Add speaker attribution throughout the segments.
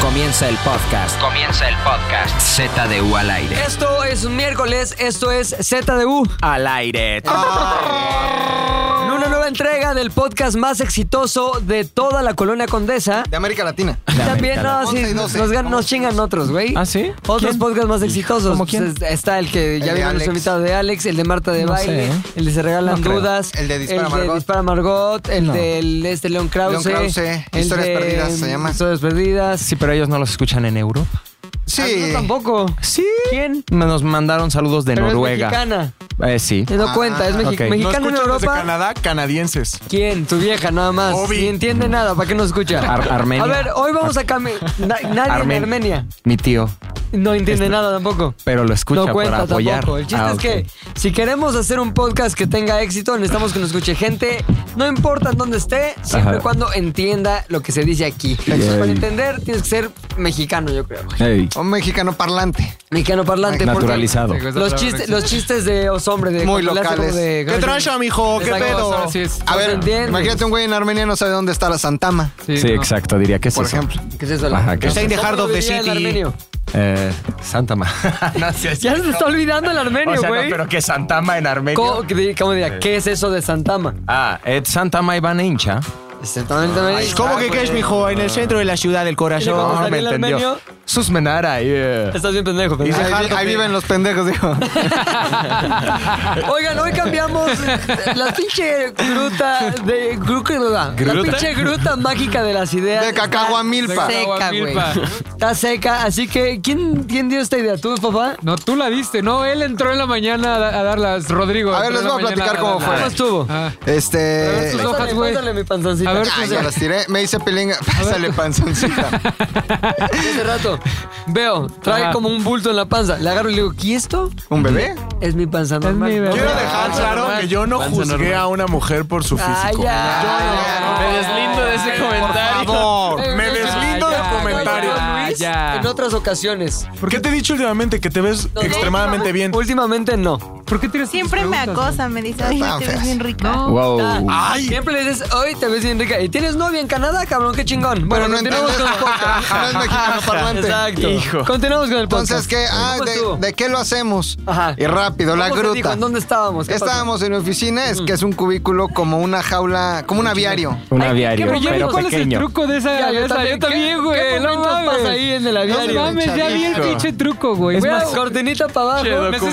Speaker 1: Comienza el podcast. Comienza el podcast. ZDU al aire.
Speaker 2: Esto es un miércoles, esto es ZDU.
Speaker 1: Al aire.
Speaker 2: En Una nueva entrega del podcast más exitoso de toda la colonia condesa.
Speaker 3: De América Latina.
Speaker 2: También, no, sí,
Speaker 3: Once y
Speaker 2: nos,
Speaker 3: doce.
Speaker 2: gan- nos chingan otros, güey.
Speaker 4: ¿Ah, sí?
Speaker 2: Otros
Speaker 4: ¿Quién?
Speaker 2: podcasts más exitosos.
Speaker 4: ¿Cómo quién?
Speaker 2: Pues, es- Está el que ya
Speaker 3: El de
Speaker 2: vimos
Speaker 3: Alex.
Speaker 2: nuestro invitado de Alex, el de Marta de
Speaker 4: No
Speaker 2: Baile,
Speaker 4: sé, ¿eh?
Speaker 2: el de Se Regalan
Speaker 4: No creo.
Speaker 2: Dudas,
Speaker 3: El de Dispara
Speaker 2: el
Speaker 3: Margot.
Speaker 2: Dispara Margot, el
Speaker 4: No.
Speaker 2: del este León Krause,
Speaker 3: León Krause,
Speaker 2: el
Speaker 3: Historias
Speaker 2: de
Speaker 3: Perdidas se llama.
Speaker 2: Historias Perdidas. Ah,
Speaker 4: Sí, pero ellos no los escuchan en euro.
Speaker 3: Sí.
Speaker 2: No, tampoco.
Speaker 4: Sí. ¿Quién? Nos mandaron saludos de
Speaker 2: Pero es
Speaker 4: Noruega.
Speaker 2: mexicana.
Speaker 4: Eh, sí.
Speaker 3: Ah,
Speaker 2: No cuenta, es mexi-
Speaker 4: ok. No
Speaker 2: mexicano en
Speaker 5: escuchan los de
Speaker 2: Europa.
Speaker 5: Canadá, canadienses.
Speaker 2: ¿Quién? Tu vieja, nada más.
Speaker 5: Obi.
Speaker 2: Ni entiende nada, ¿para qué nos escucha?
Speaker 4: Ar- Armenia.
Speaker 2: A ver, hoy vamos a cambiar. nadie
Speaker 4: Armen-
Speaker 2: en Armenia.
Speaker 4: Mi tío.
Speaker 2: No entiende nada tampoco.
Speaker 4: Pero lo escucha
Speaker 2: no cuenta
Speaker 4: para apoyar.
Speaker 2: tampoco. El chiste
Speaker 4: Ah,
Speaker 2: es
Speaker 4: ok.
Speaker 2: que si queremos hacer un podcast que tenga éxito, necesitamos que nos escuche gente, no importa en dónde esté, siempre
Speaker 4: Ajá.
Speaker 2: y cuando entienda lo que se dice aquí.
Speaker 4: Yay.
Speaker 2: Para entender, tienes que ser mexicano, yo creo.
Speaker 4: Ey,
Speaker 3: Un mexicano parlante.
Speaker 2: Mexicano parlante. porque
Speaker 4: Naturalizado.
Speaker 2: Los chistes, los chistes de os hombre, de
Speaker 3: Muy
Speaker 2: cuando le hacen
Speaker 3: locales.
Speaker 2: como de-
Speaker 5: ¿Qué trancha, mijo? ¿Qué
Speaker 2: Exacto,
Speaker 5: pedo?
Speaker 2: ahora sí es-
Speaker 3: A
Speaker 2: no
Speaker 3: ver,
Speaker 2: se entiende.
Speaker 3: imagínate un güey en Armenia no sabe dónde está la Santama,
Speaker 4: sí, exacto, diría que es
Speaker 3: por
Speaker 4: eso.
Speaker 3: ejemplo.
Speaker 2: ¿Qué es eso?
Speaker 4: Ajá, que-
Speaker 5: Stay in the heart of the
Speaker 2: ¿Cómo lo diría el
Speaker 5: city.
Speaker 2: armenio?
Speaker 4: Eh, Santama. no, sí, es
Speaker 2: Ya se te está olvidando el
Speaker 4: o
Speaker 2: armenio,
Speaker 4: sea, no,
Speaker 2: güey.
Speaker 4: pero que Santama en Armenia.
Speaker 2: Co- que di- ¿Cómo diría? ¿Qué es eso de Santama?
Speaker 4: Ah, et Santama Iván hincha.
Speaker 5: ¿Cómo
Speaker 4: Ah,
Speaker 5: que qué es, mijo? En el centro de la ciudad del
Speaker 2: Cuando
Speaker 5: corazón.
Speaker 2: salió
Speaker 4: me
Speaker 2: el
Speaker 4: entendió. eh.
Speaker 2: armenio-
Speaker 4: Susmenara. yeah.
Speaker 2: Estás bien pendejo,
Speaker 3: Ahí,
Speaker 2: pendejo.
Speaker 3: vi- ahí viven los pendejos, dijo.
Speaker 2: Oigan, hoy cambiamos la pinche gruta de gru- gruta. La
Speaker 4: ¿Gruta?
Speaker 2: pinche gruta mágica de las ideas.
Speaker 3: De Cacahuamilpa.
Speaker 2: Está seca, güey. Está seca, así que ¿quién, quién dio esta idea? ¿Tú, papá?
Speaker 6: No, tú la diste, no, él entró en la mañana a, a darlas, Rodrigo.
Speaker 3: A ver,
Speaker 6: entró
Speaker 3: les
Speaker 6: en la
Speaker 3: voy a
Speaker 6: mañana
Speaker 3: platicar cómo
Speaker 6: darlas.
Speaker 2: ¿Cómo estuvo?
Speaker 6: Ah,
Speaker 3: Este.
Speaker 6: tus hojas,
Speaker 2: Pásale,
Speaker 6: güey.
Speaker 2: pásale mi panzoncita.
Speaker 6: A ver,
Speaker 3: Ah, ya las tiré. Me hice pilinga. Pásale, panzoncita.
Speaker 2: hace rato veo, trae
Speaker 6: Ajá.
Speaker 2: como un bulto en la panza. Le agarro y le digo, ¿y esto?
Speaker 3: ¿Un bebé?
Speaker 2: Es mi panza normal.
Speaker 6: mi bebé.
Speaker 5: Quiero dejar claro que yo no juzgué a una mujer por su
Speaker 2: Ay,
Speaker 5: físico.
Speaker 2: Ah, ya.
Speaker 3: Me
Speaker 2: deslindo de ese
Speaker 5: Por favor, me deslindo del
Speaker 6: ya,
Speaker 5: comentario.
Speaker 6: ya,
Speaker 2: Luis,
Speaker 6: ya.
Speaker 2: En otras ocasiones.
Speaker 5: ¿Por qué te he dicho últimamente que te ves
Speaker 2: No, no,
Speaker 5: extremadamente bien?
Speaker 2: Últimamente no.
Speaker 6: ¿Por qué tienes
Speaker 7: Siempre me acosa, me dice, oye,
Speaker 3: Pues Están
Speaker 7: te ves
Speaker 3: feas.
Speaker 7: bien rica.
Speaker 4: Wow.
Speaker 5: ¡Ay!
Speaker 2: Siempre le dices, hoy te ves bien rica. ¿Y tienes novia en Canadá, cabrón? Qué chingón. Bueno,
Speaker 3: Pero no
Speaker 2: continuamos
Speaker 3: entiendes.
Speaker 2: con el podcast.
Speaker 3: No es mexicano parlante.
Speaker 2: Exacto.
Speaker 4: Hijo.
Speaker 2: Continuamos con el podcast.
Speaker 3: Entonces, ¿qué? Ah,
Speaker 2: ¿Cómo estuvo?
Speaker 3: de, de qué lo hacemos?
Speaker 2: Ajá.
Speaker 3: Y rápido, la
Speaker 2: ¿Cómo se dijo?
Speaker 3: gruta.
Speaker 2: ¿En ¿Dónde estábamos? ¿Qué pasó?
Speaker 3: Estábamos en mi oficina, es que es un cubículo como una jaula, como un aviario.
Speaker 4: Un
Speaker 6: Ay,
Speaker 4: aviario,
Speaker 6: qué bonito,
Speaker 4: pero
Speaker 6: ¿Cuál es el
Speaker 4: pequeño.
Speaker 6: truco de esa?
Speaker 2: Ya,
Speaker 6: de
Speaker 2: yo
Speaker 6: esa?
Speaker 2: también, ¿qué- qué
Speaker 6: güey. No
Speaker 2: momentos
Speaker 6: mames.
Speaker 2: pasa ahí en el aviario?
Speaker 6: No mames, ya vi el
Speaker 3: Chavico.
Speaker 6: pinche truco, güey. Voy a-
Speaker 2: cortinita para abajo.
Speaker 4: Che, doc-
Speaker 6: Necesito una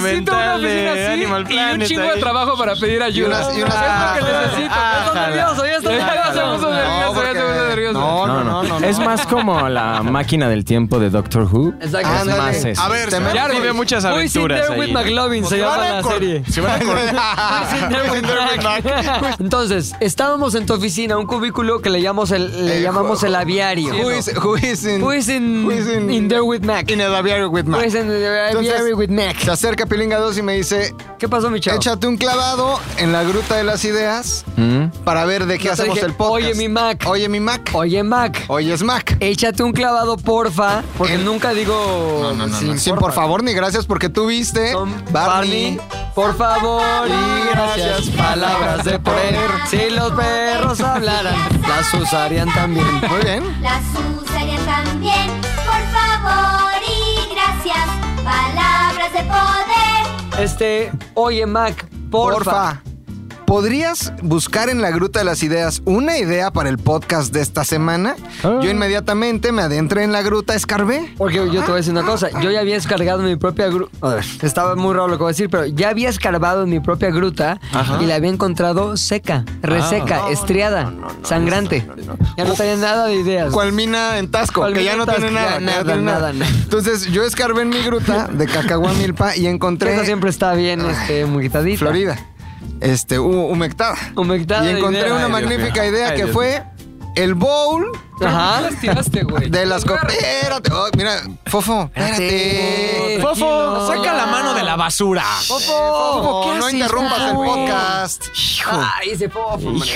Speaker 4: documental de
Speaker 6: oficina así
Speaker 4: Animal
Speaker 6: y un
Speaker 4: Planet
Speaker 6: chingo de
Speaker 4: ahí.
Speaker 6: trabajo para pedir ayuda.
Speaker 3: unas- y unas-
Speaker 6: Es lo que
Speaker 3: Ah,
Speaker 6: necesito.
Speaker 2: Ya estás nervioso, ya estás
Speaker 6: Ya se
Speaker 2: nervioso.
Speaker 6: puso nervioso, ya
Speaker 3: porque-
Speaker 6: se puso nervioso.
Speaker 3: No,
Speaker 4: No,
Speaker 3: no,
Speaker 4: no,
Speaker 3: no, no.
Speaker 4: Es más como la máquina del tiempo de Doctor Who.
Speaker 2: Exacto.
Speaker 4: Es
Speaker 3: Ándale.
Speaker 4: más eso.
Speaker 5: A ver,
Speaker 3: Te
Speaker 5: se
Speaker 3: metes-
Speaker 5: me
Speaker 4: Ya vive muchas
Speaker 2: Muy sin
Speaker 4: aventuras
Speaker 2: with
Speaker 4: ahí.
Speaker 2: McLovin se
Speaker 5: Se
Speaker 2: llama
Speaker 5: van a
Speaker 2: la
Speaker 5: cor-
Speaker 2: serie.
Speaker 5: se van a correr.
Speaker 2: Entonces, estábamos en tu oficina, un cubículo que le llamamos el, le
Speaker 3: Eh,
Speaker 2: llamamos
Speaker 3: ju-
Speaker 2: el aviario.
Speaker 3: Who is, who is in,
Speaker 2: Who is in-
Speaker 3: who is
Speaker 2: Pues in there with Mac?
Speaker 3: Pues In el aviario with Mac.
Speaker 2: Who is in the
Speaker 3: Entonces,
Speaker 2: aviary with Mac?
Speaker 3: Se acerca Pilinga 2 y me dice,
Speaker 2: ¿Qué pasó, mi chavo?
Speaker 3: échate un clavado en la gruta de las ideas
Speaker 4: Mm.
Speaker 3: para ver de qué
Speaker 2: Yo te
Speaker 3: hacemos
Speaker 2: dije,
Speaker 3: el podcast.
Speaker 2: "Oye, mi Mac".
Speaker 3: Oye, mi Mac.
Speaker 2: Oye, Mac,
Speaker 3: Oye, es Mac.
Speaker 2: échate un clavado, porfa, porque
Speaker 3: El-
Speaker 2: nunca digo
Speaker 3: No, no, no,
Speaker 2: sin
Speaker 3: no. Sin por favor ni gracias porque tú viste
Speaker 2: Son
Speaker 3: Barney.
Speaker 2: Barney. Por favor y gracias, palabras de poder. Si los perros hablaran, las usarían también.
Speaker 3: Muy bien.
Speaker 8: Las usaría también, por favor y gracias. Palabras de poder.
Speaker 2: Este, oye, Mac, porfa.
Speaker 3: Porfa. ¿Podrías buscar en la Gruta de las Ideas una idea para el podcast de esta semana? Yo inmediatamente me adentré en la gruta, escarbé.
Speaker 2: Porque yo te voy a decir una cosa, yo ya había descargado mi propia gruta. Estaba muy raro lo que voy a decir, pero ya había escarbado en mi propia gruta y la había encontrado seca, reseca,
Speaker 3: Ah.
Speaker 2: estriada, sangrante. Ya no tenía nada de ideas.
Speaker 3: Cual mina en Tasco,
Speaker 2: Cual
Speaker 3: que
Speaker 2: mina
Speaker 3: ya
Speaker 2: en
Speaker 3: no tiene
Speaker 2: Tasco,
Speaker 3: nada.
Speaker 2: ya
Speaker 3: que ya
Speaker 2: nada,
Speaker 3: tiene
Speaker 2: nada, nada.
Speaker 3: Entonces yo escarbé en mi gruta de Cacahuamilpa y encontré
Speaker 2: Esa siempre está bien, este, humectadita.
Speaker 3: Florida, este, hu- humectada.
Speaker 2: Humectada
Speaker 3: Y
Speaker 2: de
Speaker 3: encontré
Speaker 2: ideas.
Speaker 3: una
Speaker 2: Ay, Dios
Speaker 3: magnífica idea
Speaker 4: Ay,
Speaker 3: que
Speaker 4: Dios
Speaker 3: fue el bowl
Speaker 2: Ajá.
Speaker 6: Las tiraste, güey.
Speaker 3: de las... co- Espérate, oh, mira, Fofo, espérate.
Speaker 2: Fofo, saca la mano de la
Speaker 5: basura.
Speaker 3: Fofo, no interrumpas el
Speaker 2: güey?
Speaker 3: podcast.
Speaker 2: Ay, ese fofo, hombre.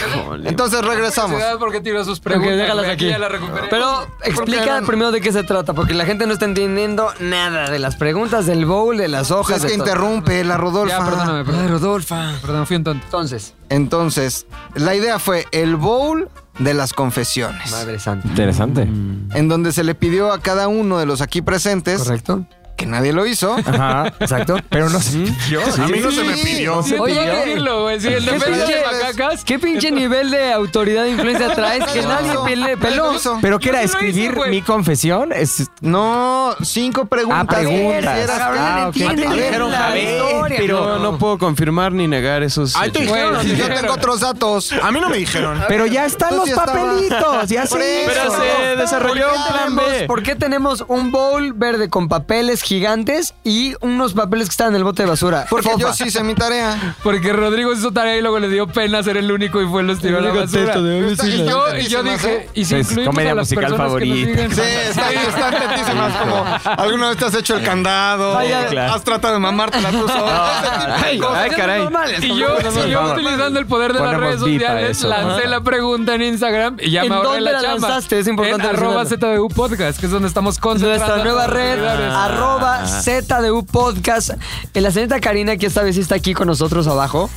Speaker 3: Entonces regresamos.
Speaker 6: Ciudad, ¿Por qué tiró sus
Speaker 2: Ok,
Speaker 6: preguntas?
Speaker 2: déjalas
Speaker 6: güey?
Speaker 2: aquí.
Speaker 6: Ya la recuperé.
Speaker 2: Pero explica
Speaker 3: eran-
Speaker 2: primero de qué se trata, porque la gente no está entendiendo nada de las preguntas del bowl, de las hojas.
Speaker 3: Es que
Speaker 2: de todo.
Speaker 3: interrumpe la Rodolfa.
Speaker 6: Ya, perdóname, perdón.
Speaker 2: Ay, Rodolfa.
Speaker 6: Perdón, fui un tonto.
Speaker 2: Entonces,
Speaker 3: Entonces, la idea fue el bowl de las confesiones,
Speaker 2: Madre santa.
Speaker 4: Interesante.
Speaker 3: en donde se le pidió a cada uno de los aquí presentes,
Speaker 2: ¿Correcto?
Speaker 3: que nadie lo hizo,
Speaker 4: Ajá.
Speaker 2: Exacto.
Speaker 4: Pero no sé.
Speaker 3: a mí no se me pidió.
Speaker 6: Se
Speaker 2: Oye,
Speaker 6: Oye,
Speaker 2: güey.
Speaker 6: decirlo, güey. Sí, el
Speaker 3: ¿Qué
Speaker 6: de Pedro
Speaker 3: pinche-
Speaker 6: de Macacas.
Speaker 2: ¿Qué pinche nivel de autoridad e influencia traes que nadie pele- peló?
Speaker 4: ¿Pero qué
Speaker 6: Yo
Speaker 4: era?
Speaker 6: no lo hice,
Speaker 4: ¿Escribir
Speaker 6: güey.
Speaker 4: mi confesión? Es...
Speaker 3: No, cinco preguntas.
Speaker 4: Ah, preguntas.
Speaker 3: Quisieras-
Speaker 2: Cabrón,
Speaker 4: Ah, ok.
Speaker 2: entienden
Speaker 4: A ver,
Speaker 2: la
Speaker 4: a ver,
Speaker 2: historia,
Speaker 4: pero
Speaker 2: no.
Speaker 4: no, no puedo confirmar ni negar esos...
Speaker 5: Ay, te dijeron,
Speaker 6: Güey,
Speaker 5: a ti
Speaker 6: sí,
Speaker 5: te
Speaker 3: Yo
Speaker 5: dijeron.
Speaker 3: tengo otros datos.
Speaker 5: A mí no me dijeron.
Speaker 4: Pero ya están
Speaker 3: Tú
Speaker 4: los
Speaker 3: sí estaba.
Speaker 4: papelitos, ya
Speaker 3: Por
Speaker 4: se
Speaker 3: eso.
Speaker 4: hizo.
Speaker 3: Pero
Speaker 6: se
Speaker 4: desarrolló un plan B.
Speaker 2: ¿Por qué tenemos un bowl verde con papeles gigantes y unos papeles que están en el bote de basura?
Speaker 3: Porque
Speaker 2: Fofa.
Speaker 3: yo sí hice mi tarea.
Speaker 6: Porque Rodrigo hizo tarea y luego le dio pena ser el único y fue los tiró a la basura. Y yo, y yo dije, y si
Speaker 4: Es
Speaker 6: incluimos
Speaker 4: comedia
Speaker 6: a las
Speaker 4: musical
Speaker 6: personas
Speaker 4: favorita.
Speaker 6: que nos
Speaker 3: Sí,
Speaker 6: digan-
Speaker 3: están está tetísimas, como alguna vez te has hecho el candado,
Speaker 4: Vaya.
Speaker 3: has tratado de mamártela tú solo. ese tipo de
Speaker 4: Ay,
Speaker 3: cosas.
Speaker 4: ay, caray.
Speaker 6: Y yo, y yo utilizando el poder de las
Speaker 4: Ponemos
Speaker 6: redes
Speaker 4: beep a
Speaker 6: sociales,
Speaker 4: eso.
Speaker 6: lancé
Speaker 4: Ajá.
Speaker 6: la pregunta en Instagram y ya
Speaker 2: ¿En
Speaker 6: me ahorré
Speaker 2: dónde
Speaker 6: la,
Speaker 2: la
Speaker 6: chamba.
Speaker 2: lanzaste? Es importante
Speaker 6: En arroba
Speaker 2: mencionarlo.
Speaker 6: ZDU Podcast, que es donde estamos concentrando. Ah,
Speaker 2: Nuestra nueva red,
Speaker 6: actividades.
Speaker 2: arroba ZDU Podcast. Eh, La señorita Karina, que esta vez sí está aquí con nosotros abajo,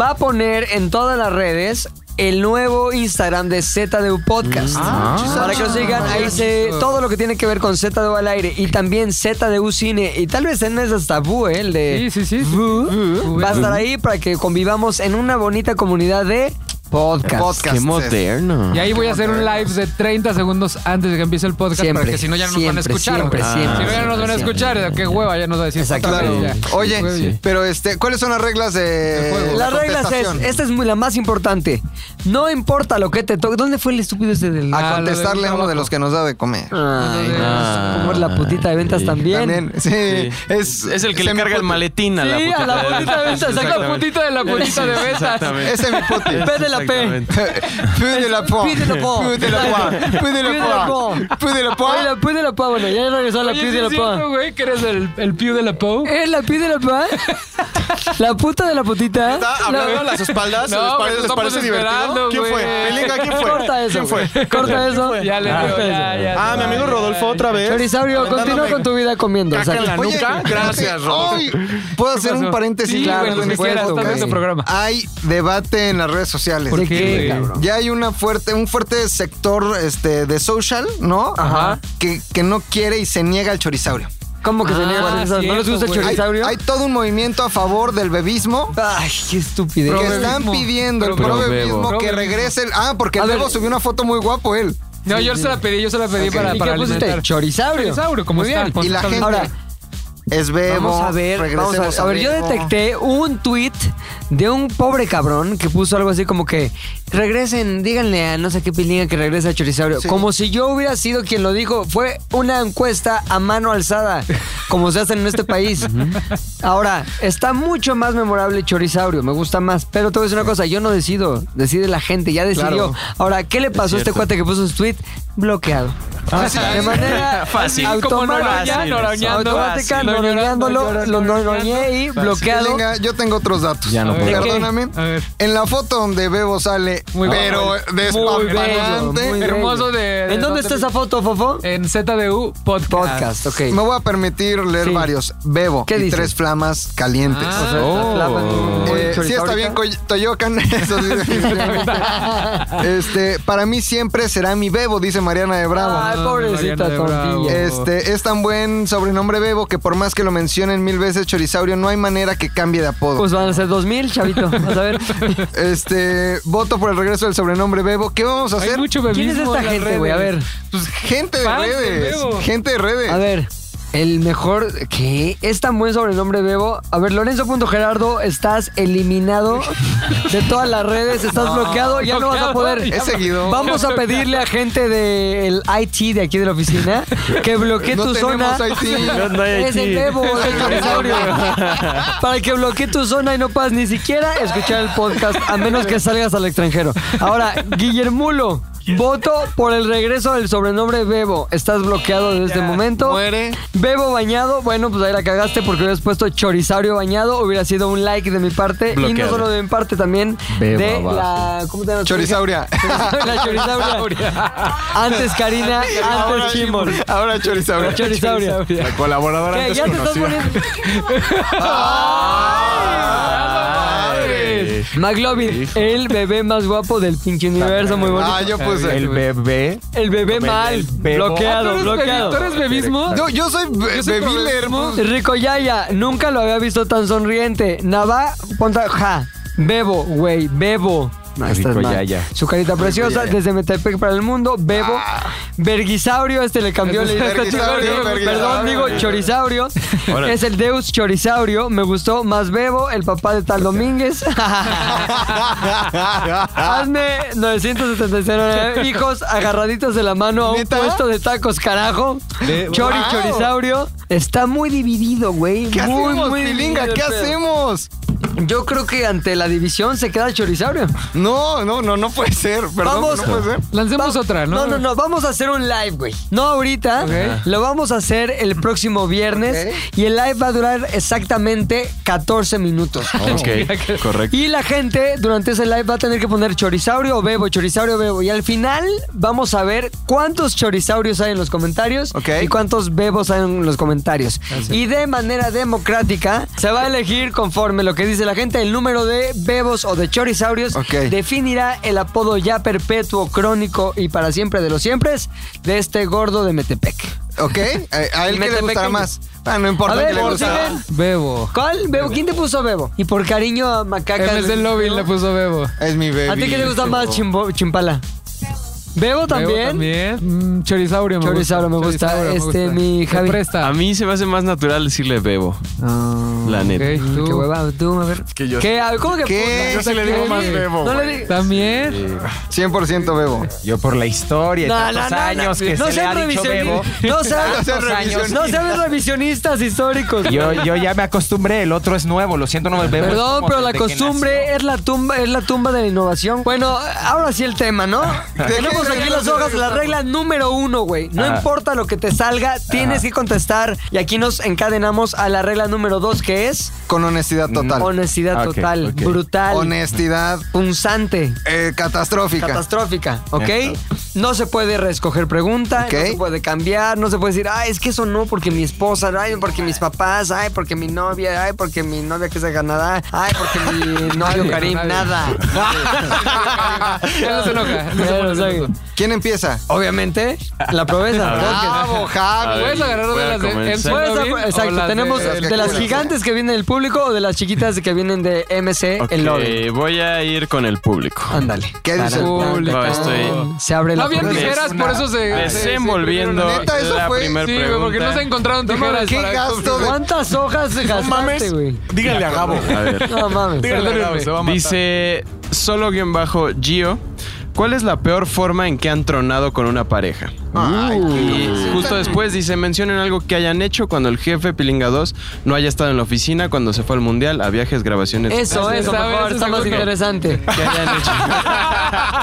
Speaker 2: va a poner en todas las redes el nuevo Instagram de ZDU Podcast.
Speaker 6: Mm. Ah,
Speaker 2: para que nos sigan, ahí se, todo lo que tiene que ver con ZDU al aire y también ZDU Cine. Y tal vez en esas tabú, ¿eh? el de.
Speaker 6: Sí, sí, sí.
Speaker 2: Vu, Va a estar ahí para que convivamos en una bonita comunidad de podcast.
Speaker 3: Podcast.
Speaker 4: Qué moderno.
Speaker 6: Y ahí voy a hacer un live de 30 segundos antes de que empiece el podcast,
Speaker 2: Siempre,
Speaker 6: porque si no ya no nos van a
Speaker 2: siempre,
Speaker 6: escuchar.
Speaker 2: siempre,
Speaker 6: güey.
Speaker 2: siempre,
Speaker 6: si no ya no nos van a
Speaker 2: siempre,
Speaker 6: escuchar, qué hueva, ya nos va a decir.
Speaker 2: Exacto.
Speaker 6: otra vez,
Speaker 3: Claro.
Speaker 6: ya.
Speaker 3: Oye,
Speaker 6: Sí.
Speaker 3: pero este, ¿cuáles son las reglas de
Speaker 6: Del juego.
Speaker 2: Las reglas es,
Speaker 3: contestación?
Speaker 2: esta es muy- la más importante. No importa lo que te toque. ¿Dónde fue el estúpido ese del
Speaker 3: a
Speaker 6: Ah, lo de
Speaker 3: contestarle a uno
Speaker 6: trabajo.
Speaker 3: de los que nos da de comer.
Speaker 2: Ay, no,
Speaker 4: ah.
Speaker 2: como es la putita de ventas
Speaker 4: Sí.
Speaker 2: también.
Speaker 3: También, sí, Es,
Speaker 4: Es el que le carga el
Speaker 3: semiputi.
Speaker 4: maletín a la
Speaker 2: Sí,
Speaker 4: puta.
Speaker 2: a la putita de ventas, saca
Speaker 6: La
Speaker 2: la
Speaker 6: putita de la putita de betas.
Speaker 3: Es semiputi.
Speaker 2: P de la P.
Speaker 3: Pide la po.
Speaker 2: Pide la po.
Speaker 3: Pide la po. Pide
Speaker 2: Pide la
Speaker 3: la po.
Speaker 2: po.
Speaker 3: Pide la po.
Speaker 2: Oye, la pide la pa, bueno, ya regresó a la
Speaker 6: Oye,
Speaker 2: pide
Speaker 6: ¿sí
Speaker 2: la
Speaker 6: es cierto,
Speaker 2: pa.
Speaker 6: güey, que eres el, el piu de la Pou?
Speaker 2: ¿Eh, la pide la pa? La puta de la
Speaker 5: Ah,
Speaker 2: putita.
Speaker 3: ¿Está hablando a las espaldas?
Speaker 6: No,
Speaker 3: ¿Les parece-
Speaker 6: güey, lo
Speaker 3: ¿Les
Speaker 6: estamos
Speaker 3: parece divertido?
Speaker 6: esperando,
Speaker 3: ¿Quién fue?
Speaker 6: güey.
Speaker 3: Pelinga, ¿quién fue?
Speaker 2: Corta eso.
Speaker 3: ¿Quién fue?
Speaker 2: güey. Corta eso.
Speaker 6: Ya le dio, ya, ya.
Speaker 5: Ah, mi amigo Rodolfo otra vez.
Speaker 2: Chorisaurio, continúa
Speaker 5: Dándome
Speaker 2: con tu vida comiendo.
Speaker 5: caca en
Speaker 2: exacto.
Speaker 5: la
Speaker 3: Oye,
Speaker 5: nuca.
Speaker 3: Gracias, Rob. ¿Puedo hacer un
Speaker 6: pasó?
Speaker 3: paréntesis?
Speaker 6: Sí,
Speaker 2: claro,
Speaker 6: güey,
Speaker 2: por
Speaker 6: lo que
Speaker 2: supuesto,
Speaker 6: quieras, estás
Speaker 2: güey. pues
Speaker 6: en tu programa.
Speaker 3: Hay debate en las redes sociales.
Speaker 2: ¿De
Speaker 6: qué,
Speaker 2: qué,
Speaker 6: güey?
Speaker 2: cabrón?
Speaker 3: Ya hay una fuerte, un fuerte sector este, de social, ¿no?
Speaker 2: Ajá.
Speaker 3: Que, que no quiere y se niega al chorisaurio.
Speaker 2: ¿Cómo que se
Speaker 6: Ah,
Speaker 2: niegan esas? ¿No les
Speaker 6: cierto,
Speaker 2: gusta el
Speaker 6: güey.
Speaker 3: Hay,
Speaker 2: chorisaurio?
Speaker 3: hay todo un movimiento a favor del bebismo.
Speaker 2: Ay, qué Este, estupidez.
Speaker 3: Que
Speaker 6: Probebismo.
Speaker 3: están pidiendo el
Speaker 6: Probebebo.
Speaker 3: probebismo que
Speaker 6: Probebismo.
Speaker 3: regrese el. Ah, porque
Speaker 2: A ver.
Speaker 3: luego subió una foto muy guapo él.
Speaker 6: No, yo se la pedí, yo se la pedí
Speaker 3: Ok.
Speaker 6: para,
Speaker 2: ¿Y
Speaker 6: para
Speaker 2: qué pusiste?
Speaker 6: alimentar.
Speaker 2: Chorisaurio.
Speaker 6: Dinosaurio, como
Speaker 2: Muy
Speaker 6: está,
Speaker 2: bien.
Speaker 6: con
Speaker 3: Y la
Speaker 6: sus
Speaker 3: gente-
Speaker 2: Pues Ahora,
Speaker 3: Es bebo.
Speaker 2: Vamos a ver, vamos a ver.
Speaker 3: regresemos
Speaker 2: A ver, yo
Speaker 3: Bebo.
Speaker 2: detecté un tweet de un pobre cabrón que puso algo así como que regresen, díganle a no sé qué pilinga que regrese a Chorisaurio.
Speaker 3: Sí.
Speaker 2: Como si yo hubiera sido quien lo dijo. Fue una encuesta a mano alzada, como se hace en este país. Ahora, está mucho más memorable Chorisaurio, me gusta más. Pero te voy a decir una cosa, yo no decido, decide la gente, ya decidió.
Speaker 3: Claro.
Speaker 2: Ahora, ¿qué le pasó a este cuate que puso su tweet? Bloqueado. De manera
Speaker 4: Fácil.
Speaker 6: Como
Speaker 2: automática,
Speaker 6: noroña, noroñeando.
Speaker 2: automática,
Speaker 6: Fácil.
Speaker 2: noroñándolo, lo noroñé y bloqueado.
Speaker 3: Venga, yo tengo otros datos.
Speaker 4: Ya no
Speaker 6: puedo.
Speaker 3: Perdóname.
Speaker 6: A ver.
Speaker 3: En la foto donde Bebo sale,
Speaker 6: Muy
Speaker 3: pero
Speaker 6: bello. Muy bello,
Speaker 3: despampanante.
Speaker 6: muy
Speaker 3: pero-
Speaker 6: Hermoso de- Eh, de
Speaker 2: ¿En dónde
Speaker 6: dónde
Speaker 2: está
Speaker 6: vi-
Speaker 2: esa foto, Fofo?
Speaker 6: En ZDU Podcast.
Speaker 2: Podcast, ok.
Speaker 3: Me voy a permitir leer
Speaker 2: Sí.
Speaker 3: varios. Bebo
Speaker 2: ¿Qué
Speaker 3: y
Speaker 2: dice?
Speaker 3: tres flamas calientes.
Speaker 6: Ah.
Speaker 2: O sea, esta flama, muy
Speaker 3: Eh, sí está
Speaker 2: chorizáurica.
Speaker 3: bien Coy- Toyocan. Eso sí, definitivamente. este, para mí siempre será mi Bebo, dice Mariana de Bravo.
Speaker 2: Ay, pobrecita
Speaker 6: Mariana de Bravo.
Speaker 2: tortilla.
Speaker 3: Este, es tan buen sobrenombre Bebo que por más que lo mencionen mil veces Chorisaurio, no hay manera que cambie de apodo.
Speaker 2: Pues van a ser 2000, chavito. Vas a ver.
Speaker 3: Este, voto por el regreso del sobrenombre Bebo. ¿Qué vamos a
Speaker 6: Hay
Speaker 3: hacer?
Speaker 6: mucho bebismo
Speaker 2: ¿Quién es esta
Speaker 6: en las
Speaker 2: gente, güey? A
Speaker 6: redes.
Speaker 2: ver,
Speaker 3: Pues gente de
Speaker 6: Fans de
Speaker 3: redes.
Speaker 6: Bebo.
Speaker 3: Gente de redes.
Speaker 2: a ver. El mejor. ¿Qué? Es tan buen sobrenombre, Bebo. A ver, Lorenzo.gerardo, estás eliminado de todas las redes, estás bloqueado, ya no vas a
Speaker 6: Bloqueado,
Speaker 2: poder.
Speaker 6: ya
Speaker 3: He seguido.
Speaker 2: Vamos a pedirle a gente del IT de aquí de la oficina que bloquee
Speaker 3: No
Speaker 2: tu
Speaker 3: tenemos
Speaker 2: zona.
Speaker 3: IT. No,
Speaker 4: no hay
Speaker 2: es el
Speaker 4: IT.
Speaker 2: Bebo, el dinosaurio. Para que bloquee tu zona y no puedas ni siquiera escuchar el podcast, a menos que salgas al extranjero. Ahora, Guillermulo, voto por el regreso del sobrenombre Bebo. Estás bloqueado desde este momento.
Speaker 3: Muere.
Speaker 2: Bebo bañado, bueno, pues ahí la cagaste porque hubieras puesto chorizaurio bañado, hubiera sido un like de mi parte y no
Speaker 4: Bloqueado.
Speaker 2: solo de mi parte también
Speaker 4: Bebo
Speaker 2: de
Speaker 4: abajo.
Speaker 2: la ¿cómo te llamas?
Speaker 3: Chorisauria.
Speaker 2: La chorizauria. Antes Karina, antes Kimon.
Speaker 3: Ahora Chorisauria.
Speaker 2: Chorizauria.
Speaker 4: La colaboradora
Speaker 2: ¿Qué?
Speaker 4: antes
Speaker 2: Ya te estás
Speaker 4: conocida.
Speaker 2: poniendo.
Speaker 6: ¡Ay!
Speaker 2: McLovin, el bebé más guapo del pinche universo, muy bonito.
Speaker 3: Ah, yo puse.
Speaker 4: El bebé.
Speaker 2: El bebé mal,
Speaker 4: bebo.
Speaker 6: Ah, ¿Tú
Speaker 2: bloqueado,
Speaker 6: eres bebi-
Speaker 2: bloqueado.
Speaker 6: ¿Tú eres bebismo?
Speaker 3: Yo, yo soy be-
Speaker 6: Yo soy
Speaker 3: Bebil
Speaker 6: problema.
Speaker 3: Hermos.
Speaker 2: Rico Yaya, nunca lo había visto tan sonriente. Nava, ponta, ja, bebo, güey, bebo. No, estás
Speaker 4: Rico Ah.
Speaker 2: mal.
Speaker 4: Yaya.
Speaker 2: Su carita preciosa, desde Metepec para el mundo, bebo. Bergisaurio, este le cambió el
Speaker 3: Bergisaurio,
Speaker 2: Perdón,
Speaker 3: Bergisaurio.
Speaker 2: digo chorisaurio.
Speaker 4: Órale.
Speaker 2: Es el Deus chorisaurio. Me gustó más bebo, el papá de tal Domínguez. Hazme 979 hijos agarraditos de la mano a un
Speaker 3: ¿Neta?
Speaker 2: puesto de tacos, carajo. Chori,
Speaker 3: Wow.
Speaker 2: chorisaurio. Está muy dividido, güey.
Speaker 3: ¿Qué
Speaker 2: muy,
Speaker 3: hacemos,
Speaker 2: muy
Speaker 3: Pilinga?
Speaker 2: dividido
Speaker 3: ¿Qué
Speaker 2: el pedo.
Speaker 3: hacemos?
Speaker 2: Yo creo que ante la división se queda el chorisaurio.
Speaker 3: No, no, no, no puede ser. Perdón,
Speaker 2: Vamos.
Speaker 3: no puede ser.
Speaker 6: Lancemos otra, ¿no?
Speaker 2: No, no, no. Vamos a hacer un live, güey. No ahorita. Lo vamos a hacer el próximo viernes. Y el live va a durar exactamente 14 minutos.
Speaker 3: Oh,
Speaker 4: Ok, correcto.
Speaker 2: Y la gente durante ese live va a tener que poner chorisaurio o bebo, chorisaurio o bebo. Y al final vamos a ver cuántos chorisaurios hay en los comentarios
Speaker 3: Ok. Ah,
Speaker 2: y cuántos bebos hay en los comentarios. Y de manera democrática se va a elegir conforme lo que dice la gente. El número de bebos o de chorisaurios
Speaker 3: Ok.
Speaker 2: definirá el apodo ya perpetuo, crónico y para siempre de los siempre de este gordo de Metepec.
Speaker 3: ¿Ok? A, a él que le
Speaker 2: Metepec.
Speaker 3: gustará más. Ah, no importa
Speaker 2: A ver,
Speaker 3: que le
Speaker 2: por
Speaker 3: gustará.
Speaker 2: si
Speaker 6: Bebo.
Speaker 2: ¿Cuál? ¿Bebo? ¿Quién te puso bebo? Y por cariño a Macaca.
Speaker 6: En vez del lobby
Speaker 2: ¿no?
Speaker 6: le puso Bebo.
Speaker 3: Es mi bebé.
Speaker 2: ¿A ti qué te gusta más, chimbo- Chimpala? ¿Bebo también?
Speaker 6: Bebo también. Mm, chorisaurio me
Speaker 2: Chorizaurio me gusta.
Speaker 6: Chorizaurio me
Speaker 2: Este,
Speaker 6: gusta.
Speaker 2: mi
Speaker 6: Se
Speaker 2: Javi.
Speaker 6: presta.
Speaker 4: A mí se me hace más natural decirle bebo. La neta.
Speaker 6: Ok,
Speaker 2: Mm,
Speaker 6: tú.
Speaker 2: Qué hueva, tú, a ver.
Speaker 9: que yo
Speaker 2: ¿Qué? A ver, ¿Cómo que
Speaker 3: ¿Qué?
Speaker 9: Yo sí le digo más bebo,
Speaker 2: No le
Speaker 9: güey.
Speaker 2: digo.
Speaker 6: También.
Speaker 3: 100% bebo.
Speaker 5: Yo por la historia y
Speaker 2: No,
Speaker 5: tantos
Speaker 2: no, no,
Speaker 5: años
Speaker 2: no.
Speaker 5: que
Speaker 2: no
Speaker 5: se le
Speaker 2: sean
Speaker 5: ha dicho Bebo.
Speaker 2: revisionistas. No sean,
Speaker 3: sean revisionistas.
Speaker 2: no sean revisionistas históricos.
Speaker 5: Yo, yo ya me acostumbré, el otro es nuevo, lo siento, no me bebo. es
Speaker 2: Perdón,
Speaker 5: como
Speaker 2: pero la
Speaker 5: desde que
Speaker 2: costumbre es la tumba, es la tumba de la innovación. Bueno, ahora sí el tema, ¿no? Tenemos aquí las hojas, la regla número uno, güey. No importa lo que te salga, tienes que contestar. Y aquí nos encadenamos a la regla número dos, que es
Speaker 3: Con honestidad total.
Speaker 2: honestidad
Speaker 4: Ah, Ok,
Speaker 2: total,
Speaker 4: ok.
Speaker 2: brutal,
Speaker 3: honestidad
Speaker 2: punzante,
Speaker 3: eh, catastrófica.
Speaker 2: catastrófica, ¿ok? No se puede reescoger pregunta,
Speaker 3: Ok.
Speaker 2: no se puede cambiar, no se puede decir, ay, es que eso no, porque mi esposa, ay, porque mis papás, ay, porque mi novia, ay, porque mi novia que es de Canadá, ay, porque mi novio Karim,
Speaker 6: nadie.
Speaker 2: nada.
Speaker 6: Ya no se enoja, no se
Speaker 2: Ya
Speaker 6: pone
Speaker 2: no se
Speaker 6: nervioso.
Speaker 2: enoja.
Speaker 3: ¿Quién empieza?
Speaker 2: Obviamente, la
Speaker 4: Ah,
Speaker 2: proeza.
Speaker 3: Bravo, Javi.
Speaker 6: Puedes agarrar
Speaker 4: voy
Speaker 6: de
Speaker 4: a
Speaker 6: las de
Speaker 4: comenzar.
Speaker 6: MC
Speaker 2: Puedes
Speaker 6: Lovin
Speaker 2: apro-
Speaker 6: o
Speaker 2: Pues, Exacto,
Speaker 6: las de-
Speaker 2: tenemos
Speaker 3: las
Speaker 2: de,
Speaker 3: que
Speaker 2: las
Speaker 3: quieras.
Speaker 2: gigantes que vienen del público o de las chiquitas que vienen de MC
Speaker 4: Ok,
Speaker 2: el lobby.
Speaker 4: voy a ir con el público.
Speaker 2: Ándale.
Speaker 3: ¿Qué dice?
Speaker 6: Público.
Speaker 4: No, estoy-
Speaker 2: Se abre la
Speaker 6: No habían
Speaker 2: puerta.
Speaker 6: Ah, tijeras, por eso se. se- se
Speaker 4: Desenvolviendo
Speaker 6: primero
Speaker 3: Neta, eso
Speaker 4: la
Speaker 3: fue-
Speaker 4: primera
Speaker 6: Sí, güey,
Speaker 4: pregunta.
Speaker 6: porque no se encontraron tijeras.
Speaker 3: ¿Qué
Speaker 6: para-
Speaker 3: gasto de
Speaker 2: ¿Cuántas hojas gastaste, güey?
Speaker 9: Díganle a Gabo.
Speaker 4: A ver.
Speaker 2: No mames.
Speaker 9: Díganle a Gabo,
Speaker 6: Perdónenme.
Speaker 9: se va a matar.
Speaker 4: Dice solo guión bajo Gio. ¿Cuál es la peor forma en que han tronado con una pareja?
Speaker 3: Ay,
Speaker 6: Uh.
Speaker 4: Y justo después dice, mencionen algo que hayan hecho cuando el jefe Pilinga 2 no haya estado en la oficina, cuando se fue al mundial, a viajes, grabaciones.
Speaker 2: Eso,
Speaker 6: Ese
Speaker 2: eso,
Speaker 6: sabe,
Speaker 2: mejor,
Speaker 6: ese
Speaker 2: está más
Speaker 6: seguro.
Speaker 2: interesante.
Speaker 4: que hayan hecho.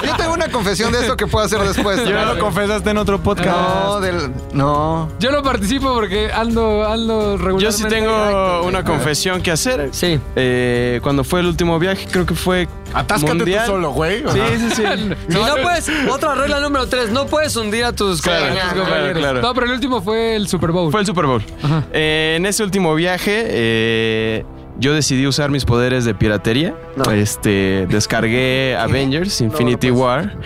Speaker 3: Yo tengo una confesión de eso que puedo hacer después.
Speaker 9: Ya lo confesaste en otro podcast.
Speaker 4: Ah,
Speaker 3: No, del, no.
Speaker 6: Yo no participo porque ando, ando regularmente.
Speaker 4: Yo sí tengo Ah, una confesión que hacer.
Speaker 2: Sí.
Speaker 4: Eh, cuando fue el último viaje, creo que fue
Speaker 9: Atáscate
Speaker 4: mundial.
Speaker 9: tú solo, güey.
Speaker 4: Sí,
Speaker 9: Ajá.
Speaker 4: sí, sí.
Speaker 2: Y no puedes, otra regla número tres, no puedes hundir a tus
Speaker 4: Claro,
Speaker 2: compañeros.
Speaker 4: claro, claro.
Speaker 6: No, pero el último fue el Super Bowl.
Speaker 4: Fue el Super Bowl. Eh, en ese último viaje, eh, yo decidí usar mis poderes de piratería. Este, descargué Avengers, Infinity War.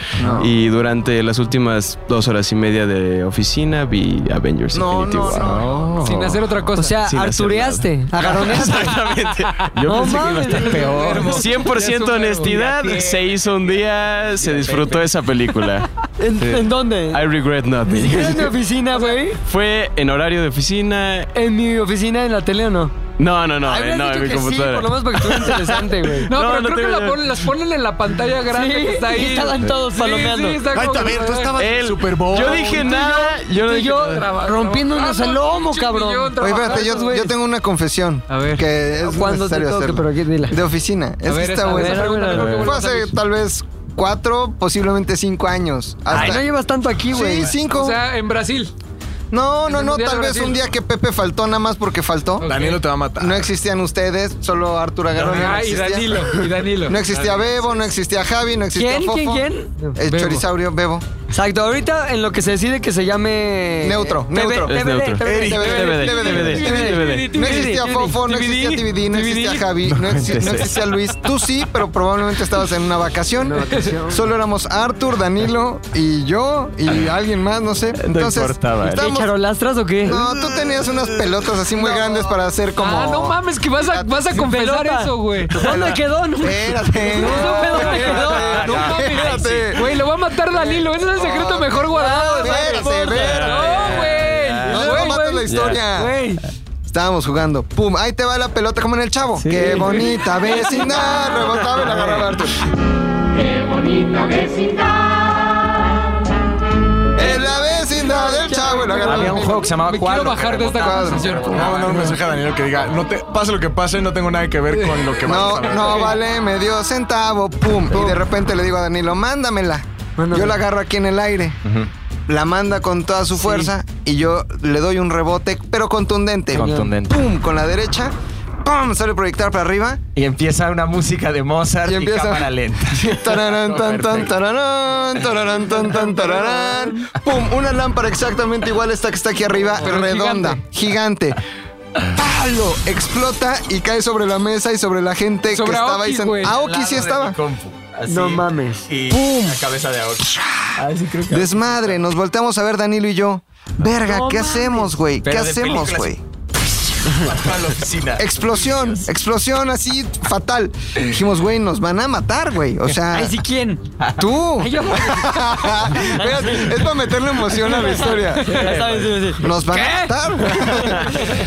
Speaker 4: Y durante las últimas dos horas y media de oficina vi Avengers, Infinity War.
Speaker 2: Oh.
Speaker 6: Sin hacer otra cosa.
Speaker 2: O sea,
Speaker 4: Sin hacer
Speaker 2: artureaste, agarroneaste.
Speaker 4: Exactamente. Yo
Speaker 2: No mames,
Speaker 4: pensé que iba a estar
Speaker 6: eres un
Speaker 4: peor.
Speaker 6: verbo.
Speaker 4: 100% honestidad. Se hizo un día, se disfrutó esa película.
Speaker 2: ¿En, en dónde?
Speaker 4: I regret nothing.
Speaker 2: ¿En mi oficina, güey?
Speaker 4: Fue en horario de oficina.
Speaker 2: ¿En mi oficina, en la tele o no?
Speaker 4: No, no, no, eh,
Speaker 2: Habrías
Speaker 4: no, en
Speaker 2: dicho
Speaker 4: mi
Speaker 2: que sí,
Speaker 4: computadora.
Speaker 2: por lo menos porque estuvo interesante, güey.
Speaker 6: No,
Speaker 4: No,
Speaker 6: pero creo
Speaker 4: no
Speaker 6: que
Speaker 4: tengo
Speaker 6: la
Speaker 4: idea.
Speaker 6: ponen- las ponen en la pantalla grande
Speaker 2: Sí,
Speaker 6: que está ahí.
Speaker 2: y estaban todos palomeando.
Speaker 9: Ay,
Speaker 6: como-
Speaker 9: también, tú estabas en
Speaker 4: Él-
Speaker 9: el Super Bowl.
Speaker 4: Yo dije nada, yo no
Speaker 2: Tú y
Speaker 4: dije
Speaker 2: yo
Speaker 4: nada.
Speaker 6: Traba-
Speaker 2: rompiéndonos
Speaker 6: trabajando,
Speaker 2: el lomo,
Speaker 6: pinche
Speaker 2: cabrón.
Speaker 6: millón,
Speaker 3: Oye,
Speaker 6: trabajando,
Speaker 3: espérate, yo,
Speaker 6: güey.
Speaker 3: yo tengo una confesión.
Speaker 6: A ver.
Speaker 3: Que es
Speaker 2: ¿Cuándo te
Speaker 3: necesario
Speaker 2: toque?
Speaker 3: hacerlo.
Speaker 2: Pero, ¿qué? Dila.
Speaker 3: De oficina. Es
Speaker 6: A
Speaker 3: que
Speaker 6: ver,
Speaker 3: está
Speaker 6: esa-
Speaker 3: bueno.
Speaker 6: esa pregunta creo que
Speaker 3: Fue
Speaker 6: vuelve a
Speaker 3: hace
Speaker 6: salir.
Speaker 3: tal vez cuatro, posiblemente cinco años.
Speaker 2: Ay,
Speaker 3: Hasta-
Speaker 2: no llevas tanto aquí, güey.
Speaker 3: sí, cinco.
Speaker 6: O sea, en Brasil.
Speaker 3: no,
Speaker 6: en
Speaker 3: no,
Speaker 6: el
Speaker 3: no.
Speaker 6: Mundial
Speaker 3: Tal
Speaker 6: de
Speaker 3: vez
Speaker 6: Brasil.
Speaker 3: un día que Pepe faltó nada más porque faltó.
Speaker 6: Ok.
Speaker 9: Danilo te va a matar.
Speaker 3: No existían ustedes, solo Arturo Agarón. no
Speaker 6: Ah, y
Speaker 3: existía.
Speaker 6: Danilo. Y Danilo.
Speaker 3: No existía Bebo, no existía Javi, no existía
Speaker 2: ¿Quién?
Speaker 3: Fofo.
Speaker 2: ¿Quién? ¿Quién?
Speaker 3: El
Speaker 6: Bebo.
Speaker 3: chorisaurio Bebo.
Speaker 2: Exacto, ahorita en lo que se decide que se llame.
Speaker 3: Neutro,
Speaker 2: TV,
Speaker 3: neutro.
Speaker 2: TVD,
Speaker 4: Es neutro.
Speaker 2: TVD,
Speaker 4: Eric,
Speaker 2: TVD.
Speaker 4: DVD, DVD.
Speaker 3: No existía Fofo, no existía TVD, no existía Javi, no, exi- no existía Luis. Tú sí, pero probablemente estabas en una vacación. Solo éramos Arthur, Danilo y yo y alguien más, no sé. Entonces,
Speaker 9: importaba.
Speaker 2: ¿Qué,
Speaker 3: estábamos-
Speaker 2: charolastras o qué?
Speaker 3: No, tú tenías unas pelotas así muy grandes para hacer como.
Speaker 6: Ah, no mames, que vas a, vas a confesar
Speaker 2: pelota.
Speaker 6: eso, güey.
Speaker 2: ¿Dónde quedó? No,
Speaker 3: Espérate.
Speaker 2: No, no, no,
Speaker 6: no, no,
Speaker 3: espérate.
Speaker 6: Güey, lo va a matar Danilo. Ese es el secreto mejor guardado.
Speaker 3: No, espérate,
Speaker 6: No,
Speaker 3: espérate. No,
Speaker 6: güey.
Speaker 3: no
Speaker 6: Güey,
Speaker 3: mates la
Speaker 6: güey.
Speaker 3: historia.
Speaker 2: Güey.
Speaker 3: Estábamos jugando. ¡Pum! Ahí te va la pelota como en el chavo. ¡Qué bonita vecindad! Rebotaba y la agarraba Arthur. ¡Qué bonita vecindad! ¡Es la vecindad del chavo! Y la agarraba.
Speaker 9: Había un juego que se llamaba
Speaker 6: Me quiero
Speaker 9: Cuadro.
Speaker 6: bajar de esta
Speaker 3: Cuadro.
Speaker 6: conversación.
Speaker 9: No, no, un mensaje a Daniel que diga, no te, pase lo que pase, no tengo nada que ver con lo que vamos
Speaker 3: No,
Speaker 9: a ver.
Speaker 3: no vale, me dio centavo, pum. Y de repente le digo a Danilo, mándamela. Yo la agarro aquí en el aire. La manda con toda su fuerza y yo le doy un rebote, pero contundente.
Speaker 9: Contundente.
Speaker 3: Pum, con la derecha. Pum, sale a proyectar para arriba.
Speaker 5: Y empieza una música de Mozart
Speaker 3: Y
Speaker 5: y,
Speaker 3: empieza-
Speaker 5: cámara lenta.
Speaker 3: Tararán, tan, tan, tararán, tararán, tan, tan, tararán. Pum, una lámpara exactamente igual a esta que está aquí arriba, redonda, gigante. Palo, explota y cae sobre la mesa y sobre la gente
Speaker 6: Sobre
Speaker 3: que estaba ahí.
Speaker 6: Aoki,
Speaker 3: sent-
Speaker 6: güey.
Speaker 3: Aoki sí estaba.
Speaker 2: No mames.
Speaker 5: Y la cabeza de Aoki.
Speaker 3: Desmadre, nos volteamos a ver Danilo y yo. Verga, ¿qué hacemos, güey? ¿Qué
Speaker 5: Pero de
Speaker 3: hacemos,
Speaker 5: películas-
Speaker 3: güey?
Speaker 5: a la oficina.
Speaker 3: Explosión, explosión así fatal. Dijimos, güey, nos van a matar, güey. O sea,
Speaker 2: Ay, sí, ¿quién?
Speaker 3: tú.
Speaker 2: Ay, yo.
Speaker 3: Espérate, es para meterle emoción a la historia.
Speaker 2: Ya sabes, sí, sí.
Speaker 3: Nos van a matar. güey.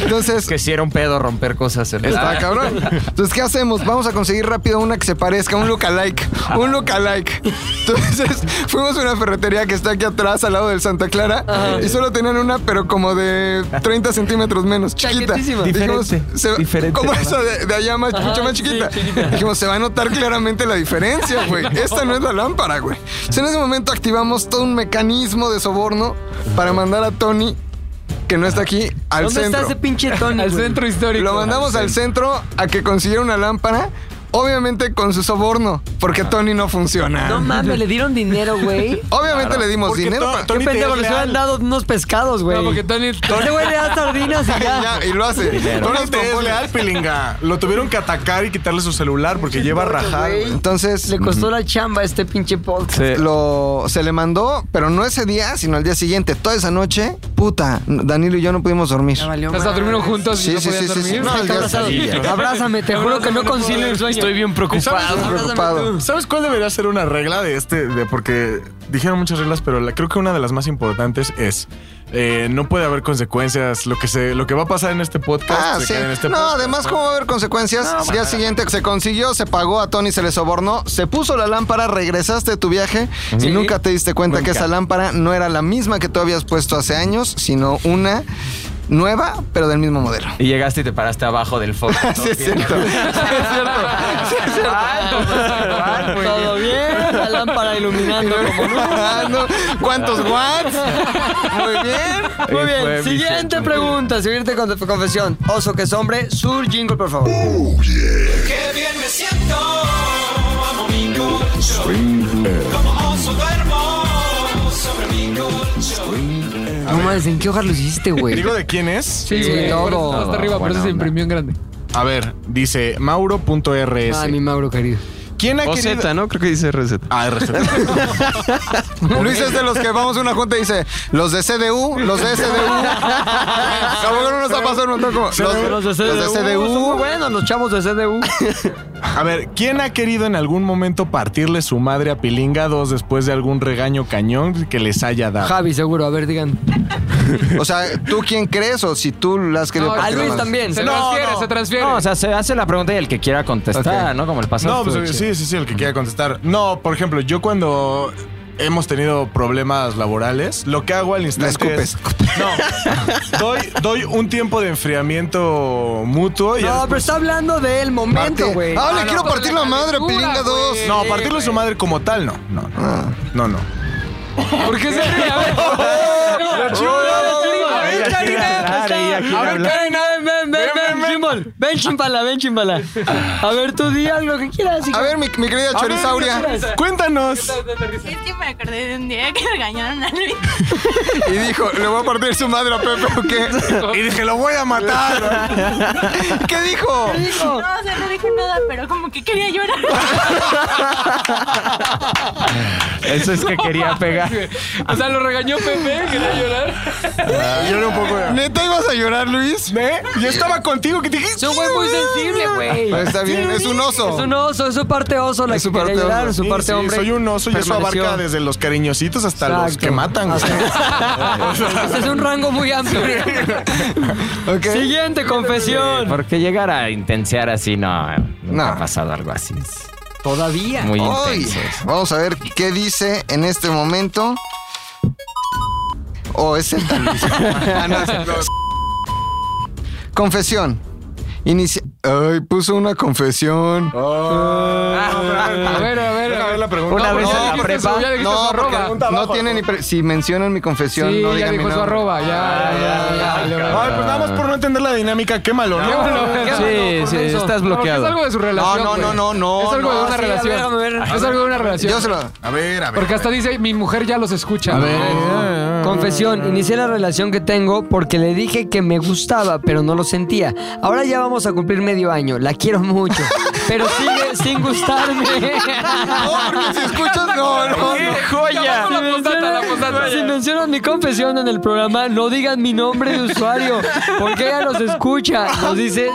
Speaker 3: Entonces,
Speaker 5: Que si era un pedo romper cosas en
Speaker 3: está cabrón. Entonces, ¿qué hacemos? Vamos a conseguir rápido una que se parezca, un lookalike. Un lookalike. Entonces, fuimos a una ferretería que está aquí atrás, al lado del Santa Clara, y solo tenían una, pero como de 30 centímetros menos, chiquita.
Speaker 2: Chaquetísima.
Speaker 3: Dijimos,
Speaker 5: Diferente,
Speaker 3: se-
Speaker 5: diferente,
Speaker 3: Como
Speaker 5: ¿verdad?
Speaker 3: esa de, de allá más, mucho más
Speaker 2: sí,
Speaker 3: chiquita.
Speaker 2: chiquita.
Speaker 3: Dijimos, se va a notar claramente la diferencia, güey. Esta no es la lámpara, güey. Entonces, en ese momento activamos todo un mecanismo de soborno para mandar a Tony, que no está aquí, al
Speaker 2: ¿Dónde
Speaker 3: centro.
Speaker 2: está ese pinche Tony?
Speaker 6: Al
Speaker 2: güey?
Speaker 6: centro histórico.
Speaker 3: Lo mandamos al centro a que consiguiera una lámpara, obviamente con su soborno, porque Tony no funciona.
Speaker 2: No mames, le dieron dinero, güey.
Speaker 3: obviamente le
Speaker 9: pues
Speaker 3: dimos dinero. para-
Speaker 2: Qué pendejo, les hubieran dado unos pescados, güey.
Speaker 6: No, porque Tony.
Speaker 2: Este güey le da sardinas y ya.
Speaker 3: Ya, y lo hace.
Speaker 9: No
Speaker 3: Tony
Speaker 9: le
Speaker 3: es
Speaker 9: estés
Speaker 3: trompón.
Speaker 9: leal, Pilinga. Lo tuvieron que atacar y quitarle su celular porque lleva rajado.
Speaker 3: Entonces eh,
Speaker 2: Le costó la chamba a este pinche podcast.
Speaker 4: Sí.
Speaker 3: lo, se le mandó, pero no ese día, sino al día siguiente. Toda esa noche, puta, Danilo y yo no pudimos dormir.
Speaker 2: Ya valió
Speaker 6: Hasta
Speaker 2: madre.
Speaker 6: durmieron juntos y
Speaker 3: Sí,
Speaker 6: no
Speaker 3: sí,
Speaker 6: podían
Speaker 3: sí, sí, sí.
Speaker 6: dormir.
Speaker 3: No, al día
Speaker 2: Abrazado.
Speaker 3: siguiente.
Speaker 2: Abrázame, te juro que no concilio el sueño.
Speaker 4: Estoy bien preocupado.
Speaker 3: Preocupado.
Speaker 9: ¿Sabes cuál debería ser una regla de este? De, porque dijeron muchas reglas, pero la- creo que una de las más importantes es eh, no puede haber consecuencias. Lo que se, lo que va a pasar en este podcast
Speaker 3: Ah,
Speaker 9: se
Speaker 3: sí.
Speaker 9: queda en este
Speaker 3: no,
Speaker 9: podcast.
Speaker 3: además, ¿cómo va a haber consecuencias? Al día siguiente se consiguió, se pagó a Tony, se le sobornó, se puso la lámpara, regresaste de tu viaje y nunca te diste cuenta que esa lámpara no era la misma que tú habías puesto hace años, sino una nueva, pero del mismo modelo.
Speaker 5: Y llegaste y te paraste abajo del foco.
Speaker 3: Sí, es cierto.
Speaker 2: Todo bien, la lámpara iluminando como
Speaker 3: Ah, no. ¿Cuántos watts? Muy bien.
Speaker 2: Muy bien,
Speaker 4: fue mi
Speaker 2: siguiente pregunta, siguiente con confesión. Oso que es hombre, sur jingle, por favor. No mames, ¿en qué hojas los hiciste, güey?
Speaker 9: ¿Digo de quién es?
Speaker 6: Sí, güey.
Speaker 2: todo.
Speaker 6: por eso Hasta arriba, por eso se imprimió en grande.
Speaker 9: A ver, dice Mauro.rs.
Speaker 2: Ay, mi Mauro querido.
Speaker 9: ¿Quién ha
Speaker 4: O
Speaker 9: querido...?
Speaker 4: Z, ¿no? Creo que dice RZ.
Speaker 9: Ah, RZ.
Speaker 3: Luis es de los que vamos a una junta y dice, los de CDU, los de SDU. Como que no nos ha pasado un montón como, los, los de CDU.
Speaker 2: Bueno, los chavos de CDU.
Speaker 9: A ver, ¿quién ha querido en algún momento partirle su madre a Pilinga 2 después de algún regaño cañón que les haya dado?
Speaker 2: Javi, seguro, a ver, digan.
Speaker 3: O sea, ¿tú quién crees o si tú las que
Speaker 6: No,
Speaker 2: A
Speaker 6: Pero
Speaker 2: Luis
Speaker 6: no.
Speaker 2: también.
Speaker 6: Se
Speaker 2: No,
Speaker 6: transfiere,
Speaker 2: no.
Speaker 6: se transfiere.
Speaker 5: No, o sea, se hace la pregunta y el que quiera contestar, ¿no? Como el pasado.
Speaker 9: No, pues sí, sí, sí, el que quiera contestar. No, por ejemplo, yo cuando hemos tenido problemas laborales, lo que hago al instante
Speaker 3: La
Speaker 9: es... No, doy, doy un tiempo de enfriamiento mutuo y...
Speaker 2: No,
Speaker 9: después-
Speaker 2: pero está hablando del momento,
Speaker 3: Partir-
Speaker 2: güey.
Speaker 3: Ah,
Speaker 6: Ah,
Speaker 3: le
Speaker 6: no,
Speaker 3: quiero
Speaker 6: pero
Speaker 3: partir
Speaker 6: la
Speaker 3: la madre,
Speaker 6: calentura,
Speaker 3: Pilinga 2.
Speaker 6: güey.
Speaker 9: No, partirle su madre como tal, no. No, no. No, no.
Speaker 6: ¿Por qué se ríe? A ver. A ver, Karina. A ver, Karina. Ven, ven, ven, ven, Jimol.
Speaker 2: Ven, chimpala, ven, chimpala. A ver, tú di algo que quieras.
Speaker 3: A
Speaker 2: hija.
Speaker 3: ver, mi, mi querida Chorizauria, cuéntanos.
Speaker 7: Es que me acordé de un día que regañaron a Luis.
Speaker 3: Y dijo, le voy a partir su madre a Pepe o qué.
Speaker 9: Y dije, lo voy a matar.
Speaker 3: ¿Qué dijo?
Speaker 7: No, o sea, no dije nada, pero como que quería llorar.
Speaker 4: Eso es que quería pegar.
Speaker 6: O sea, lo regañó Pepe, quería llorar.
Speaker 9: Lloré un poco.
Speaker 3: ¿Neta ibas a llorar, Luis?
Speaker 9: ¿Eh? Yo estaba contigo que te dije.
Speaker 6: Es un güey muy sensible, güey.
Speaker 3: Pues está bien, es un oso.
Speaker 2: Es un oso, es su parte oso la
Speaker 3: Es su
Speaker 2: que quiere
Speaker 3: parte
Speaker 2: llorar,
Speaker 3: oso.
Speaker 2: su
Speaker 9: Sí,
Speaker 2: parte
Speaker 9: sí,
Speaker 2: hombre.
Speaker 9: Soy un oso y eso
Speaker 2: permaneció.
Speaker 9: abarca desde los cariñositos hasta los
Speaker 2: Exacto.
Speaker 9: que matan. güey.
Speaker 2: Este es un rango muy amplio.
Speaker 3: Ok.
Speaker 2: Siguiente confesión.
Speaker 10: Porque llegar a intensear así, no. Nunca
Speaker 3: No.
Speaker 10: ha pasado algo así. Es
Speaker 2: Todavía.
Speaker 10: muy
Speaker 3: Hoy,
Speaker 10: intenso. eso.
Speaker 3: vamos a ver qué dice en este momento. O es el tal Luis. Ah, no, es- Confesión. Inicia. Ay, puso una confesión.
Speaker 6: Ah, A ver, a ver. A ver la pregunta.
Speaker 2: Una vez en la prepa.
Speaker 6: Ya dijiste su
Speaker 3: No, porque
Speaker 6: arroba.
Speaker 3: no tiene ni. pre- si mencionan mi confesión,
Speaker 6: Sí,
Speaker 3: no
Speaker 6: ya
Speaker 3: digan mi
Speaker 6: dijo su
Speaker 3: nombre.
Speaker 6: arroba. Ya, ya, ya.
Speaker 10: Ay,
Speaker 6: Vale, vale.
Speaker 9: Ay, pues nada más por no entender la dinámica, quémalo, ¿no?
Speaker 4: Sí, sí, estás
Speaker 6: No, porque
Speaker 4: bloqueado.
Speaker 6: es algo de su
Speaker 3: No,
Speaker 6: relación.
Speaker 3: no, no,
Speaker 6: güey.
Speaker 3: no, no.
Speaker 6: Es algo de
Speaker 3: no.
Speaker 6: una
Speaker 2: sí, a ver,
Speaker 6: relación.
Speaker 2: a ver.
Speaker 6: Es algo de una relación.
Speaker 3: Yo se lo.
Speaker 9: A ver, a ver.
Speaker 6: Porque hasta dice, mi mujer ya los escucha. Ah.
Speaker 2: Confesión, inicié la relación que tengo porque le dije que me gustaba, pero no lo sentía. Ahora ya vamos a cumplir medio año, la quiero mucho, pero sigue sin gustarme.
Speaker 3: No, porque si escuchas, no, no. no.
Speaker 6: ¡Joya! La postdata, la postdata.
Speaker 2: Si mencionan mi confesión en el programa, no digan mi nombre de usuario, porque ella los escucha, nos dice...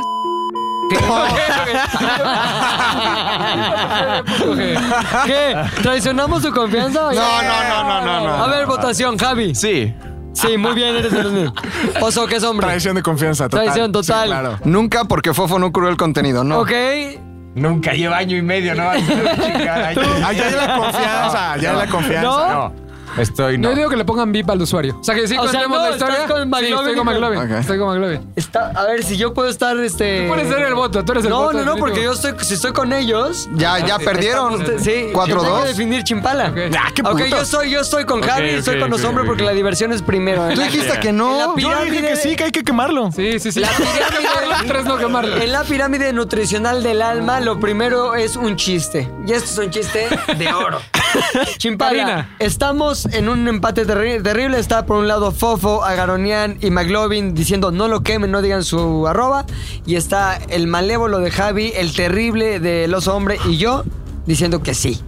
Speaker 2: ¿Qué? ¿Traicionamos su confianza?
Speaker 3: No, no, no, no, no, no.
Speaker 2: A ver, votación, Javi.
Speaker 4: Sí.
Speaker 2: Sí, muy bien, eres el único. Oso, que es hombre.
Speaker 9: Traición de confianza, total.
Speaker 2: Traición total.
Speaker 9: Sí, claro.
Speaker 3: Nunca porque Fofo no curó el contenido, no.
Speaker 2: Ok.
Speaker 10: Nunca lleva año y medio, ¿no? Ay,
Speaker 9: Ay, ya hay la confianza, ya hay la confianza.
Speaker 2: ¿No?
Speaker 9: No.
Speaker 10: Estoy no.
Speaker 6: No yo digo que le pongan VIP al usuario. O sea, que sí
Speaker 2: O sea,
Speaker 6: contemos
Speaker 2: no,
Speaker 6: la historia.
Speaker 2: estás con
Speaker 6: sí, estoy
Speaker 2: McLovin.
Speaker 6: con McLovin.
Speaker 3: Ok.
Speaker 6: Estoy con McLovin.
Speaker 2: Está, a ver, si yo puedo estar, este...
Speaker 6: Tú puedes ser el voto, tú eres el
Speaker 2: No,
Speaker 6: voto.
Speaker 2: no, no,
Speaker 6: definitivo.
Speaker 2: porque yo estoy, si estoy con ellos...
Speaker 3: Ya, ya perdieron.
Speaker 2: Usted- Sí. Hay que
Speaker 3: 4-2.
Speaker 2: definir chimpala.
Speaker 6: Ok.
Speaker 3: Ah, qué
Speaker 2: Ok,
Speaker 3: puto.
Speaker 2: yo soy, yo estoy con Javi,
Speaker 4: ok,
Speaker 2: estoy con los
Speaker 4: ok,
Speaker 2: hombres
Speaker 4: ok.
Speaker 2: porque la diversión es primero. ¿eh?
Speaker 3: Tú dijiste que no.
Speaker 2: En la
Speaker 9: Yo dije
Speaker 2: pirámide-
Speaker 9: que sí, que hay que quemarlo.
Speaker 6: Sí, sí, sí.
Speaker 2: La
Speaker 6: Los
Speaker 2: pirámide,
Speaker 6: tres no quemarlo.
Speaker 2: en la pirámide nutricional del alma, lo primero es un chiste. Y esto es un chiste de oro. Chimpala,
Speaker 6: Karina.
Speaker 2: estamos en un empate terri- terrible. Está por un lado Fofo, Agaronian y McLovin diciendo no lo quemen, no digan su arroba. Y está el malévolo de Javi, el terrible de los hombres y yo diciendo que sí,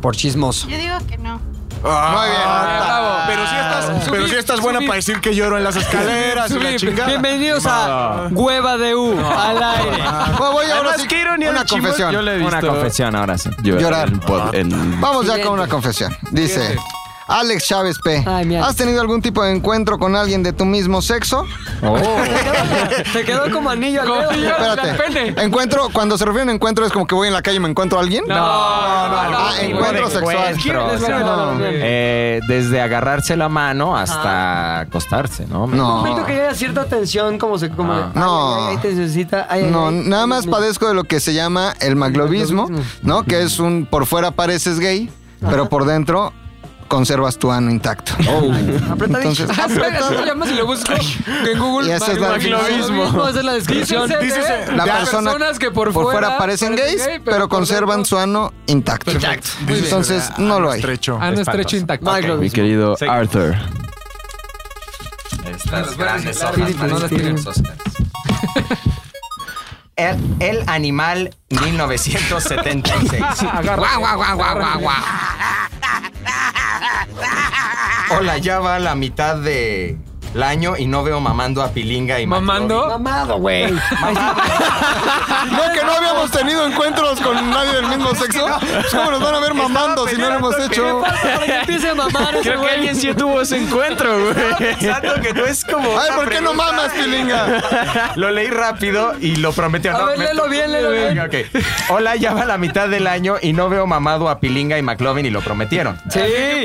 Speaker 2: por chismoso.
Speaker 7: Yo digo que no.
Speaker 3: Muy bien.
Speaker 6: bravo.
Speaker 9: Ah, Pero sí estás, pero sí estás buena
Speaker 6: subí.
Speaker 9: para decir que lloro en las escaleras y la
Speaker 6: Subí.
Speaker 9: chingada.
Speaker 2: Bienvenidos a Hueva de U, al aire.
Speaker 3: Voy- voy ahora
Speaker 4: Además,
Speaker 3: sí,
Speaker 4: qué ironía
Speaker 3: una
Speaker 4: del chimbo,
Speaker 3: confesión.
Speaker 4: Yo le he visto
Speaker 10: Una confesión ahora sí.
Speaker 3: Llorar.
Speaker 4: en pod- en-
Speaker 3: Vamos ya con una confesión. Dice Alex Chávez P.
Speaker 2: Ay, mi Alex.
Speaker 3: ¿Has tenido algún tipo de encuentro con alguien de tu mismo sexo?
Speaker 2: Te quedó como anillo al dedo.
Speaker 6: Confía. La
Speaker 3: Espérate.
Speaker 6: pene.
Speaker 3: Encuentro, cuando se refiere a encuentro es como que voy en la calle y me encuentro a alguien.
Speaker 6: No, no, no.
Speaker 3: Ah,
Speaker 6: no,
Speaker 3: encuentro
Speaker 6: güey.
Speaker 3: sexual.
Speaker 10: Encuentro, o sea,
Speaker 2: No,
Speaker 10: eh, desde agarrarse la mano hasta acostarse, ¿no?
Speaker 2: Siento
Speaker 3: No.
Speaker 2: que haya cierta tensión, como se. Como,
Speaker 10: Ah.
Speaker 2: ay,
Speaker 3: No.
Speaker 2: ay, ay, te necesita. ay, ay,
Speaker 3: No,
Speaker 2: ay.
Speaker 3: nada más padezco de lo que se llama Eh, el maglovismo, ¿no? Que es un por fuera pareces gay, pero por dentro conservas tu ano intacto.
Speaker 2: Apretadito.
Speaker 3: Entonces,
Speaker 6: Ah, espera, eso se llama si lo busco en Google.
Speaker 3: Y esa es la
Speaker 6: Maglovismo.
Speaker 3: definición.
Speaker 2: Esa es la descripción.
Speaker 6: Dícese,
Speaker 9: Dícese,
Speaker 6: de
Speaker 3: eh, la
Speaker 6: las
Speaker 3: persona-
Speaker 6: personas que por,
Speaker 3: por fuera parecen gays,
Speaker 6: gay,
Speaker 3: pero
Speaker 6: por
Speaker 3: conservan
Speaker 6: dentro-
Speaker 3: su ano intacto. Entonces, no lo hay.
Speaker 9: Estrecho.
Speaker 6: Ah, no, estrecho intacto.
Speaker 4: Mi querido
Speaker 10: Sí.
Speaker 4: Arthur.
Speaker 10: Estas grandes
Speaker 6: hojas parecen
Speaker 10: El, Er, el animal 1976. Guau, guau, guau, guau, guau, guau. Hola, ya va la mitad de el año y no veo mamando a Pilinga y
Speaker 6: Mamando.
Speaker 2: Mamado, güey.
Speaker 3: No, que no habíamos tenido encuentros con nadie del mismo sexo. Pues, ¿Cómo nos van a ver mamando si no lo hemos hecho?
Speaker 2: Para que empiece a mamar ese
Speaker 4: Creo que
Speaker 2: güey.
Speaker 4: alguien sí tuvo ese encuentro, güey.
Speaker 10: Pensando que no es como.
Speaker 3: Ay,
Speaker 10: una
Speaker 3: ¿por qué no
Speaker 10: pregunta.
Speaker 3: mamas, pilinga?
Speaker 10: Lo leí rápido y lo prometí.
Speaker 2: A ver, léelo bien, léelo bien.
Speaker 10: Hola, ya va la mitad del año y no veo mamado a Pilinga y McLovin y lo prometieron.
Speaker 2: Sí,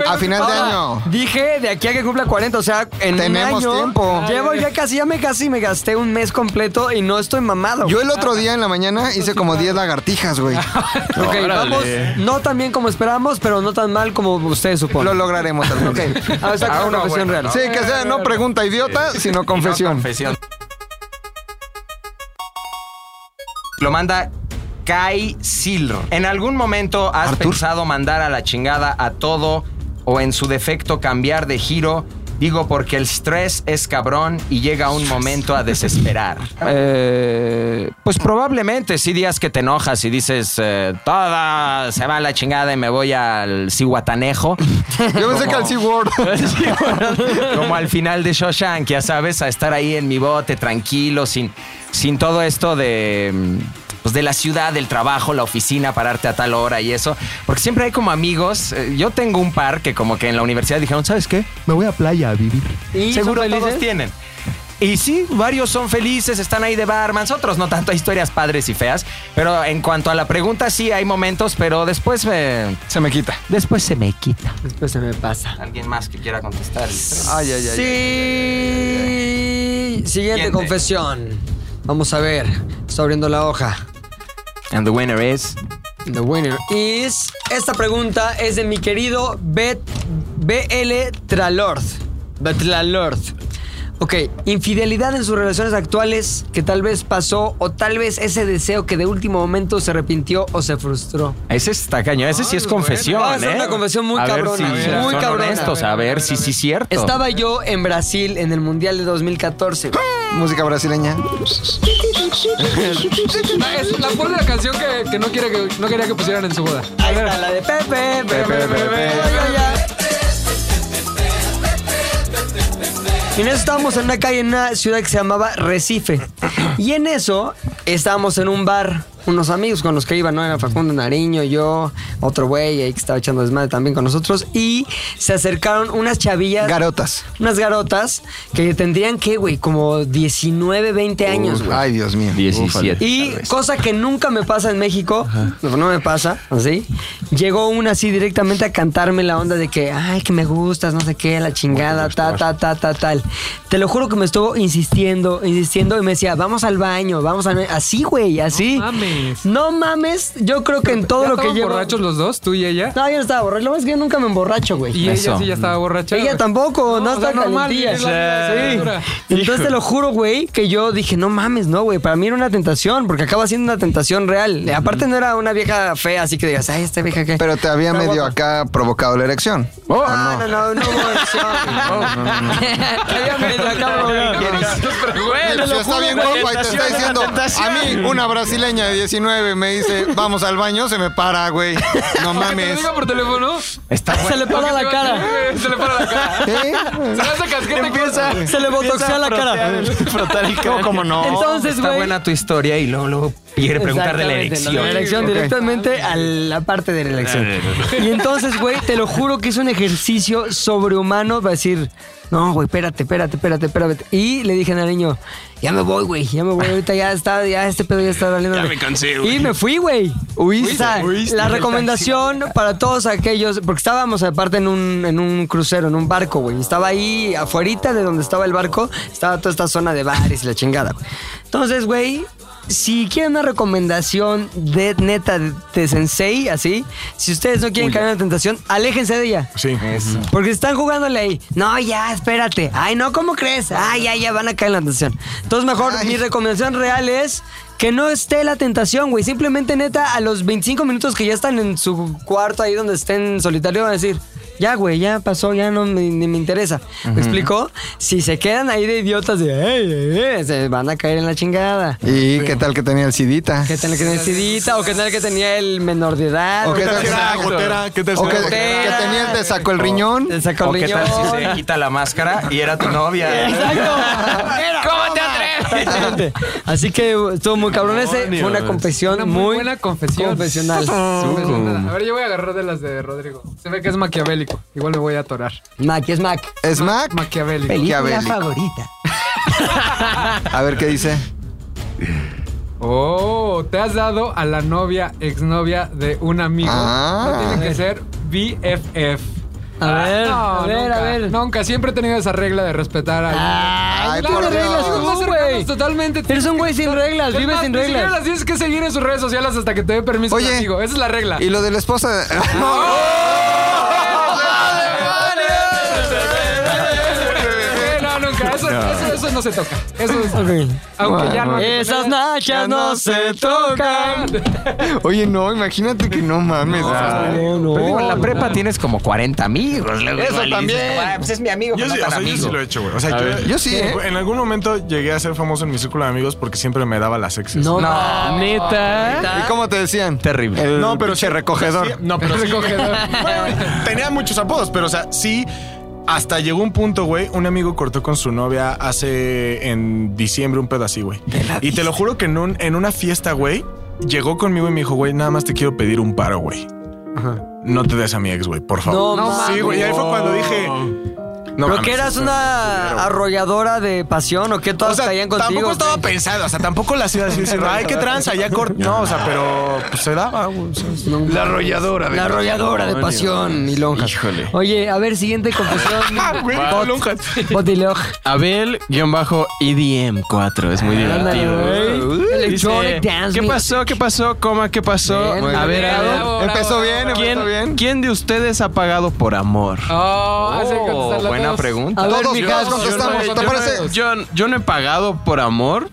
Speaker 3: A final de año.
Speaker 2: Dije de aquí a que cumpla 40, o sea, en un
Speaker 3: Tenemos
Speaker 2: año,
Speaker 3: tiempo.
Speaker 2: Llevo ya casi, ya me casi me gasté un mes completo y no estoy mamado.
Speaker 3: Yo el otro día en la mañana hice como 10 lagartijas, güey.
Speaker 2: Ok, vamos, no tan bien como esperamos, pero no tan mal como ustedes
Speaker 3: Lo
Speaker 2: suponen.
Speaker 3: lograremos algún día.
Speaker 2: Ah, o sea, que es una confesión real.
Speaker 3: Sí, que sea no pregunta idiota, sino confesión.
Speaker 10: Confesión. Lo manda Kai Silr. ¿En algún momento has pensado mandar a la chingada a todo o en su defecto cambiar de giro? Digo porque el estrés es cabrón y llega un momento a desesperar. Eh, pues probablemente sí días que te enojas y dices, eh, toda se va a la chingada y me voy al cihuatanejo.
Speaker 3: Yo pensé que al SeaWorld.
Speaker 10: como al final de Shoshank, ya sabes, a estar ahí en mi bote tranquilo, sin, sin todo esto de, pues, de la ciudad, del trabajo, la oficina, pararte a tal hora y eso. Porque siempre hay como amigos. eh, Yo tengo un par que como que en la universidad dijeron, ¿sabes qué? Me voy a playa a vivir.
Speaker 6: ¿Y
Speaker 10: Seguro
Speaker 6: son
Speaker 10: todos
Speaker 6: felices?
Speaker 10: tienen. Y sí, varios son felices, están ahí de barmans, otros no tanto, hay historias padres y feas. Pero en cuanto a la pregunta, sí hay momentos, pero después eh,
Speaker 3: Se me quita.
Speaker 10: después se me quita.
Speaker 2: Después se me pasa.
Speaker 10: Alguien más que quiera contestar.
Speaker 2: Ay, ay, ay. Sí. Siguiente confesión. Vamos a ver. Está abriendo la hoja.
Speaker 10: And the winner is...
Speaker 2: The winner is. Esta pregunta es de mi querido Bet- BL Tralord. Betlalord. Ok, infidelidad en sus relaciones actuales que tal vez pasó o tal vez ese deseo que de último momento se arrepintió o se frustró.
Speaker 10: Ese está cañón, ese sí es confesión,
Speaker 2: Ah, es
Speaker 10: ¿eh?
Speaker 2: una confesión muy
Speaker 10: A ver
Speaker 2: cabrona,
Speaker 10: si
Speaker 2: muy
Speaker 10: son
Speaker 2: cabrona.
Speaker 10: honestos, a ver si sí es cierto.
Speaker 2: Estaba yo en Brasil en el Mundial de 2014.
Speaker 3: Música brasileña.
Speaker 6: La, Ah, es la pon de la canción que, que no, quiere que no quería que pusieran en su boda.
Speaker 2: Ahí está la de Pepe, Pepe, Pepe, Pepe. Y en eso estábamos en una calle en una ciudad que se llamaba Recife. Y en eso estábamos en un bar, unos amigos con los que iban, ¿no? Era Facundo Nariño, yo, otro güey ahí que estaba echando desmadre también con nosotros. Y se acercaron unas chavillas.
Speaker 3: Garotas.
Speaker 2: Unas garotas que tendrían, ¿qué, güey? Como 19, 20 años,
Speaker 3: Uf,
Speaker 2: güey.
Speaker 3: Ay, Dios mío.
Speaker 4: 17.
Speaker 2: Y cosa que nunca me pasa en México, no me pasa, así. Llegó una así directamente a cantarme la onda de que, ay, que me gustas, no sé qué, la chingada, ta, ta, ta, ta, tal. Te lo juro que me estuvo insistiendo, insistiendo y me decía, vamos al baño, vamos al baño. Así, güey, así. No
Speaker 6: mames.
Speaker 2: No mames, yo creo que en todo
Speaker 6: ¿Ya
Speaker 2: lo que
Speaker 6: estaban
Speaker 2: llevo.
Speaker 6: borrachos los dos, tú y ella?
Speaker 2: No, yo no estaba borracho, lo más que yo nunca me emborracho, güey.
Speaker 6: Y
Speaker 4: Eso.
Speaker 6: ella sí ya estaba borracha.
Speaker 2: Ella
Speaker 6: güey.
Speaker 2: tampoco, no,
Speaker 6: o
Speaker 2: está
Speaker 6: sea, normal,
Speaker 2: calentilla.
Speaker 6: es la- la
Speaker 4: Sí.
Speaker 6: dura.
Speaker 2: Entonces te lo juro, güey, que yo dije, no mames, no, güey. Para mí era una tentación, porque acaba siendo una tentación real. Y Aparte no era una vieja fea, así que digas, ay, esta vieja que.
Speaker 3: Pero te había
Speaker 2: Está
Speaker 3: medio
Speaker 2: guapa.
Speaker 3: acá provocado la erección.
Speaker 10: Oh,
Speaker 2: Ah, no, no, no, hubo erección. Había medio acá, güey.
Speaker 3: Mira, si está bien compa y te está diciendo, a mí una brasileña de 19 me dice, vamos al baño, se me para, güey. No
Speaker 6: Que te lo
Speaker 3: mames.
Speaker 6: diga por teléfono.
Speaker 10: Está
Speaker 2: Se le para la cara.
Speaker 6: Se le para la cara.
Speaker 3: ¿Eh?
Speaker 6: Se le hace casquete empieza.
Speaker 2: Se le botoxea la cara.
Speaker 10: ¿Cómo, no?
Speaker 2: Entonces,
Speaker 10: Está
Speaker 2: güey.
Speaker 10: buena tu historia y luego, luego quiere preguntar de la
Speaker 2: Exactamente,
Speaker 10: elección.
Speaker 2: lo
Speaker 10: Ah,
Speaker 2: de la erección, directamente a la parte de la elección. Y entonces, güey, te lo juro que es un ejercicio sobrehumano para decir, no, güey, espérate, espérate, espérate, espérate. Y le dije a Nariño, ya me voy, güey, ya me voy, ahorita ya está, ya este pedo ya está valiendo. Ya me cansé, güey. Y me fui, güey. Huiza. La recomendación para todos aquellos, porque estábamos aparte en un, en un crucero, en un barco, güey. Estaba ahí afuerita de donde estaba el barco, estaba toda esta zona de bares y la chingada, güey. Entonces, güey, si quieren una recomendación de neta de, de Sensei, así, si ustedes no quieren caer en la tentación, aléjense de ella.
Speaker 9: Sí.
Speaker 2: Porque están jugándole ahí. No, ya, espérate. Ay, no, ¿cómo crees? Ay, ya, ya van a caer en la tentación. Entonces, mejor, mi recomendación real es que no esté la tentación, güey. Simplemente, neta, a los 25 minutos que ya están en su cuarto, ahí donde estén solitario, van a decir. Ya, güey, ya pasó, ya no me, ni me interesa. ¿Me explicó? Si se quedan ahí de idiotas, de, "Ey, ey, ey", se van a caer en la chingada.
Speaker 3: ¿Y qué tal que tenía el sidita?
Speaker 2: Que tenía que tenía sidita o que tenía que tenía el menor de edad.
Speaker 3: ¿O qué tal,
Speaker 9: ¿Qué
Speaker 3: que-
Speaker 9: tal gotera? ¿Qué tal
Speaker 3: o que,
Speaker 9: gotera?
Speaker 3: que tenía el de saco el riñón?
Speaker 2: El saco
Speaker 10: ¿O qué tal si
Speaker 2: riñón.
Speaker 10: se quita la máscara y era tu novia?
Speaker 6: ¿Cómo te atreves?
Speaker 2: Exactamente. Así que estuvo muy cabrón ese. Fue una confesión
Speaker 6: Una muy
Speaker 2: muy
Speaker 6: buena confesión.
Speaker 2: confesional.
Speaker 6: A ver, yo voy a agarrar de las de Rodrigo. Se ve que es maquiavélico. Igual me voy a atorar.
Speaker 2: Mac, es Mac.
Speaker 3: ¿Es Mac?
Speaker 6: Maquiavélico.
Speaker 3: Maquiavélico.
Speaker 2: favorita.
Speaker 3: A ver qué dice.
Speaker 6: Oh, te has dado a la novia, exnovia de un amigo.
Speaker 3: Ah.
Speaker 6: no tiene que ser BFF.
Speaker 2: A ver,
Speaker 6: No,
Speaker 2: a ver,
Speaker 6: Ah, nunca,
Speaker 2: a ver.
Speaker 6: Nunca, siempre he tenido esa regla de respetar a
Speaker 3: Ay,
Speaker 2: Claro,
Speaker 3: por
Speaker 2: reglas
Speaker 3: Dios.
Speaker 2: tú,
Speaker 6: Somos
Speaker 2: güey.
Speaker 6: cercanos Totalmente.
Speaker 2: Eres un güey sin reglas,
Speaker 6: Es
Speaker 2: vives
Speaker 6: más,
Speaker 2: sin
Speaker 6: ni siquiera
Speaker 2: reglas.
Speaker 6: las tienes que seguir en sus redes sociales hasta que te dé permiso
Speaker 3: Oye.
Speaker 6: Oye, amigo. Esa es la regla.
Speaker 3: Y lo de la esposa.
Speaker 6: Eh, No, nunca. Eso, eso, eso no, no se toca. Eso es. Aunque ya no.
Speaker 2: Esas nachas no se tocan.
Speaker 3: Oye, no, imagínate que no mames.
Speaker 10: Ah,
Speaker 3: no,
Speaker 10: Pero digo, en la prepa tienes como 40 amigos. luego
Speaker 3: Eso
Speaker 10: igual y dices,
Speaker 3: también.
Speaker 10: "Ah, Pues es mi amigo,
Speaker 9: Yo
Speaker 10: pero
Speaker 9: sí,
Speaker 10: no
Speaker 9: o
Speaker 10: tan
Speaker 9: sea, yo
Speaker 10: amigo".
Speaker 9: sí lo he hecho, güey. O sea,
Speaker 3: A
Speaker 9: yo,
Speaker 3: ver, yo sí, ¿eh?
Speaker 9: En algún momento llegué a ser famoso en mi círculo de amigos porque siempre me daba las exes.
Speaker 2: No,
Speaker 10: No.
Speaker 6: Neta.
Speaker 3: ¿Y cómo te decían?
Speaker 10: Terrible.
Speaker 3: El no, pero se recogedor.
Speaker 9: Sí, no, pero sí. Bueno, tenía muchos apodos, pero o sea, sí. Hasta llegó un punto, güey. Un amigo cortó con su novia hace en diciembre un pedo así, güey. Y te lo juro que en, un- en una fiesta, güey, llegó conmigo y me dijo, güey, nada más te quiero pedir un paro, güey. No te des a mi ex, güey, por favor.
Speaker 2: No
Speaker 9: sí,
Speaker 2: mames.
Speaker 9: güey. Y ahí fue cuando dije. No,
Speaker 2: ¿Pero
Speaker 9: mames,
Speaker 2: que eras
Speaker 9: o sea,
Speaker 2: una arrolladora de pasión o que todas
Speaker 9: o sea,
Speaker 2: caían contigo?
Speaker 9: tampoco estaba
Speaker 2: güey?
Speaker 9: pensado, o sea, tampoco la ciudad así diciendo, ay, qué tranza, ya corto. No, o sea, pero pues, se daba. güey, o sea,
Speaker 3: La arrolladora.
Speaker 2: La arrolladora de pasión y lonjas.
Speaker 4: Híjole.
Speaker 2: Oye, a ver, siguiente confesión.
Speaker 9: Ah,
Speaker 2: Bot- Botiloj.
Speaker 4: Abel-EDM4. Es muy
Speaker 2: Ándale,
Speaker 4: divertido. Uh,
Speaker 2: güey.
Speaker 4: Dice,
Speaker 2: Electronic Dance
Speaker 4: ¿Qué
Speaker 2: Mix".
Speaker 4: pasó? ¿Qué pasó? Coma, ¿qué pasó?
Speaker 2: Bien,
Speaker 4: a
Speaker 2: bien,
Speaker 4: ver,
Speaker 2: bravo,
Speaker 4: a ver.
Speaker 6: bravo,
Speaker 3: Empezó
Speaker 6: bravo,
Speaker 3: bien,
Speaker 6: bravo.
Speaker 3: empezó bien.
Speaker 4: ¿Quién, quién de ustedes ha pagado por amor?
Speaker 3: Ah,
Speaker 6: Oh, hace que
Speaker 10: Oh,
Speaker 6: contestarla
Speaker 10: buena
Speaker 6: todos.
Speaker 10: pregunta.
Speaker 2: A ver,
Speaker 3: Todos
Speaker 2: mijas,
Speaker 3: todos contestamos,
Speaker 6: yo
Speaker 3: ¿te
Speaker 6: no-
Speaker 3: parece?
Speaker 4: Yo, yo no he pagado por amor,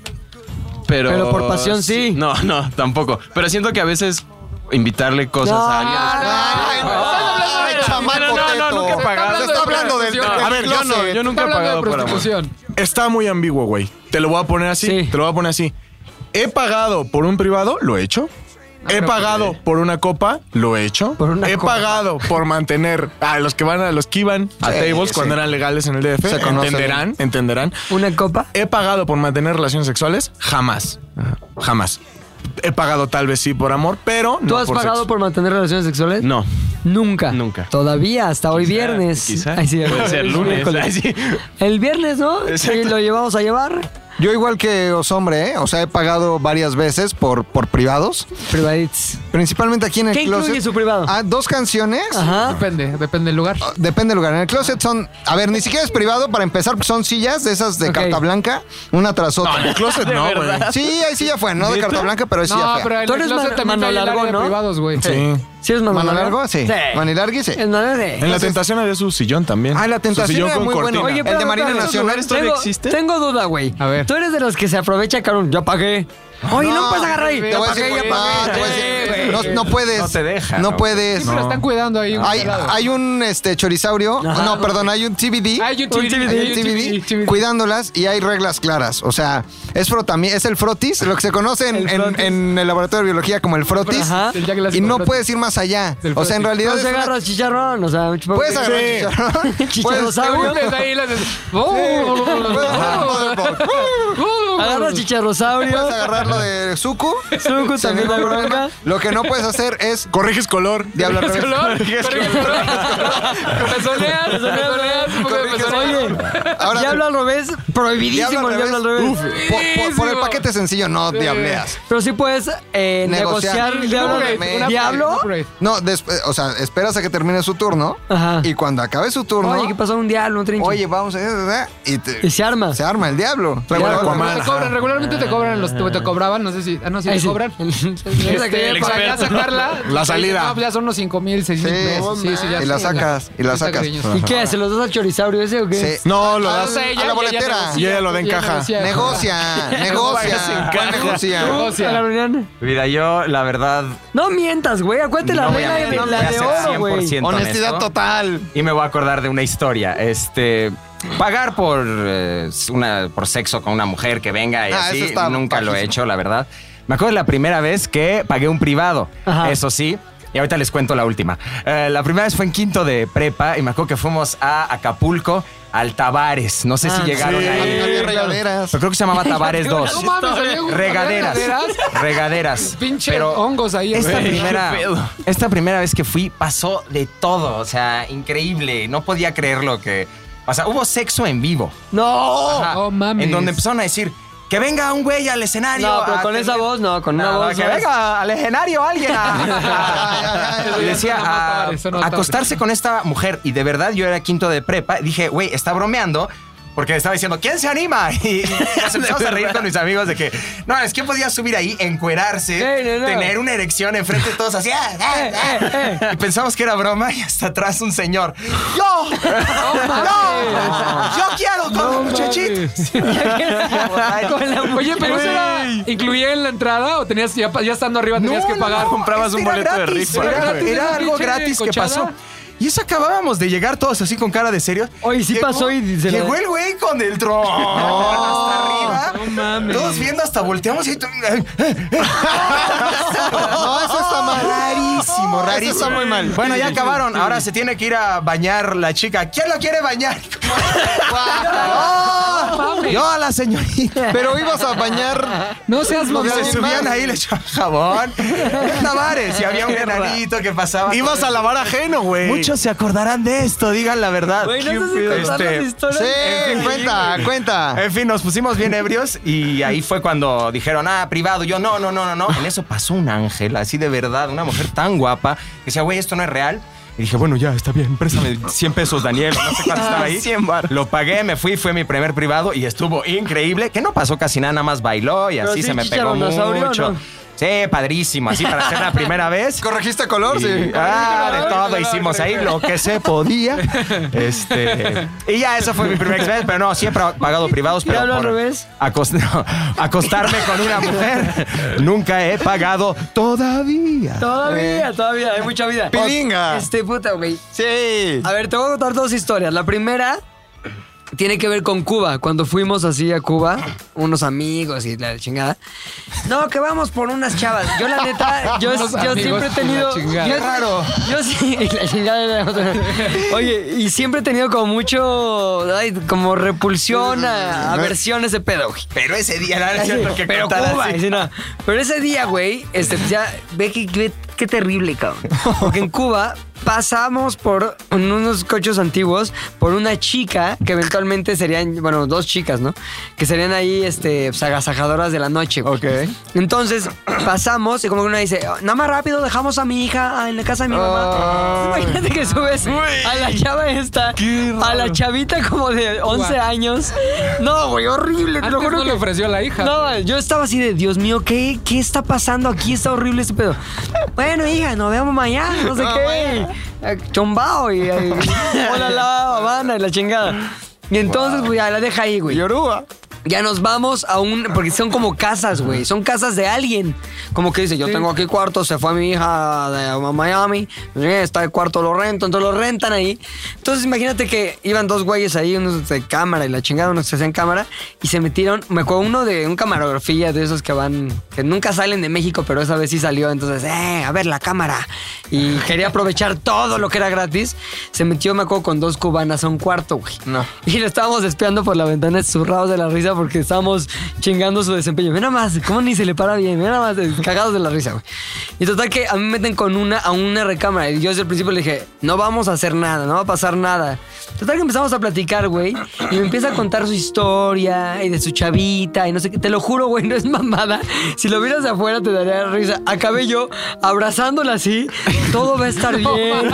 Speaker 4: pero.
Speaker 2: Pero por pasión sí.
Speaker 4: No, no, tampoco. Pero siento que a veces invitarle cosas
Speaker 2: No,
Speaker 4: a alguien.
Speaker 3: Ay,
Speaker 2: no,
Speaker 3: ay, chamaco
Speaker 4: No, no, no,
Speaker 3: teto.
Speaker 4: nunca he pagado.
Speaker 3: Se está hablando del.
Speaker 6: A
Speaker 4: A ver, yo no, yo
Speaker 6: Está
Speaker 4: nunca he
Speaker 6: hablando
Speaker 4: pagado
Speaker 6: de
Speaker 4: por amor.
Speaker 6: prostitución.
Speaker 9: Está muy ambiguo, güey. Te lo voy a poner así.
Speaker 2: Sí.
Speaker 9: Te lo voy a poner así. He pagado por un privado, lo he hecho.
Speaker 3: Ah,
Speaker 9: He pagado por una copa, lo he hecho.
Speaker 2: Por una
Speaker 9: he
Speaker 2: copa.
Speaker 9: pagado por mantener a los que van a los que iban a
Speaker 3: Sí,
Speaker 9: tables
Speaker 3: sí.
Speaker 9: cuando eran legales en el DF.
Speaker 3: Se conocen.
Speaker 9: entenderán, entenderán.
Speaker 2: ¿Una copa?
Speaker 4: Eh,
Speaker 9: He pagado por mantener relaciones sexuales, jamás. Jamás. He pagado tal vez sí por amor, pero no
Speaker 2: ¿Tú has
Speaker 9: por
Speaker 2: pagado
Speaker 9: sexo.
Speaker 2: por mantener relaciones sexuales?
Speaker 4: No.
Speaker 2: Nunca.
Speaker 4: Nunca.
Speaker 2: Todavía, hasta hoy viernes.
Speaker 4: Quizá.
Speaker 2: Ay, sí,
Speaker 4: Puede ser lunes.
Speaker 2: miércoles.
Speaker 4: Ay, sí.
Speaker 2: El viernes, ¿no?
Speaker 4: Exacto.
Speaker 2: Sí, lo llevamos a llevar.
Speaker 3: Yo igual que os hombre, ¿eh? O sea, he pagado varias veces por, por privados.
Speaker 2: Privaditos.
Speaker 3: Principalmente aquí en el
Speaker 2: ¿Qué
Speaker 3: closet.
Speaker 2: incluye su privado?
Speaker 3: Ah, dos canciones.
Speaker 2: Ajá.
Speaker 6: Depende, depende del lugar.
Speaker 3: Depende del lugar. En el closet son. A ver, ni siquiera es privado para empezar, porque son sillas de esas de
Speaker 2: Ok.
Speaker 3: carta blanca, una tras otra.
Speaker 9: No, en el closet no, güey.
Speaker 3: Sí, ahí sí ya fue, no de carta blanca, pero ahí sí
Speaker 6: No,
Speaker 3: ya fue.
Speaker 6: pero en
Speaker 2: Tú
Speaker 6: el
Speaker 2: eres
Speaker 6: closet
Speaker 2: mano-
Speaker 6: también
Speaker 2: mano
Speaker 6: hay el área
Speaker 2: largo,
Speaker 6: de
Speaker 2: ¿no?
Speaker 6: privados, güey.
Speaker 9: Sí.
Speaker 2: ¿Sí es
Speaker 3: ¿Mano
Speaker 2: mamá
Speaker 3: largo? Sí. Manilargui, sí.
Speaker 2: Es mamá larga.
Speaker 9: En la tentación había su sillón también.
Speaker 3: Ah, la
Speaker 9: Su
Speaker 3: tentación
Speaker 9: sillón
Speaker 3: era
Speaker 9: con
Speaker 3: muy bueno.
Speaker 9: cortina.
Speaker 3: Oye, el de Marina
Speaker 2: espérame,
Speaker 3: Nacional.
Speaker 4: lugares todavía
Speaker 2: tengo,
Speaker 4: existe?
Speaker 2: Tengo duda, güey.
Speaker 6: A ver.
Speaker 2: Tú eres de los que se aprovecha, cabrón. Ya pagué. Oye, no,
Speaker 3: Ah, No,
Speaker 2: me puedes agarrar ahí.
Speaker 3: Te voy a decir,
Speaker 2: ya
Speaker 3: por- no, te voy a decir-
Speaker 2: pagué.
Speaker 3: no, no puedes.
Speaker 10: No te deja,
Speaker 3: No
Speaker 10: no.
Speaker 3: puedes.
Speaker 6: Siempre lo están cuidando ahí. en
Speaker 3: Hay,
Speaker 6: cualquier lado.
Speaker 3: hay un este chorisaurio,
Speaker 2: Ajá.
Speaker 3: no, perdón, hay un TBD,
Speaker 6: Hay un
Speaker 3: hay
Speaker 6: TBD,
Speaker 3: un
Speaker 6: hay un
Speaker 3: TBD,
Speaker 6: TBD, TBD.
Speaker 3: cuidándolas y hay reglas claras. O sea, es frotami- es el frotis, lo que se conoce en en- en el, laboratorio de biología como el frotis,
Speaker 2: Ajá.
Speaker 6: El Jack Lassie
Speaker 3: y
Speaker 6: con
Speaker 3: no
Speaker 6: frotis.
Speaker 3: puedes ir más allá.
Speaker 6: Del
Speaker 3: O sea, en
Speaker 6: frotis.
Speaker 3: realidad
Speaker 2: No
Speaker 3: es
Speaker 2: se
Speaker 3: una-
Speaker 2: agarra chicharrón. O sea, chupa-
Speaker 3: puedes agarrar chicharrón. Puedes-
Speaker 6: Te
Speaker 2: Chicharrosaurio.
Speaker 6: hundes ahí las... ¡Oh!
Speaker 3: puedes agarrarlo de-
Speaker 2: Agarra chicharrosaurio.
Speaker 3: Puedes agarrarlo de Suku.
Speaker 2: Suku
Speaker 3: sin
Speaker 2: también
Speaker 3: ningún
Speaker 2: hay bronca.
Speaker 3: problema. Lo que no puedes hacer es
Speaker 9: Corriges color.
Speaker 3: diablo al revés.
Speaker 6: Color, color. Pezoneas, pezoneas, un poco de
Speaker 3: Corriges
Speaker 6: pezoneas.
Speaker 3: color. Ahora,
Speaker 2: Diablo al revés, prohibidísimo el diablo al revés.
Speaker 3: Uf, por, por- por el paquete sencillo no diableas.
Speaker 2: Pero sí puedes eh, negociar,
Speaker 3: Negociar.
Speaker 2: el diablo.
Speaker 3: Upgrade, un
Speaker 2: ¿Diablo?
Speaker 6: upgrade.
Speaker 3: No, después, o sea, esperas a que termine su turno
Speaker 2: Ajá.
Speaker 3: y cuando acabe su turno,
Speaker 2: Oye, ¿qué
Speaker 3: oye,
Speaker 2: pasó? Un diablo, un trinche.
Speaker 3: vamos a y, te-
Speaker 2: Y se arma.
Speaker 3: se arma el diablo. Pero-
Speaker 6: Regular-
Speaker 9: Aquaman,
Speaker 6: te
Speaker 9: ajá.
Speaker 6: cobran, regularmente te cobran los te, te cobraban, no sé si, ah no, si
Speaker 2: Ahí
Speaker 6: te
Speaker 2: sí.
Speaker 6: cobran.
Speaker 2: Esa que
Speaker 6: Este,
Speaker 2: ya
Speaker 6: para ya
Speaker 2: pagaste.
Speaker 6: sacarla.
Speaker 9: La salida.
Speaker 6: No, pues ya son unos 5 mil, 6 mil
Speaker 3: Sí,
Speaker 6: pesos. Sí, sí, ya
Speaker 3: y la
Speaker 6: sí,
Speaker 3: sacas, y la
Speaker 6: Está
Speaker 3: sacas.
Speaker 6: cariñoso.
Speaker 2: ¿Y qué? ¿Se los das al chorizaurio ese o qué?
Speaker 3: Sí.
Speaker 9: No, lo
Speaker 3: Ah,
Speaker 9: das
Speaker 3: sí. a la boletera.
Speaker 9: Y ella lo da en
Speaker 6: ya
Speaker 9: caja.
Speaker 6: negocia.
Speaker 3: Negocia,
Speaker 10: pagas en
Speaker 3: negocia, ¿cuál
Speaker 10: caja.
Speaker 3: negocia?
Speaker 2: ¿A la reunión?
Speaker 10: Mira, yo la verdad
Speaker 2: No mientas, güey. Acuérdate la
Speaker 10: no voy a
Speaker 2: regla
Speaker 10: mentir,
Speaker 2: de, la
Speaker 10: voy a
Speaker 2: de
Speaker 10: ser
Speaker 2: oro, güey.
Speaker 10: 100%
Speaker 3: Honestidad
Speaker 10: honesto.
Speaker 3: total.
Speaker 10: Y me voy a acordar de una historia. Este. Pagar por, eh, una, por sexo con una mujer que venga y
Speaker 3: Ah,
Speaker 10: así,
Speaker 3: eso está
Speaker 10: nunca lo he
Speaker 3: bajísimo.
Speaker 10: hecho, la verdad. Me acuerdo de la primera vez que pagué un privado.
Speaker 2: Ajá.
Speaker 10: Eso sí. Y ahorita les cuento la última. Eh, la primera vez fue en quinto de prepa y me acuerdo que fuimos a Acapulco, al Tabares. No sé si
Speaker 2: Ah,
Speaker 10: llegaron
Speaker 9: sí.
Speaker 10: ahí.
Speaker 3: No había regaderas.
Speaker 10: Pero creo que se llamaba Tabares 2.
Speaker 6: No mames, había un-
Speaker 10: regaderas.
Speaker 6: había
Speaker 10: Regaderas.
Speaker 6: Pinche
Speaker 10: Pero-
Speaker 6: hongos ahí.
Speaker 10: esta
Speaker 6: güey.
Speaker 10: primera, esta primera vez que fui pasó de todo, o sea, increíble. No podía creer lo que... O sea, hubo sexo en vivo.
Speaker 2: ¡No!
Speaker 10: Ajá.
Speaker 6: oh, mames.
Speaker 10: En donde empezaron a decir, que venga un güey al escenario.
Speaker 2: No, pero
Speaker 10: a
Speaker 2: con
Speaker 10: tener-
Speaker 2: esa voz, no, con una
Speaker 10: No, no,
Speaker 2: voz.
Speaker 10: que
Speaker 2: no es-
Speaker 10: venga al escenario alguien a-
Speaker 6: Eso
Speaker 10: y
Speaker 6: ya
Speaker 10: decía,
Speaker 6: suena más
Speaker 10: a-
Speaker 6: padre, suena más
Speaker 10: acostarse
Speaker 6: padre.
Speaker 10: con esta mujer. Y de verdad, yo era quinto de prepa. Dije, güey, está bromeando. Porque estaba diciendo, ¿quién se anima? Y nos empezamos a reír con mis amigos de que, no, es que podía subir ahí, encuerarse,
Speaker 2: Eh, no, no.
Speaker 10: tener una erección enfrente de todos así. ah, ah, ah". Y pensamos que era broma y hasta atrás un señor. ¡Yo! ¡Yo! ¡Yo quiero con un muchacho!
Speaker 6: Con la- Oye, pero eso era. ¿Incluía en la entrada o tenías ya, pa- ya estando arriba tenías que pagar?
Speaker 10: comprabas un boleto de rifa.
Speaker 6: era
Speaker 10: Era,
Speaker 6: gratis, era
Speaker 10: algo
Speaker 6: pinche
Speaker 10: gratis que
Speaker 6: cochada.
Speaker 10: pasó. Y eso acabábamos de llegar todos así con cara de serio.
Speaker 2: Oye, sí pasó y se la-
Speaker 10: Llegó el güey con el tron hasta arriba.
Speaker 6: No mames.
Speaker 10: Todos viendo hasta volteamos y ahí tú-
Speaker 3: No, eso está mal.
Speaker 10: rarísimo, rarísimo.
Speaker 3: está muy mal.
Speaker 10: Bueno, ya acabaron. Ahora se tiene que ir a bañar la chica. ¿Quién lo quiere bañar? ¡Oh!
Speaker 6: mames.
Speaker 10: Yo a la señorita.
Speaker 3: Pero ibas a bañar.
Speaker 6: No seas
Speaker 3: Lo
Speaker 10: Y
Speaker 3: de
Speaker 6: mamón.
Speaker 10: se
Speaker 3: alguien
Speaker 10: subían
Speaker 3: más.
Speaker 10: ahí, le echaban jabón. Tavares, y había un granito que pasaba.
Speaker 9: Ibas a lavar ajeno, güey.
Speaker 10: Muchos se acordarán de esto, digan la verdad.
Speaker 2: Güey, no sé si
Speaker 10: Este,
Speaker 2: contar las historias.
Speaker 3: Sí, cuenta,
Speaker 2: Ah.
Speaker 3: cuenta.
Speaker 10: en fin, nos pusimos bien ebrios y ahí fue cuando dijeron, ah, privado. Yo, no, no, no, no, no. En eso pasó un ángel, así de verdad, una mujer tan guapa, que decía, güey, esto no es real. Y dije, bueno, ya, está bien, préstame 100 pesos, Daniel. No sé cuánto estaba ahí. Lo pagué, me fui, fue mi primer privado y estuvo increíble. Que no pasó casi nada, nada más bailó y
Speaker 2: Pero
Speaker 10: así
Speaker 2: sí,
Speaker 10: se me pegó
Speaker 2: chicharronosaurio,
Speaker 10: mucho.
Speaker 2: ¿no?
Speaker 10: Sí, padrísimo, así para hacer la primera vez.
Speaker 3: ¿Corregiste color? Sí.
Speaker 10: Y- ah, de todo hicimos ahí lo que se podía. Este, y ya, esa fue mi primera experiencia, pero no, siempre he pagado privados.
Speaker 2: ¿Y
Speaker 10: Pero
Speaker 2: hablo al
Speaker 10: por
Speaker 2: revés?
Speaker 10: acos- no, acostarme con una mujer, nunca he pagado todavía.
Speaker 2: Todavía, todavía, hay mucha vida.
Speaker 3: Pilinga.
Speaker 2: Este puta, güey.
Speaker 3: Sí.
Speaker 2: A ver, te voy a contar dos historias. La primera tiene que ver con Cuba. Cuando fuimos así a Cuba, unos amigos y la chingada. No, que vamos por unas chavas. Yo, la neta, yo,
Speaker 6: Unos
Speaker 2: yo
Speaker 6: amigos
Speaker 2: siempre he
Speaker 6: y la
Speaker 2: tenido.
Speaker 6: chingada.
Speaker 2: Yo,
Speaker 6: Qué
Speaker 2: Yo sí. y la chingada era otra. Oye, y siempre he tenido como mucho. ay, como repulsión a, a versiones de pedo, güey.
Speaker 10: Pero ese día era cierto que
Speaker 2: Pero
Speaker 10: contar
Speaker 2: Cuba,
Speaker 10: así.
Speaker 2: y si no. Pero ese día, güey, este, pues ya ve que, que- qué terrible, cabrón. Porque en Cuba pasamos por en unos cochos antiguos por una chica que eventualmente serían, bueno, dos chicas, ¿no? Que serían ahí, este, pues, agasajadoras de la noche. güey.
Speaker 3: Ok.
Speaker 2: Entonces pasamos y como que una dice, "Ah, nada más rápido dejamos a mi hija ah, en la casa de mi mamá. Imagínate que subes a la chava esta, a la chavita como de 11
Speaker 6: Guau.
Speaker 2: años. No, güey, horrible. te
Speaker 6: Antes
Speaker 2: lo juro
Speaker 6: no le
Speaker 2: que-
Speaker 6: ofreció a la hija.
Speaker 2: no, yo estaba así de, Dios mío, ¿qué, ¿qué está pasando aquí? Está horrible este pedo. Bueno, hija, nos vemos mañana, no sé qué. Eh, Chombao y, eh, hola la Habana y la chingada. Y entonces, güey, ya la deja ahí, güey.
Speaker 3: Yoruba.
Speaker 2: Ya nos vamos a un. Porque son como casas, güey. Son casas de alguien. Como que dice, yo tengo aquí cuarto, se fue mi hija de- a Miami. eh, Está el cuarto, lo rento. Entonces lo rentan ahí. Entonces imagínate que iban dos güeyes ahí, unos de cámara y la chingada, unos que hacían cámara. Y se metieron. Me acuerdo uno de un camarografía de esos que van. Que nunca salen de México, pero esa vez sí salió. Entonces, eh, a ver la cámara. Y quería aprovechar todo lo que era gratis. Se metió, me acuerdo, con dos cubanas a un cuarto, güey.
Speaker 10: No.
Speaker 2: Y lo estábamos espiando por la ventana, zurrados de la risa, porque estábamos chingando su desempeño. Mira más, cómo ni se le para bien, mira más, eh, cagados de la risa, güey. Y total que a mí me meten con una, a una recámara. Y yo desde el principio le dije, no vamos a hacer nada, no va a pasar nada. Total que empezamos a platicar, güey. Y me empieza a contar su historia y de su chavita y no sé qué. Te lo juro, güey, no es mamada. Si lo vieras de afuera te daría risa. Acabé yo abrazándola así, todo va a estar bien.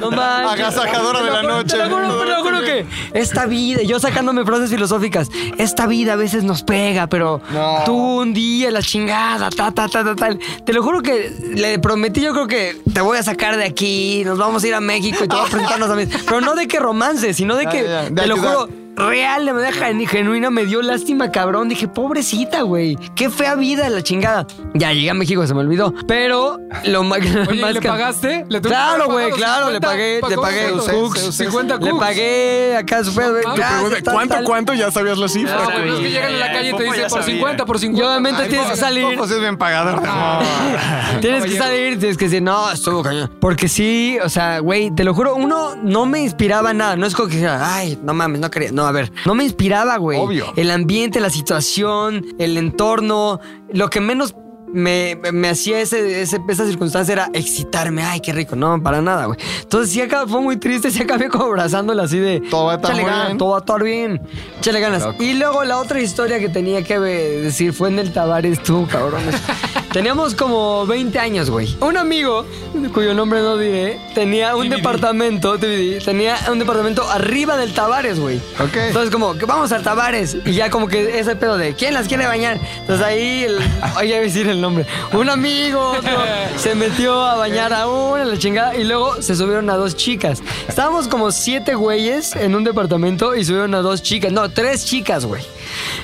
Speaker 2: No mames.
Speaker 3: Agasajadora de
Speaker 2: Te lo
Speaker 3: la
Speaker 2: juro, te lo
Speaker 3: noche.
Speaker 2: juro, te lo juro que esta vida, yo sacándome frases filosóficas, esta vida a veces nos pega, pero tú un día la chingada, ta, ta, ta, ta, tal. Te lo juro que le prometí, yo creo que te voy a sacar de aquí, nos vamos a ir a México y te voy a presentarnos a mí. Pero no de que romance, sino de que,
Speaker 3: ya, de
Speaker 2: te lo
Speaker 3: ayudar.
Speaker 2: juro, real, de manera gen- genuina, me dio lástima, cabrón. Dije, pobrecita, güey, qué fea vida la chingada. Ya llegué a México, se me olvidó. Pero lo ma- más,
Speaker 6: Oye, ¿y ¿le
Speaker 2: que-
Speaker 6: pagaste? ¿Le tuviste que
Speaker 2: Claro,
Speaker 6: haber
Speaker 2: güey,
Speaker 6: pagado
Speaker 2: claro, le
Speaker 6: 50?
Speaker 2: pagué, le
Speaker 6: Pagó
Speaker 2: pagué
Speaker 6: 50
Speaker 2: sus
Speaker 6: cooks,
Speaker 2: cooks.
Speaker 6: 50
Speaker 2: Le
Speaker 6: cooks.
Speaker 2: pagué acá su pedo.
Speaker 6: mames.
Speaker 2: gracias,
Speaker 9: Pregunta,
Speaker 2: tal,
Speaker 9: ¿Cuánto,
Speaker 2: tal.
Speaker 9: cuánto? Ya sabías la
Speaker 6: No,
Speaker 9: cifra.
Speaker 6: pero es que llegan a la calle y te dicen por 50, por 50.
Speaker 2: Y obviamente tienes que salir.
Speaker 3: Pues es bien pagador.
Speaker 2: Tienes que
Speaker 6: caballero.
Speaker 2: salir, tienes que decir, no, estuvo cañón. Porque sí, o sea, güey, te lo juro, uno no me inspiraba nada. No es como que dijera, ay, no mames, no quería. No, a ver, no me inspiraba, güey.
Speaker 3: Obvio.
Speaker 2: El ambiente, la situación, el entorno, lo que menos. Me, me hacía ese, ese- esa circunstancia era excitarme. Ay, qué rico. No, para nada, güey. Entonces, sí, acá fue muy triste. Sí, acabé como abrazándola así de.
Speaker 3: Todo va a estar
Speaker 2: "Échale
Speaker 3: muy
Speaker 2: ganas,
Speaker 3: bien".
Speaker 2: todo va a estar bien. Échale eh, ganas. Y luego la otra historia que tenía que ve- decir fue en el Tabares, tú, cabrones. Teníamos como 20 años, güey. Un amigo, cuyo nombre no diré, tenía un departamento, DVD, tenía un departamento arriba del Tabares, güey.
Speaker 3: Ok.
Speaker 2: Entonces, como, que vamos al Tabares. Y ya, como que ese pedo de, ¿quién las quiere bañar? Entonces ahí, el, ay, ya iba a decir el nombre. Un amigo otro, se metió a bañar a una, la chingada. Y luego se subieron a dos chicas. Estábamos como siete güeyes en un departamento y subieron a dos chicas. No, tres chicas, güey.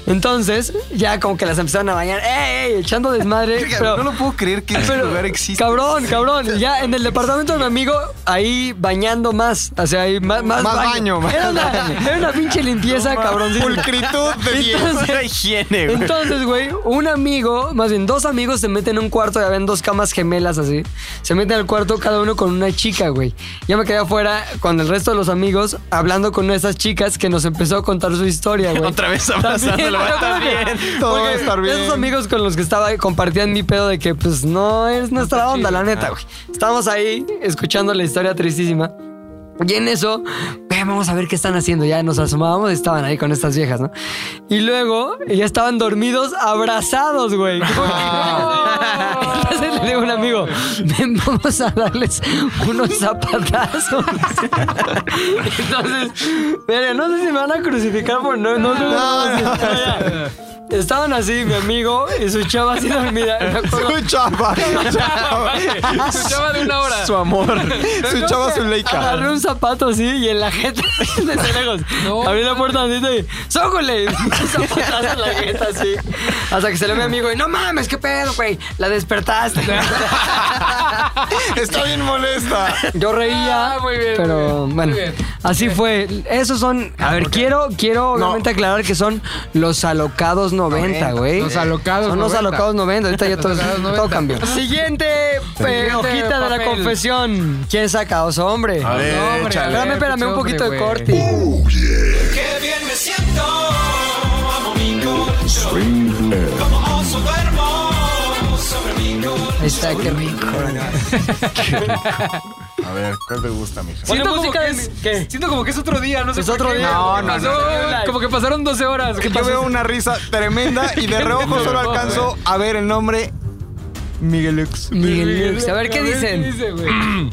Speaker 2: Entonces, ya como que las empezaron a bañar. ¡Ey, ey! Echando desmadre.
Speaker 3: Fíjate,
Speaker 2: pero-
Speaker 3: no lo puedo creer que ese
Speaker 2: pero,
Speaker 3: lugar existe.
Speaker 2: Cabrón, cabrón. Ya en el departamento de mi amigo, ahí bañando más. O sea, ahí más, más,
Speaker 3: Más baño, más
Speaker 2: era, una, era una pinche limpieza, cabroncita.
Speaker 9: Pulcritud de
Speaker 2: Entonces,
Speaker 4: higiene, güey.
Speaker 2: entonces, güey, un amigo, más bien dos amigos se meten en un cuarto, ya ven dos camas gemelas así. Se meten al cuarto cada uno con una chica, güey. Yo me quedé afuera con el resto de los amigos hablando con una de esas chicas que nos empezó a contar su historia, güey.
Speaker 4: Otra vez abrazándolo, va a estar bien.
Speaker 3: Todo va a
Speaker 2: Porque
Speaker 3: estar bien.
Speaker 2: Esos amigos con los que estaba compartían mi pedo de que, pues, no es nuestra onda, la
Speaker 4: Ah.
Speaker 2: neta, güey. Estábamos ahí escuchando la historia tristísima. Y en eso, "Ve, vamos a ver qué están haciendo. Ya nos asomábamos y estaban ahí con estas viejas, ¿no? Y luego ya estaban dormidos, abrazados, güey. Entonces le digo a un amigo, ven, vamos a darles unos zapatazos. Entonces, mira, no sé si me van a crucificar por no... no, no, no, no. Estaban así, mi amigo y su chava así dormida. Me
Speaker 9: Ah.
Speaker 2: acuerdo-
Speaker 3: Su chava.
Speaker 6: Se llama de una hora.
Speaker 3: Su amor. Su chava, su leica.
Speaker 2: Agarré un zapato así y en la jeta desde lejos. Abrí la puerta tantito y ¡Zócole! Un zapatazo en la jeta así. Hasta que se le ve a mi amigo y no mames, qué pedo, güey. La despertaste.
Speaker 3: Está bien molesta.
Speaker 2: Yo reía.
Speaker 6: Ah, muy bien,
Speaker 2: pero
Speaker 6: muy bien,
Speaker 2: bueno,
Speaker 6: muy bien.
Speaker 2: así fue. Esos son. A ver, quiero, quiero obviamente aclarar que son los alocados 90, güey.
Speaker 6: Los alocados
Speaker 2: Son los
Speaker 6: 90.
Speaker 2: alocados 90. Ahorita ya todo,
Speaker 6: Los alocados pues,
Speaker 2: todo
Speaker 6: 90.
Speaker 2: cambió. Siguiente eh, hojita de la
Speaker 6: papel.
Speaker 2: confesión. ¿Quién saca? Oso, hombre.
Speaker 9: A ver,
Speaker 6: No, hombre,
Speaker 9: échale.
Speaker 6: a
Speaker 2: Espérame,
Speaker 6: ver,
Speaker 2: espérame, un
Speaker 6: hombre,
Speaker 2: poquito de
Speaker 6: güey.
Speaker 2: corte. Ahí Está, qué rico.
Speaker 9: A ver, ¿cuál te gusta, mija?
Speaker 6: Siento como,
Speaker 2: música
Speaker 6: que
Speaker 2: es-
Speaker 6: es, siento como que es otro día, no sé.
Speaker 2: Es
Speaker 6: por
Speaker 2: otro
Speaker 6: qué.
Speaker 2: día,
Speaker 6: No,
Speaker 2: güey.
Speaker 6: no,
Speaker 2: Pasó-
Speaker 6: no. Como que pasaron 12 horas. ¿Qué
Speaker 3: Yo
Speaker 6: pasó?
Speaker 3: veo una risa tremenda y de reojo solo alcanzo a ver el nombre Miguel X.
Speaker 2: Miguel Lux. A ver qué
Speaker 6: A ver,
Speaker 2: dicen.
Speaker 6: dice, güey?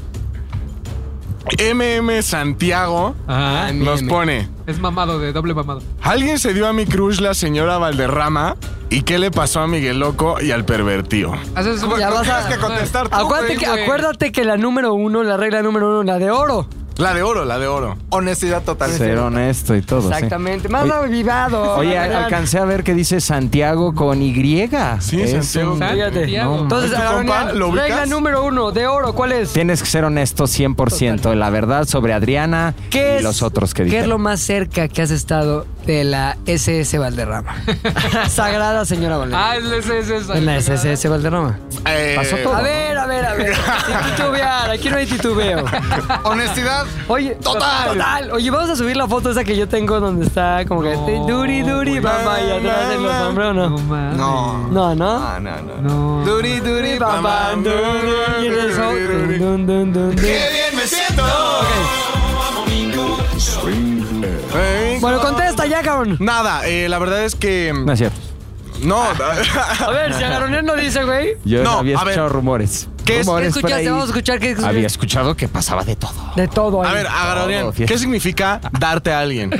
Speaker 9: MM Santiago
Speaker 6: Ajá.
Speaker 9: nos pone.
Speaker 6: Es mamado, de doble mamado.
Speaker 9: Alguien se dio a mi crush la señora Valderrama. ¿Y qué le pasó a Miguel Loco y al pervertido?
Speaker 6: Haces un-
Speaker 2: Ya vas a-
Speaker 3: que contestar tú,
Speaker 2: Acuérdate
Speaker 6: güey,
Speaker 2: que,
Speaker 6: güey.
Speaker 2: acuérdate que la número uno, la regla número uno, la de oro.
Speaker 9: La de oro, la de oro.
Speaker 3: Honestidad total.
Speaker 10: Ser honesto y todo. sí.
Speaker 2: Exactamente. Más avivado.
Speaker 10: Oye, al- alcancé a ver que dice Santiago con Y.
Speaker 9: Sí,
Speaker 10: Es
Speaker 9: Santiago.
Speaker 10: un-
Speaker 2: Fíjate.
Speaker 6: Santiago.
Speaker 2: Entonces,
Speaker 9: ¿Tu compa
Speaker 2: Aaronian,
Speaker 9: lo ubicas?
Speaker 2: regla número uno, de oro, ¿cuál es?
Speaker 10: Tienes que ser honesto 100%, la verdad sobre Adriana
Speaker 2: ¿Qué
Speaker 10: y
Speaker 2: es,
Speaker 10: los otros que
Speaker 2: ¿Qué es
Speaker 10: dicen.
Speaker 2: lo más cerca que has estado de la SS Valderrama? Sagrada señora Valderrama.
Speaker 6: Ah, es la SS.
Speaker 2: en la SS Valderrama.
Speaker 9: Eh,
Speaker 10: Pasó todo.
Speaker 2: pues, A ver, a ver, a ver. Sin titubear, aquí no hay titubeo.
Speaker 3: Honestidad.
Speaker 2: Oye,
Speaker 3: Total.
Speaker 2: total. Oye, vamos a subir la foto esa que yo tengo donde está como que este, duri duri bamba y atrás de los hombres o
Speaker 6: No,
Speaker 2: no.
Speaker 6: mames.
Speaker 3: No.
Speaker 2: No, no.
Speaker 3: Ah, no, no.
Speaker 6: No.
Speaker 3: Duri, duri,
Speaker 2: Duri
Speaker 3: bam,
Speaker 2: bamba
Speaker 3: bam,
Speaker 2: duri y en el sol,
Speaker 3: duri, duri.
Speaker 2: dun, dun, dun, dun.
Speaker 3: ¡Qué bien me siento!
Speaker 9: eh,
Speaker 2: Bueno, contesta ya, cabrón.
Speaker 9: Nada, eh, la verdad es que.
Speaker 10: No es cierto.
Speaker 9: No,
Speaker 2: A ver, si Agaronel no dice, güey.
Speaker 10: Yo
Speaker 9: No,
Speaker 10: había
Speaker 9: a ver.
Speaker 10: escuchado rumores.
Speaker 9: ¿Qué
Speaker 2: ¿Qué
Speaker 9: es-
Speaker 10: rumores por
Speaker 2: escuchaste?
Speaker 10: ahí.
Speaker 2: Vamos a escuchar qué
Speaker 10: Había
Speaker 2: escuchaste.
Speaker 10: escuchado que pasaba de todo.
Speaker 2: De todo ahí.
Speaker 9: a ver, Agaronian,
Speaker 10: Todo, fiesta.
Speaker 9: ¿qué significa darte a alguien?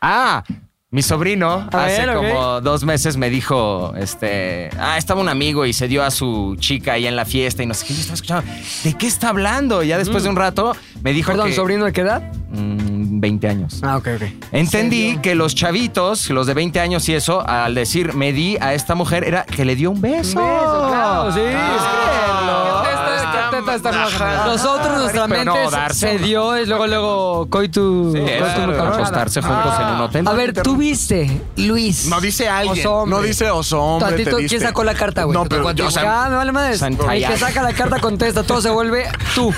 Speaker 10: Ah, mi sobrino
Speaker 2: A
Speaker 10: hace
Speaker 2: ver, ok.
Speaker 10: como dos meses me dijo, este, ah, estaba un amigo y se dio a su chica ahí en la fiesta y no sé qué, yo estaba escuchando, ¿de qué está hablando? Ya después de un rato me dijo
Speaker 2: Mm. Perdón,
Speaker 10: que-
Speaker 2: sobrino de qué edad?
Speaker 10: Mm, 20 años.
Speaker 2: Ah, ok, ok.
Speaker 10: Entendí que los chavitos, los de 20 años y eso, al decir me di a esta mujer, era que le dio un beso.
Speaker 2: Un beso, claro, sí.
Speaker 10: Ah,
Speaker 6: ¿Qué teta es- qué teta es tan baja?
Speaker 10: ajá.
Speaker 2: Nosotros, nuestra
Speaker 10: pero no,
Speaker 2: mente
Speaker 10: darse
Speaker 2: se
Speaker 10: una-
Speaker 2: dio y luego, luego, coitu.
Speaker 10: Sí,
Speaker 2: coitu
Speaker 10: claro,
Speaker 2: macarrón.
Speaker 10: acostarse juntos en un hotel.
Speaker 2: A ver, tú viste, Luis.
Speaker 9: No dice alguien.
Speaker 2: Oso hombre.
Speaker 9: No dice oso
Speaker 2: ¿A
Speaker 9: hombre.
Speaker 2: ti
Speaker 9: te
Speaker 2: tú-
Speaker 9: diste.
Speaker 2: ¿Quién sacó la carta, güey?
Speaker 9: No, pero yo,
Speaker 2: ya
Speaker 9: o sea,
Speaker 2: me vale madres.
Speaker 10: Santa
Speaker 2: El que
Speaker 10: Yaya.
Speaker 2: saca la carta contesta, todo se vuelve tú.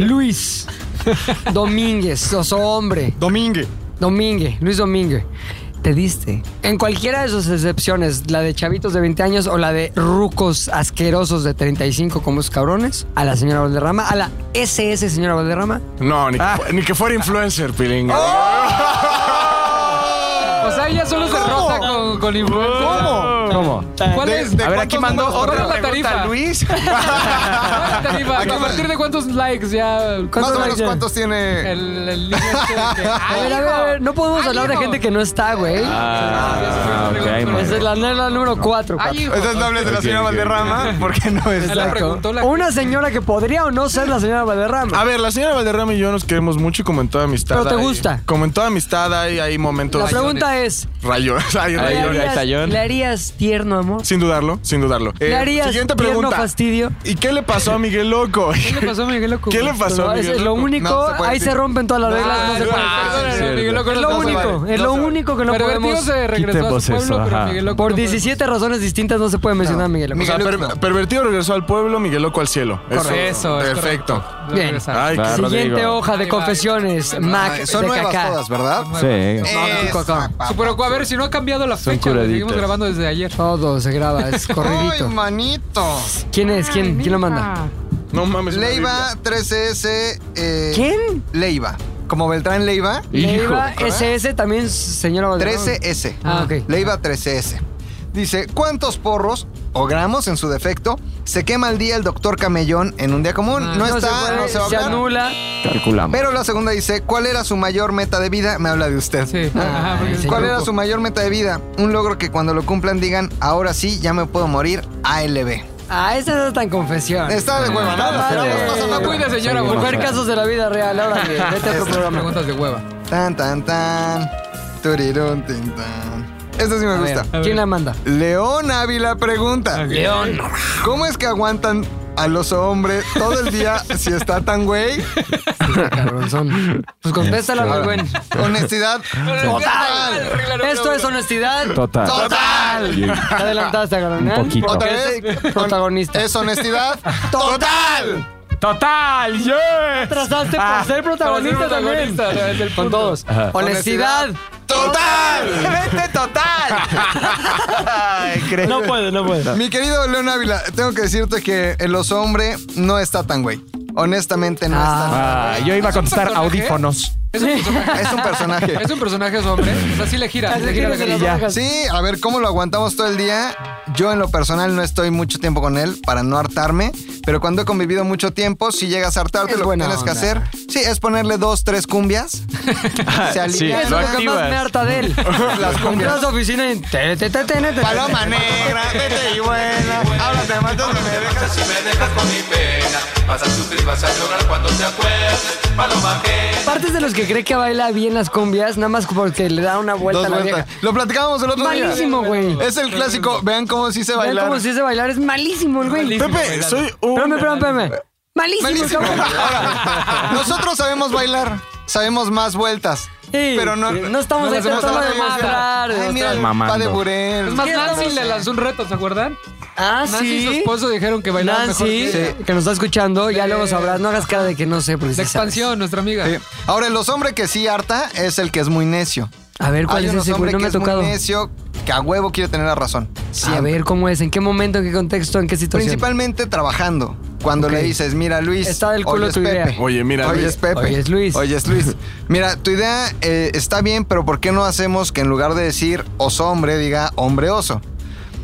Speaker 2: Luis. Domínguez, oso hombre.
Speaker 9: Domingue.
Speaker 2: Domínguez, Luis Domínguez. Te diste. En cualquiera de sus excepciones, la de chavitos de 20 años o la de rucos asquerosos de 35 como esos cabrones, a la señora Valderrama, a la SS señora Valderrama,
Speaker 9: No, ni, que
Speaker 2: Ah.
Speaker 9: fu- ni que fuera influencer, Pilinga.
Speaker 2: ¡Oh!
Speaker 6: O sea, ella solo se rosa con, con influencer.
Speaker 9: ¿Cómo?
Speaker 10: ¿Cómo?
Speaker 6: ¿Cuál es?
Speaker 10: A ver, aquí mandó
Speaker 6: ¿Cuál
Speaker 10: otra
Speaker 6: es la
Speaker 10: pregunta,
Speaker 6: tarifa?
Speaker 10: Luis.
Speaker 6: ¿Cuál es la tarifa? ¿A partir de cuántos likes ya?
Speaker 3: Más o
Speaker 2: ¿Cuántos
Speaker 3: menos,
Speaker 2: likes?
Speaker 3: ¿cuántos tiene?
Speaker 6: El, el niño este que-
Speaker 2: A ver, a ver, a ver, no podemos
Speaker 6: Ay,
Speaker 2: hablar de
Speaker 6: hijo.
Speaker 2: gente que no está, güey.
Speaker 4: Ah, ok, ahí me-
Speaker 2: Esa es la regla número 4.
Speaker 6: Ay, hijo.
Speaker 3: Esa es la de la
Speaker 4: Ok,
Speaker 3: señora
Speaker 4: ok, ok.
Speaker 3: Valderrama, porque no es.
Speaker 6: Se la preguntó la-
Speaker 2: Una señora que podría o no ser la señora Valderrama.
Speaker 9: A ver, la señora Valderrama y yo nos queremos mucho y como en toda amistad.
Speaker 2: Pero te
Speaker 9: hay-
Speaker 2: gusta.
Speaker 9: Como en toda amistad hay, hay momentos.
Speaker 2: la pregunta es,
Speaker 9: Rayos, hay
Speaker 2: ¿le
Speaker 9: rayos.
Speaker 2: harías,
Speaker 4: tallón.
Speaker 2: le harías tierno amor?
Speaker 9: Sin dudarlo, sin dudarlo.
Speaker 2: ¿Le
Speaker 9: Eh,
Speaker 2: harías
Speaker 9: siguiente
Speaker 2: tierno
Speaker 9: pregunta.
Speaker 2: fastidio?
Speaker 9: ¿Y qué le pasó a Miguel Loco?
Speaker 6: ¿Qué le pasó a Miguel Loco?
Speaker 9: ¿Qué le pasó
Speaker 2: No,
Speaker 9: a
Speaker 2: es,
Speaker 9: Miguel
Speaker 2: es lo
Speaker 9: Loco?
Speaker 2: único,
Speaker 3: se puede
Speaker 2: ahí
Speaker 3: decir.
Speaker 2: se rompen todas las reglas. no se puede.
Speaker 6: Perdónenlo, Miguel Loco
Speaker 2: es
Speaker 6: no
Speaker 2: lo
Speaker 6: se vale.
Speaker 2: único, es lo único que no
Speaker 6: Pero
Speaker 2: podemos...
Speaker 6: Bertío se regresó a
Speaker 4: Quitemos
Speaker 6: su pueblo,
Speaker 4: eso,
Speaker 6: pero
Speaker 4: ajá.
Speaker 6: Miguel Loco...
Speaker 2: Por
Speaker 6: no-
Speaker 2: 17 razones distintas no se puede mencionar a Miguel Loco.
Speaker 9: O sea, per- pervertido regresó al pueblo, Miguel Loco al cielo. Eso,
Speaker 6: Eso, es
Speaker 9: perfecto.
Speaker 6: correcto. Lo
Speaker 2: Bien.
Speaker 6: regresaron.
Speaker 9: Ay,
Speaker 4: Va,
Speaker 9: qué-
Speaker 2: Siguiente
Speaker 4: Rodrigo.
Speaker 2: hoja de
Speaker 6: Ahí va.
Speaker 2: confesiones,
Speaker 6: Ahí va.
Speaker 2: Mac
Speaker 3: Son
Speaker 2: de
Speaker 3: nuevas
Speaker 2: Cacá.
Speaker 3: todas, ¿verdad?
Speaker 4: Sí.
Speaker 3: Eh,
Speaker 2: Cacá.
Speaker 6: Pero, a ver, si no ha cambiado la fecha, lo seguimos
Speaker 4: curaditas.
Speaker 6: grabando desde ayer.
Speaker 2: Todo se graba, es
Speaker 3: Ay,
Speaker 2: corridito.
Speaker 3: manito.
Speaker 2: ¿Quién es? ¿Quién, ¿Quién lo
Speaker 6: Ah,
Speaker 2: manda?
Speaker 9: No mames. una
Speaker 3: Leiva 13S. eh,
Speaker 2: ¿Quién?
Speaker 3: Leiva. Como Beltrán Leiva,
Speaker 2: Leiva SS también, señora Valderrama.
Speaker 3: 13S.
Speaker 2: Ah, ok.
Speaker 3: Leiva 13S. Dice, ¿cuántos porros o gramos en su defecto se quema al día el doctor Camellón en un día común? no, está,
Speaker 2: Ah, se puede,
Speaker 3: no se va a
Speaker 2: se
Speaker 3: hablar.
Speaker 2: anula.
Speaker 4: Calculamos.
Speaker 3: Pero la segunda dice, ¿cuál era su mayor meta de vida? Me habla de usted.
Speaker 6: Sí. Ajá, porque es
Speaker 3: ¿Cuál
Speaker 6: grupo.
Speaker 3: era su mayor meta de vida? Un logro que cuando lo cumplan digan, ahora sí, ya me puedo morir, ALB.
Speaker 2: Ah, esa no es tan confesión.
Speaker 3: Está de hueva, nada,
Speaker 2: madre.
Speaker 3: pero nos pasa
Speaker 6: No
Speaker 3: nada.
Speaker 6: cuida, señora.
Speaker 4: Seguimos.
Speaker 6: Mujer
Speaker 2: Mujer
Speaker 6: caso.
Speaker 2: casos de la vida real, ahora que vete a otro programa.
Speaker 6: Preguntas de hueva.
Speaker 3: Tan, tan, tan. Turirun, tin, tan. Esta sí me gusta.
Speaker 2: A ver, ¿Quién la manda?
Speaker 3: León Ávila pregunta. León. ¿Cómo es que aguantan a los hombres todo el día si está tan güey?
Speaker 2: Carronzón. Pues contéstala,
Speaker 3: Ahora,
Speaker 2: muy buen.
Speaker 3: Honestidad. Total.
Speaker 2: Esto es honestidad.
Speaker 4: Total.
Speaker 3: Total.
Speaker 4: Y-
Speaker 2: Te adelantaste, Garón.
Speaker 4: Un poquito.
Speaker 3: Otra
Speaker 2: Porque
Speaker 3: vez.
Speaker 2: es protagonista.
Speaker 3: Es honestidad. Total.
Speaker 4: Total, yeah.
Speaker 2: Trazaste Ah, por ser protagonista,
Speaker 6: Para ser protagonista,
Speaker 2: también.
Speaker 6: es el
Speaker 2: Con
Speaker 6: punto.
Speaker 2: todos. Honestidad.
Speaker 3: Total.
Speaker 10: ¡Vete total!
Speaker 5: No puede, no puede.
Speaker 3: Mi querido León Ávila, tengo que decirte que el oso hombre no está tan güey. Honestamente no
Speaker 4: Ah, yo iba a contestar audífonos.
Speaker 6: Es un personaje.
Speaker 3: está tan güey. Es un personaje.
Speaker 6: Es un personaje su hombre. O sea, sí le gira. Le gira la
Speaker 2: Gírate las
Speaker 6: cara.
Speaker 2: orejas.
Speaker 3: Sí, a ver cómo lo aguantamos todo el día. Yo en lo personal no estoy mucho tiempo con él para no hartarme, pero cuando he convivido mucho tiempo, si llegas a hartarte,
Speaker 2: Es
Speaker 3: lo que
Speaker 2: buena
Speaker 3: tienes que
Speaker 2: onda.
Speaker 3: hacer, sí, es ponerle dos, tres cumbias. se
Speaker 4: sí,
Speaker 3: alivian
Speaker 2: Es lo que más
Speaker 4: activas.
Speaker 2: me harta de él.
Speaker 3: las
Speaker 2: Entras a
Speaker 3: cumbias.
Speaker 2: su oficina y... te, te, te, te, te, te.
Speaker 3: Paloma negra, vete y buena. Ahora te mato, no me dejas.
Speaker 11: Si me dejas con mi pena, vas a sufrir, vas a llorar cuando te acuerdes, paloma que
Speaker 2: Partes de los que cree que baila bien las cumbias, nada más porque le da una vuelta
Speaker 3: Dos
Speaker 2: a la
Speaker 3: vueltas.
Speaker 2: vieja.
Speaker 3: Lo platicábamos el otro día.
Speaker 2: Malísimo, güey.
Speaker 3: Es el clásico, vean cómo sí se
Speaker 2: Vean
Speaker 3: baila.
Speaker 2: cómo se hace bailar, es malísimo el güey.
Speaker 9: Pepe, soy un.
Speaker 2: Espérame, espérame, espérame. Malísimo,
Speaker 3: Malísimo.
Speaker 2: cabrón.
Speaker 3: Ahora, nosotros sabemos bailar, sabemos más vueltas.
Speaker 2: Sí,
Speaker 3: pero no,
Speaker 2: no estamos aquí
Speaker 3: hacemos
Speaker 2: tratando
Speaker 3: nada
Speaker 2: de
Speaker 3: bien.
Speaker 2: mostrar, de
Speaker 3: Ay, mira, el
Speaker 4: mostrar.
Speaker 3: pa de
Speaker 4: Mamando.
Speaker 3: Burel.
Speaker 6: Es más,
Speaker 2: ¿Qué
Speaker 6: Nancy
Speaker 2: estamos-
Speaker 6: le lanzó un reto, ¿se acuerdan?
Speaker 2: Ah,
Speaker 6: Nancy y su
Speaker 2: sí.
Speaker 6: esposo dijeron que bailaban mejor
Speaker 2: Nancy,
Speaker 6: que
Speaker 2: que nos está escuchando, ya
Speaker 6: Sí.
Speaker 3: Eh,
Speaker 2: luego sabrás. No hagas cara de que no sé, porque
Speaker 6: La
Speaker 2: sí sabes.
Speaker 6: expansión, nuestra amiga.
Speaker 3: Sí. Ahora, los hombres que sí harta es el que es muy necio.
Speaker 2: A ver, ¿cuál
Speaker 3: Hay
Speaker 2: es
Speaker 3: unos
Speaker 2: ese güey?
Speaker 3: hombres
Speaker 2: No
Speaker 3: que
Speaker 2: me ha
Speaker 3: es
Speaker 2: tocado.
Speaker 3: muy necio que a huevo quiere tener la razón.
Speaker 2: A
Speaker 3: Siempre.
Speaker 2: ver, ¿cómo es? ¿En qué momento? ¿En qué contexto? ¿En qué situación?
Speaker 3: Principalmente trabajando. Cuando
Speaker 2: Ok.
Speaker 3: le dices, mira Luis,
Speaker 2: Está del culo
Speaker 3: hoy es
Speaker 2: tu idea.
Speaker 3: Pepe.
Speaker 9: Oye, mira,
Speaker 3: hoy
Speaker 9: Luis.
Speaker 3: es Pepe.
Speaker 2: Hoy es Luis.
Speaker 3: Hoy es Luis. Mira, tu idea eh, está bien, pero ¿por qué no hacemos que en lugar de decir oso hombre, diga hombre oso?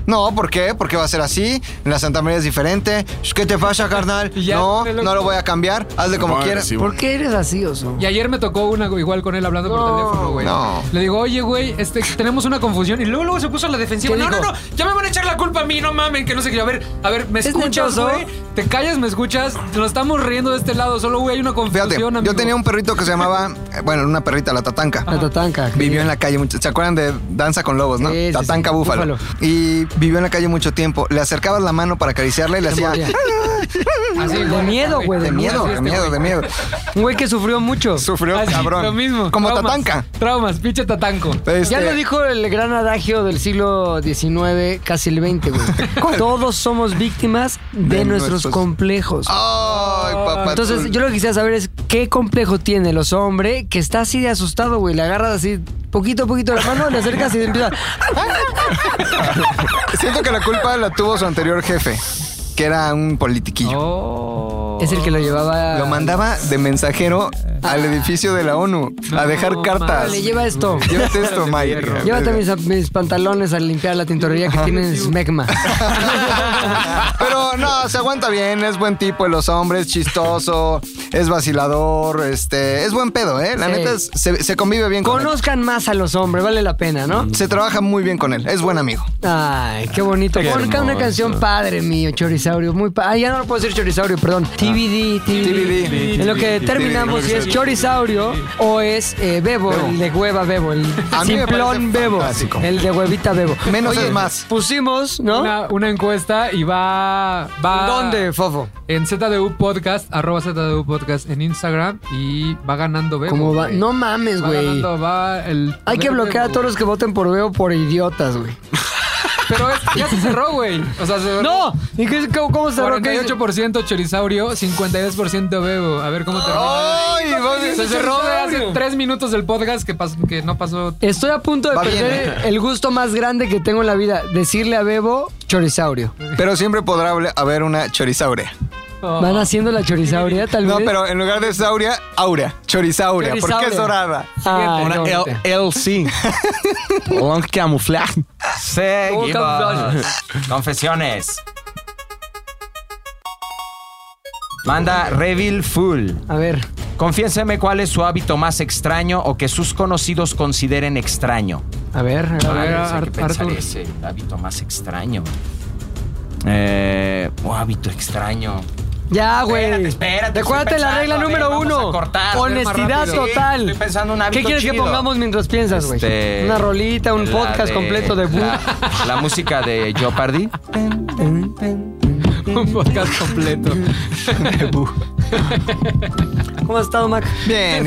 Speaker 3: No, ¿por qué? Porque va a ser así. En la Santa María es diferente. Sh, ¿Qué te pasa, carnal?
Speaker 6: Y ya,
Speaker 3: no,
Speaker 6: te lo-
Speaker 3: no lo voy a cambiar. Hazle como
Speaker 9: Bueno,
Speaker 3: quieras.
Speaker 9: sí,
Speaker 2: ¿Por qué eres así, oso?
Speaker 6: Y ayer me tocó una igual con él hablando por teléfono, güey.
Speaker 3: no.
Speaker 6: Le digo, oye, güey, este, tenemos una confusión. Y luego, luego se puso a la defensiva.
Speaker 2: ¿Qué
Speaker 6: No,
Speaker 2: dijo?
Speaker 6: no, no, ya me van a echar la culpa a mí, no mamen, que no sé qué. A ver, a ver, ¿me
Speaker 2: ¿Es
Speaker 6: escuchas,
Speaker 2: neta, oso?
Speaker 6: güey? Te callas, me escuchas. Nos estamos riendo de este lado. Solo, güey, hay una confusión,
Speaker 3: Fíjate,
Speaker 6: amigo.
Speaker 3: yo tenía un perrito que se llamaba, eh, bueno, una perrita, la tatanca.
Speaker 2: La tatanca.
Speaker 3: Vivió en la calle mucho. ¿Se acuerdan de Danza con Lobos, no?
Speaker 2: Sí, sí,
Speaker 3: Tatanca
Speaker 2: sí.
Speaker 3: Búfalo.
Speaker 2: Búfalo.
Speaker 3: Y vivió en la calle mucho tiempo. Le acercabas la mano para acariciarla y le hacía.
Speaker 2: moría.
Speaker 6: Así, este
Speaker 2: De miedo, güey,
Speaker 3: De miedo, de miedo, de miedo.
Speaker 2: Un güey que sufrió mucho.
Speaker 3: Sufrió
Speaker 6: Así,
Speaker 3: cabrón.
Speaker 6: Lo mismo.
Speaker 3: Como
Speaker 6: Traumas,
Speaker 3: Tatanca.
Speaker 6: Traumas, pinche tatanco.
Speaker 3: Este,
Speaker 2: Ya lo dijo el gran adagio del siglo XIX, casi el XX, güey. Todos somos víctimas de,
Speaker 3: De
Speaker 2: nuestros,
Speaker 3: nuestros- Ah,
Speaker 2: complejos.
Speaker 3: Ay, papá.
Speaker 2: Entonces,
Speaker 3: tú-
Speaker 2: yo lo que quisiera saber es qué complejo tiene los hombres que está así de asustado, güey. Le agarras así poquito a poquito la mano, le acercas y te empieza.
Speaker 3: Siento que la culpa la tuvo su anterior jefe, que era un politiquillo.
Speaker 6: Oh.
Speaker 2: Es el que lo llevaba.
Speaker 3: Lo mandaba de mensajero
Speaker 2: ah.
Speaker 3: al edificio de la ONU a dejar cartas.
Speaker 2: Vale, lleva esto.
Speaker 3: Llévate esto, Mike.
Speaker 2: Llévate mis, mis pantalones a limpiar la tintorería que tiene Smegma.
Speaker 3: Pero no, se aguanta bien, es buen tipo de los hombres, chistoso, es vacilador, este, es buen pedo, ¿eh? La
Speaker 2: Sí.
Speaker 3: neta es- se, se convive bien con él.
Speaker 2: Conozcan más a los hombres, vale la pena, ¿no?
Speaker 3: Se trabaja muy bien con él, es buen amigo.
Speaker 2: Ay, qué bonito.
Speaker 3: Qué
Speaker 2: Pon acá una
Speaker 3: hermoso.
Speaker 2: canción padre mío, Chorisaurio. Muy pa- ah, ya no lo puedo decir Chorisaurio, perdón.
Speaker 3: Ah.
Speaker 2: TBD, TBD. En lo que
Speaker 3: TBD.
Speaker 2: terminamos si es Chorisaurio o es eh, Bebo, el de hueva Bebo, el
Speaker 3: A mí me
Speaker 2: simplón
Speaker 3: parece
Speaker 2: Bebo,
Speaker 3: fantástico.
Speaker 2: el de huevita Bebo.
Speaker 3: Menos
Speaker 2: Oye,
Speaker 3: es más.
Speaker 2: Pusimos, ¿no?
Speaker 6: Una, una encuesta y va, va.
Speaker 2: ¿Dónde, Fofo?
Speaker 6: En ZDU Podcast, arroba ZDU Podcast en Instagram y va ganando Bebo.
Speaker 2: ¿Cómo va?
Speaker 6: güey.
Speaker 2: No mames,
Speaker 6: Va
Speaker 2: güey.
Speaker 6: ganando, va el.
Speaker 2: Hay que
Speaker 6: Bebo,
Speaker 2: bloquear a
Speaker 6: Bebo.
Speaker 2: todos los que voten por Bebo por idiotas, güey.
Speaker 6: Pero es- ya se cerró, güey. O sea, se cerró.
Speaker 2: ¡No! ¿Y qué, cómo, cómo se bloquea?
Speaker 6: 48% Chorisaurio, 52% Bebo. A ver cómo termina.
Speaker 2: ¡Oh,
Speaker 3: ¡Ay, va bien,
Speaker 6: Se cerró de hace
Speaker 2: Chorisaurio.
Speaker 6: tres minutos el podcast que, pas- que no pasó.
Speaker 2: Estoy a punto de
Speaker 3: Va bien,
Speaker 2: perder el gusto más grande que tengo en la vida. Decirle a Bebo chorizaurio.
Speaker 3: Pero siempre podrá hable- haber una chorizaurea.
Speaker 2: Van haciendo la chorizauria, tal vez.
Speaker 3: No, pero en lugar de sauria, aura. Chorizaurea, porque es
Speaker 2: Chorizaurea.
Speaker 3: dorada.
Speaker 2: Ay,
Speaker 9: Una
Speaker 2: Ah, no,
Speaker 9: L-
Speaker 2: vete.
Speaker 9: LC. Long Camouflage.
Speaker 10: Seguimos. Confesiones. Manda Revil Full.
Speaker 2: A ver.
Speaker 10: Confiéseme cuál es su hábito más extraño o que sus conocidos consideren extraño.
Speaker 2: A ver, a
Speaker 10: Ay,
Speaker 2: ver.
Speaker 10: no sé
Speaker 6: Ar-
Speaker 10: qué pensar
Speaker 6: Arthur.
Speaker 10: ese hábito más extraño. Eh, un hábito extraño.
Speaker 2: Ya,
Speaker 10: Espérate,
Speaker 2: güey.
Speaker 10: espérate, estoy
Speaker 2: Acuérdate la
Speaker 10: pensando,
Speaker 2: regla
Speaker 10: a ver,
Speaker 2: número
Speaker 10: vamos a
Speaker 2: uno.
Speaker 10: cortar,
Speaker 2: Honestidad
Speaker 10: más rápido.
Speaker 2: total.
Speaker 10: Sí, estoy pensando un hábito
Speaker 2: ¿Qué quieres que
Speaker 10: chido.
Speaker 2: pongamos mientras piensas, güey?
Speaker 10: Este,
Speaker 2: Pues Una rolita, un
Speaker 10: la
Speaker 2: podcast
Speaker 10: de-
Speaker 2: completo de bu-
Speaker 10: la, la música de Jeopardy.
Speaker 6: Un podcast completo.
Speaker 2: ¿Cómo has estado, Mac?
Speaker 3: Bien,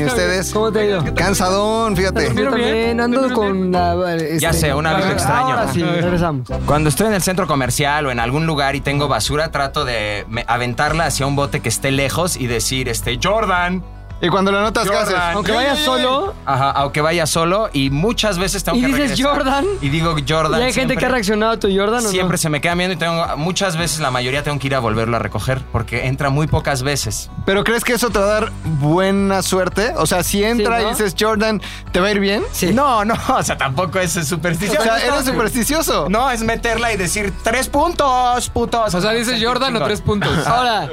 Speaker 3: ¿y ustedes?
Speaker 2: ¿Cómo te ha ido?
Speaker 3: Cansadón, fíjate.
Speaker 2: Yo también ando con
Speaker 6: Ah,
Speaker 2: la. este-
Speaker 10: Ya sé, un hábito
Speaker 2: Ahora
Speaker 10: extraño.
Speaker 2: Ahora sí, regresamos.
Speaker 10: Cuando estoy en el centro comercial o en algún lugar y tengo basura, trato de me- aventarla hacia un bote que esté lejos y decir, este, Jordan.
Speaker 3: Y cuando la notas, ¿qué haces?
Speaker 10: Jordan.
Speaker 2: Aunque vayas solo,
Speaker 10: Ajá, aunque vaya solo y muchas veces tengo
Speaker 2: ¿Y
Speaker 10: que
Speaker 2: dices
Speaker 10: regresar.
Speaker 2: Jordan?
Speaker 10: Y digo Jordan.
Speaker 2: ¿y hay gente
Speaker 10: siempre.
Speaker 2: que ha reaccionado a tu Jordan o no?
Speaker 10: Siempre se me queda viendo y tengo muchas veces, la mayoría tengo que ir a volverlo a recoger porque entra muy pocas veces.
Speaker 3: ¿Pero crees que eso te va a dar buena suerte? O sea, si entra
Speaker 2: ¿no?
Speaker 3: y dices Jordan, ¿te va a ir bien?
Speaker 10: No, no, o sea, tampoco es superstición.
Speaker 3: O sea, eres supersticioso.
Speaker 10: No, es meterla y decir tres puntos, putos.
Speaker 6: O sea, dices Jordan o tres puntos.
Speaker 2: Ahora,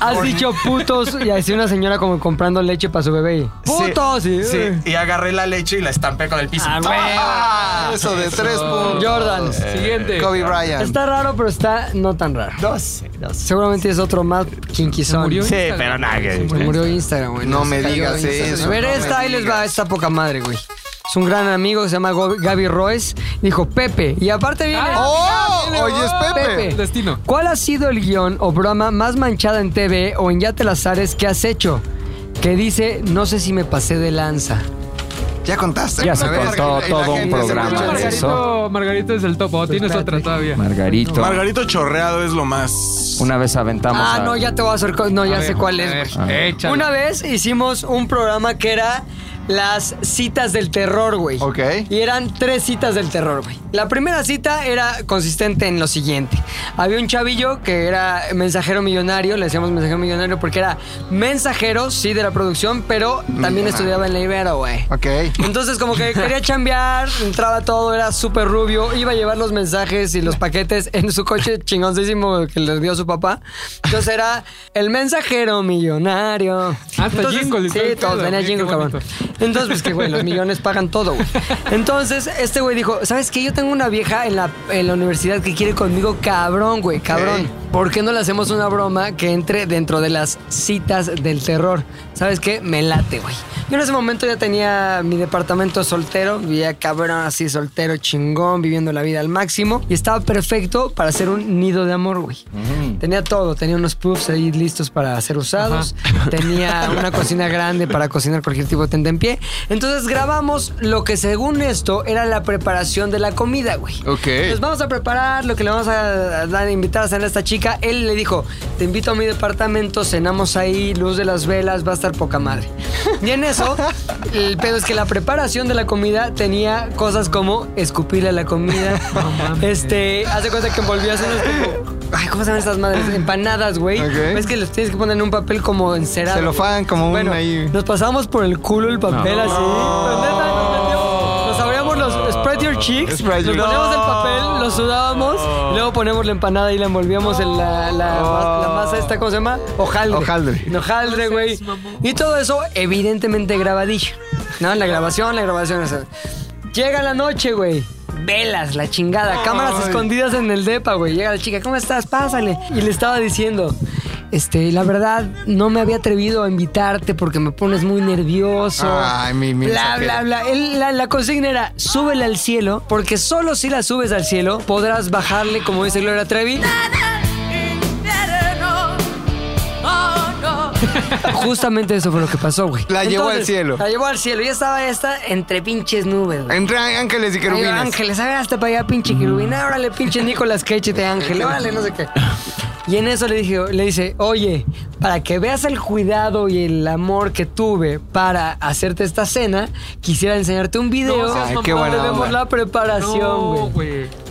Speaker 2: has dicho putos y así una señora como comprando leche para su bebé. ¡Putos!
Speaker 10: Sí,
Speaker 2: y-
Speaker 10: sí, y agarré la leche y la estampé con el piso.
Speaker 2: Ah, güey.
Speaker 10: ¡Ah!
Speaker 3: Eso de tres puntos.
Speaker 2: Jordan.
Speaker 6: Siguiente.
Speaker 3: Kobe Bryant.
Speaker 2: Está raro, pero está no tan raro.
Speaker 10: No sé, no sé.
Speaker 2: Seguramente es otro más kinky son.
Speaker 6: murió?
Speaker 10: Sí, pero nada. que-
Speaker 2: Se murió Instagram, güey. Se
Speaker 3: No me
Speaker 2: cayó
Speaker 3: digas
Speaker 2: Instagram.
Speaker 3: eso,
Speaker 2: A ver,
Speaker 3: no me
Speaker 2: esta ahí les va,
Speaker 3: digas.
Speaker 2: esta poca madre, güey. Es un gran amigo que se llama Go- Gaby Royce. Dijo Pepe. Y aparte viene.
Speaker 6: Ah,
Speaker 3: ¡Oh! Oye, es Pepe.
Speaker 2: Pepe.
Speaker 6: Destino.
Speaker 2: ¿Cuál ha sido el guión o broma más manchada en TV o en Ya te las Ares que has hecho? Que dice, no sé si me pasé de lanza.
Speaker 3: Ya contaste.
Speaker 10: Ya
Speaker 3: A
Speaker 10: se
Speaker 3: ver,
Speaker 10: contó
Speaker 3: y la
Speaker 10: todo un
Speaker 3: gente se
Speaker 2: Ah,
Speaker 10: programa
Speaker 3: escucha.
Speaker 10: de
Speaker 6: Margarito, Margarito es el
Speaker 2: Pues
Speaker 6: topo. Tienes otra todavía.
Speaker 10: Margarito.
Speaker 9: Margarito chorreado es lo más.
Speaker 10: Una vez aventamos.
Speaker 2: Ah,
Speaker 10: a-
Speaker 2: no, ya te voy a hacer. co- No, ya sé cuál es. güey.
Speaker 6: Échale.
Speaker 2: Una vez hicimos un programa que era las citas del terror, güey.
Speaker 3: Ok.
Speaker 2: Y eran tres citas del terror, güey. La primera cita era consistente en lo siguiente. Había un chavillo que era mensajero millonario, le decíamos mensajero millonario porque era mensajero, sí, de la producción, pero también estudiaba en la Ibero, güey.
Speaker 3: Ok.
Speaker 2: Entonces, como que quería chambear, entraba todo, era súper rubio, iba a llevar los mensajes y los paquetes en su coche chingoncísimo que le dio su papá. Entonces era el mensajero millonario.
Speaker 6: Hasta
Speaker 2: Entonces,
Speaker 6: Ah, jingle y todo
Speaker 2: Sí,
Speaker 6: el
Speaker 2: todos
Speaker 6: pedo,
Speaker 2: venía
Speaker 6: güey, qué
Speaker 2: jingle, cabrón.
Speaker 6: bonito.
Speaker 2: Entonces, pues que, güey, los millones pagan todo, güey. Entonces, este güey dijo, ¿sabes qué? Yo tengo una vieja en la, en la universidad que quiere conmigo, cabrón, güey, cabrón. ¿Por qué no le hacemos una broma que entre dentro de las citas del terror? ¿Sabes qué? Me late, güey. Yo en ese momento ya tenía mi departamento soltero, vivía cabrón así soltero, chingón, viviendo la vida al máximo y estaba perfecto para hacer un nido de amor, güey. Tenía todo, tenía unos puffs ahí listos para ser usados, tenía una cocina grande para cocinar cualquier tipo de tenda en pie. Entonces grabamos lo que según esto era la preparación de la comida, güey.
Speaker 3: Ok.
Speaker 2: Entonces vamos a preparar lo que le vamos a dar, invitar a cenar a esta chica. Él le dijo, te invito a mi departamento, cenamos ahí, luz de las velas, va a estar poca madre. Y en eso, el pedo es que la preparación de la comida tenía cosas como escupirle a la comida. este, hace cuenta que envolvías unos tipo Ay, ¿cómo se llaman estas madres? Empanadas, güey.
Speaker 3: Ok.
Speaker 2: Es que los tienes que poner en un papel como encerado.
Speaker 3: Se lo fan como
Speaker 2: bueno,
Speaker 3: un ahí.
Speaker 2: Nos pasamos por el culo el papel así. Pero neta, nos metió- Nos abríamos los spread your cheeks,
Speaker 3: Spread
Speaker 2: lo
Speaker 3: your-
Speaker 2: poníamos el papel, lo sudábamos, y luego ponemos la empanada y la envolvíamos en la, la, ma- la masa esta, ¿cómo se llama? Hojaldre.
Speaker 3: Hojaldre.
Speaker 2: En hojaldre, güey. Y todo eso, evidentemente, grabadillo. ¿No? La grabación, la grabación. o sea. Llega la noche, güey. Velas, la chingada. Cámaras
Speaker 6: Ay.
Speaker 2: escondidas en el depa, güey. Llega la chica, ¿cómo estás? Pásale. Y le estaba diciendo, este, la verdad, no me había atrevido a invitarte porque me pones muy nervioso.
Speaker 3: Ay, mi- mi
Speaker 2: Bla,
Speaker 3: mensajero.
Speaker 2: bla, bla. El- la, la consigna era, súbela al cielo, porque solo si la subes al cielo podrás bajarle, como dice Gloria Trevi. Justamente eso fue lo que pasó, güey.
Speaker 3: La llevó al cielo.
Speaker 2: La llevó al cielo. Ya estaba esta entre pinches nubes, güey.
Speaker 3: Entre ángeles y querubines.
Speaker 2: Ay, ángeles, a ver, hasta para allá, pinche querubín. Ah, Órale, pinche Nicolas Cage de ángel. Órale, no sé qué. Y en eso le dije, le dice, oye, para que veas el cuidado y el amor que tuve para hacerte esta cena, quisiera enseñarte un video.
Speaker 6: No seas Ay,
Speaker 3: qué mamón. buena
Speaker 2: Tenemos
Speaker 3: onda.
Speaker 2: la preparación, güey.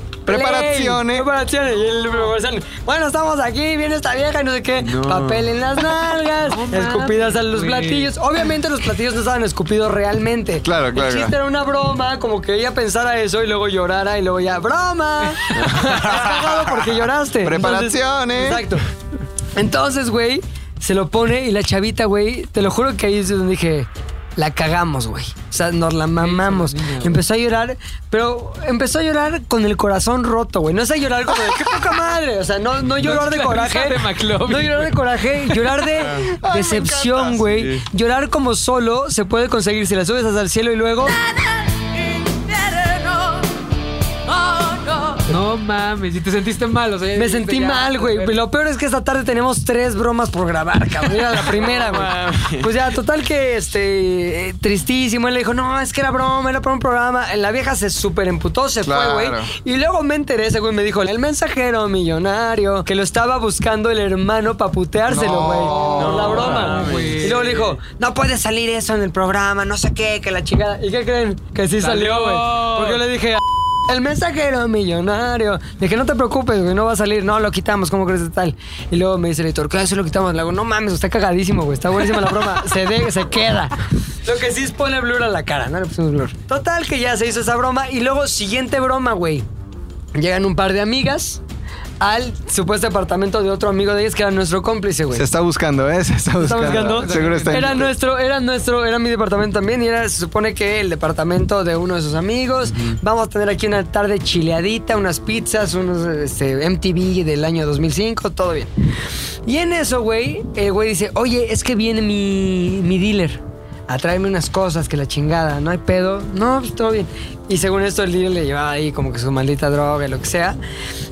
Speaker 2: Play,
Speaker 3: Preparaciones.
Speaker 2: Preparaciones. Y el preparación, Bueno, estamos aquí, viene esta vieja y no sé qué. Papel en las nalgas, escupidas a los
Speaker 6: güey.
Speaker 2: platillos. Obviamente los platillos no estaban escupidos realmente.
Speaker 3: Claro, claro,
Speaker 2: El chiste
Speaker 3: claro.
Speaker 2: era una broma, como que ella pensara eso y luego llorara y luego ya, ¡broma! Estás cagado porque lloraste.
Speaker 3: Preparaciones.
Speaker 2: Entonces, exacto. Entonces, güey, se lo pone y la chavita, güey, te lo juro que ahí es donde dije, la cagamos, güey. O sea, nos la mamamos. Empezó a llorar, pero empezó a llorar con el corazón roto, güey. No es a llorar como de, qué poca madre. O sea, no, no llorar
Speaker 6: es
Speaker 2: de
Speaker 6: la
Speaker 2: coraje.
Speaker 6: risa de McLovin,
Speaker 2: no llorar de
Speaker 6: güey. Ah.
Speaker 2: coraje, llorar de decepción, güey. Llorar como solo se puede conseguir si la subes hasta el cielo y luego...
Speaker 6: No mames, y te sentiste mal, o sea,
Speaker 2: Me sentí mal, güey.
Speaker 3: pues,
Speaker 2: Lo peor es que esta tarde tenemos tres bromas por grabar, cabrón. Era la primera, güey. Pues ya, total que, este, eh, tristísimo. Él le dijo, no, es que era broma, era para un programa. La vieja se súper emputó, se
Speaker 3: Claro.
Speaker 2: fue, güey. Y luego me enteré, ese güey me dijo, el mensajero millonario, que lo estaba buscando el hermano para puteárselo,
Speaker 3: No,
Speaker 2: güey. por la
Speaker 3: no
Speaker 2: broma.
Speaker 6: mames.
Speaker 2: Y luego le dijo, no puede salir eso en el programa, no sé qué, que la chingada. ¿Y qué creen? Que sí salió,
Speaker 6: Salió.
Speaker 2: güey. Porque yo le dije, el mensajero millonario. Dije, no te preocupes, güey, no va a salir. No, lo quitamos, ¿cómo crees que tal? Y luego me dice el editor, claro, eso lo quitamos. Le hago, no mames, está cagadísimo, güey. Está buenísima la broma. Se, de- se queda. Lo que sí es pone blur a la cara, ¿no? Le pusimos blur. Total, que ya se hizo esa broma. Y luego, siguiente broma, güey. Llegan un par de amigas al supuesto apartamento de otro amigo de ellas que era nuestro cómplice, güey.
Speaker 3: Se está buscando, ¿eh? Se está
Speaker 2: ¿Está
Speaker 3: buscando.
Speaker 2: buscando?
Speaker 3: Seguro está en
Speaker 2: era
Speaker 3: YouTube.
Speaker 2: nuestro, era nuestro, era mi departamento también y era, se supone que el departamento de uno de sus amigos. Vamos a tener aquí una tarde chileadita, unas pizzas, unos este, MTV del año 2005, todo bien. Y en eso, güey, el güey dice, oye, es que viene mi, mi dealer a traerme unas cosas que la chingada, no hay pedo. No, pues todo bien. Y según esto, el dealer le llevaba ahí como que su maldita droga, lo que sea.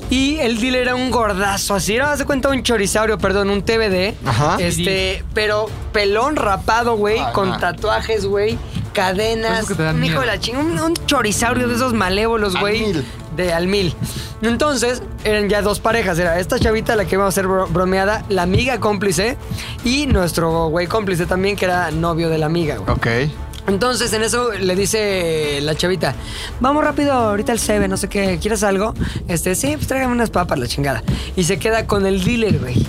Speaker 2: Y el dealer era un gordazo, así, no, se cuenta un chorizaurio, perdón, un TBD.
Speaker 3: Ajá.
Speaker 2: Este, pero pelón rapado, güey,
Speaker 3: Ajá.
Speaker 2: con tatuajes, güey, cadenas,
Speaker 6: Eso que te dan
Speaker 2: un hijo de
Speaker 6: miedo.
Speaker 2: la chingada, un, un chorizaurio de esos malévolos, güey.
Speaker 3: mil.
Speaker 2: De al mil. Entonces, eran ya dos parejas. Era esta chavita la que iba a ser bro- bromeada, la amiga cómplice y nuestro güey cómplice también, que era novio de la amiga, güey.
Speaker 3: Ok.
Speaker 2: Entonces en eso le dice la chavita, vamos rápido ahorita al Seven, no sé qué, ¿quieres algo? Este, sí, pues tráigame unas papas, la chingada. Y se queda con el dealer, güey.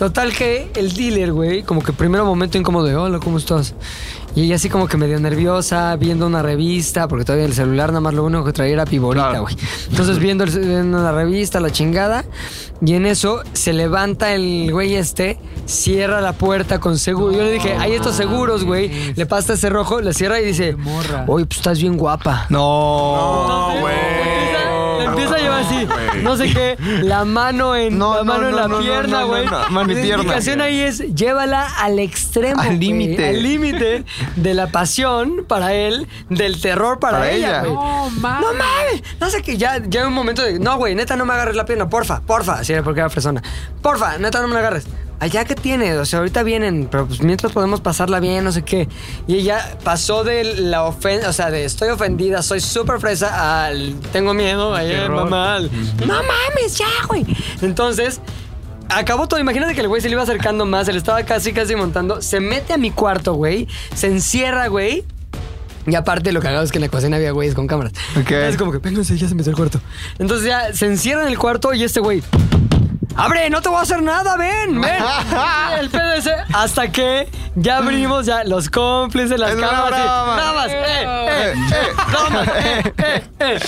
Speaker 2: Total que el dealer, güey, como que primero momento incómodo de, hola, ¿cómo estás? Y ella así como que medio nerviosa, viendo una revista, porque todavía el celular nada más lo único que traía era piborita, güey. Entonces viendo, el- viendo la revista, la chingada, y en eso se levanta el güey este, cierra la puerta con seguro. Yo le dije, hay estos seguros, güey. Le pasa ese rojo, le cierra y dice, oye, pues estás bien guapa.
Speaker 3: No.
Speaker 2: Entonces, empieza- le empieza a llevar así, no sé qué, la mano en,
Speaker 3: No,
Speaker 2: la,
Speaker 3: no,
Speaker 2: mano en
Speaker 3: no,
Speaker 2: la
Speaker 3: no, no,
Speaker 2: pierna,
Speaker 3: no,
Speaker 2: güey.
Speaker 3: no, no, mano y
Speaker 2: la
Speaker 3: pierna.
Speaker 2: indicación ahí es llévala al extremo.
Speaker 3: Al
Speaker 2: güey,
Speaker 3: límite.
Speaker 2: Al límite de la pasión para él, del terror para,
Speaker 3: Para
Speaker 2: ella,
Speaker 3: ella.
Speaker 2: güey.
Speaker 6: No mames.
Speaker 2: No mames. No sé que ya llega un momento de, no, güey, neta, no me agarres la pierna, porfa, porfa. Así era porque era persona. Porfa, neta, no me la agarres. Allá que tiene, o sea, ahorita vienen, pero pues mientras podemos pasarla bien, no sé qué. Y ella pasó de la ofensa, o sea, de estoy ofendida, soy súper fresa, al tengo miedo, ay, mamá. al, No mames, ya, güey. Entonces, Acabó todo, imagínate que el güey se le iba acercando más, se le estaba casi, casi montando. Se mete a mi cuarto, güey. Se encierra, güey. Y aparte lo cagado es que en la cocina había güeyes con cámaras.
Speaker 3: Ok.
Speaker 2: Es como que, vénganse, ya se metió el cuarto. Entonces ya se encierra en el cuarto y este güey ¡Abre! ¡No te voy a hacer nada! ¡Ven! ¡Ven! Y el pedo ese, Hasta que ya abrimos ya los cómplices, las
Speaker 6: Es una
Speaker 2: cámaras. y-
Speaker 6: broma.
Speaker 2: Nada más. ¡Eh! ¡Eh! ¡Eh! bromas, ¡Eh! ¡Eh! ¡Eh!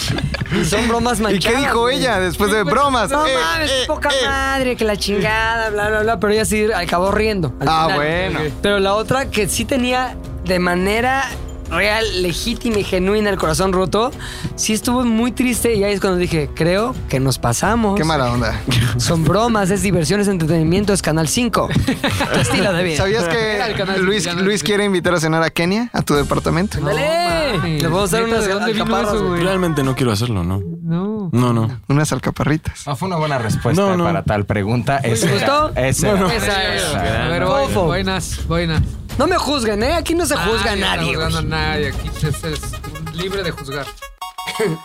Speaker 2: Y son bromas
Speaker 3: ¿Y
Speaker 2: manchadas.
Speaker 3: qué dijo
Speaker 2: güey.
Speaker 3: ella después de
Speaker 2: Sí, pues,
Speaker 3: bromas?
Speaker 2: No
Speaker 3: Eh,
Speaker 2: mames,
Speaker 3: eh,
Speaker 2: poca madre, que la chingada, bla, bla, bla. Pero ella sí acabó riendo. al
Speaker 3: Ah,
Speaker 2: final.
Speaker 3: bueno.
Speaker 2: Pero la otra que sí tenía de manera real, legítima y genuina el corazón roto, sí estuvo muy triste y ahí es cuando dije, creo que nos pasamos.
Speaker 3: Qué mala onda.
Speaker 2: Son bromas, es diversión, es entretenimiento, es Canal 5. Tu estilo de vida.
Speaker 3: ¿Sabías
Speaker 2: Era el
Speaker 3: que
Speaker 2: canal
Speaker 3: Luis,
Speaker 2: cinco, ya no
Speaker 3: Luis quiere invitar a cenar a Kenia, a tu departamento?
Speaker 2: ¡Dale! Le puedo dar unas alcaparras, güey.
Speaker 9: Realmente no quiero hacerlo, ¿no?
Speaker 2: No.
Speaker 9: No, no.
Speaker 3: Unas alcaparritas.
Speaker 10: No Ah, fue una buena respuesta
Speaker 9: No, no.
Speaker 10: para tal pregunta. Ese
Speaker 2: ¿Les
Speaker 10: era-
Speaker 2: gustó?
Speaker 10: ese
Speaker 2: No, no.
Speaker 10: era.
Speaker 2: Esa
Speaker 6: es.
Speaker 10: Gran-
Speaker 6: Pero
Speaker 2: Fofo.
Speaker 6: bueno, buenas, buenas.
Speaker 2: No me juzguen, ¿eh? Aquí no
Speaker 6: Ah,
Speaker 2: se juzga a nadie.
Speaker 6: No
Speaker 2: güey.
Speaker 6: a nadie. Aquí es, es libre de juzgar.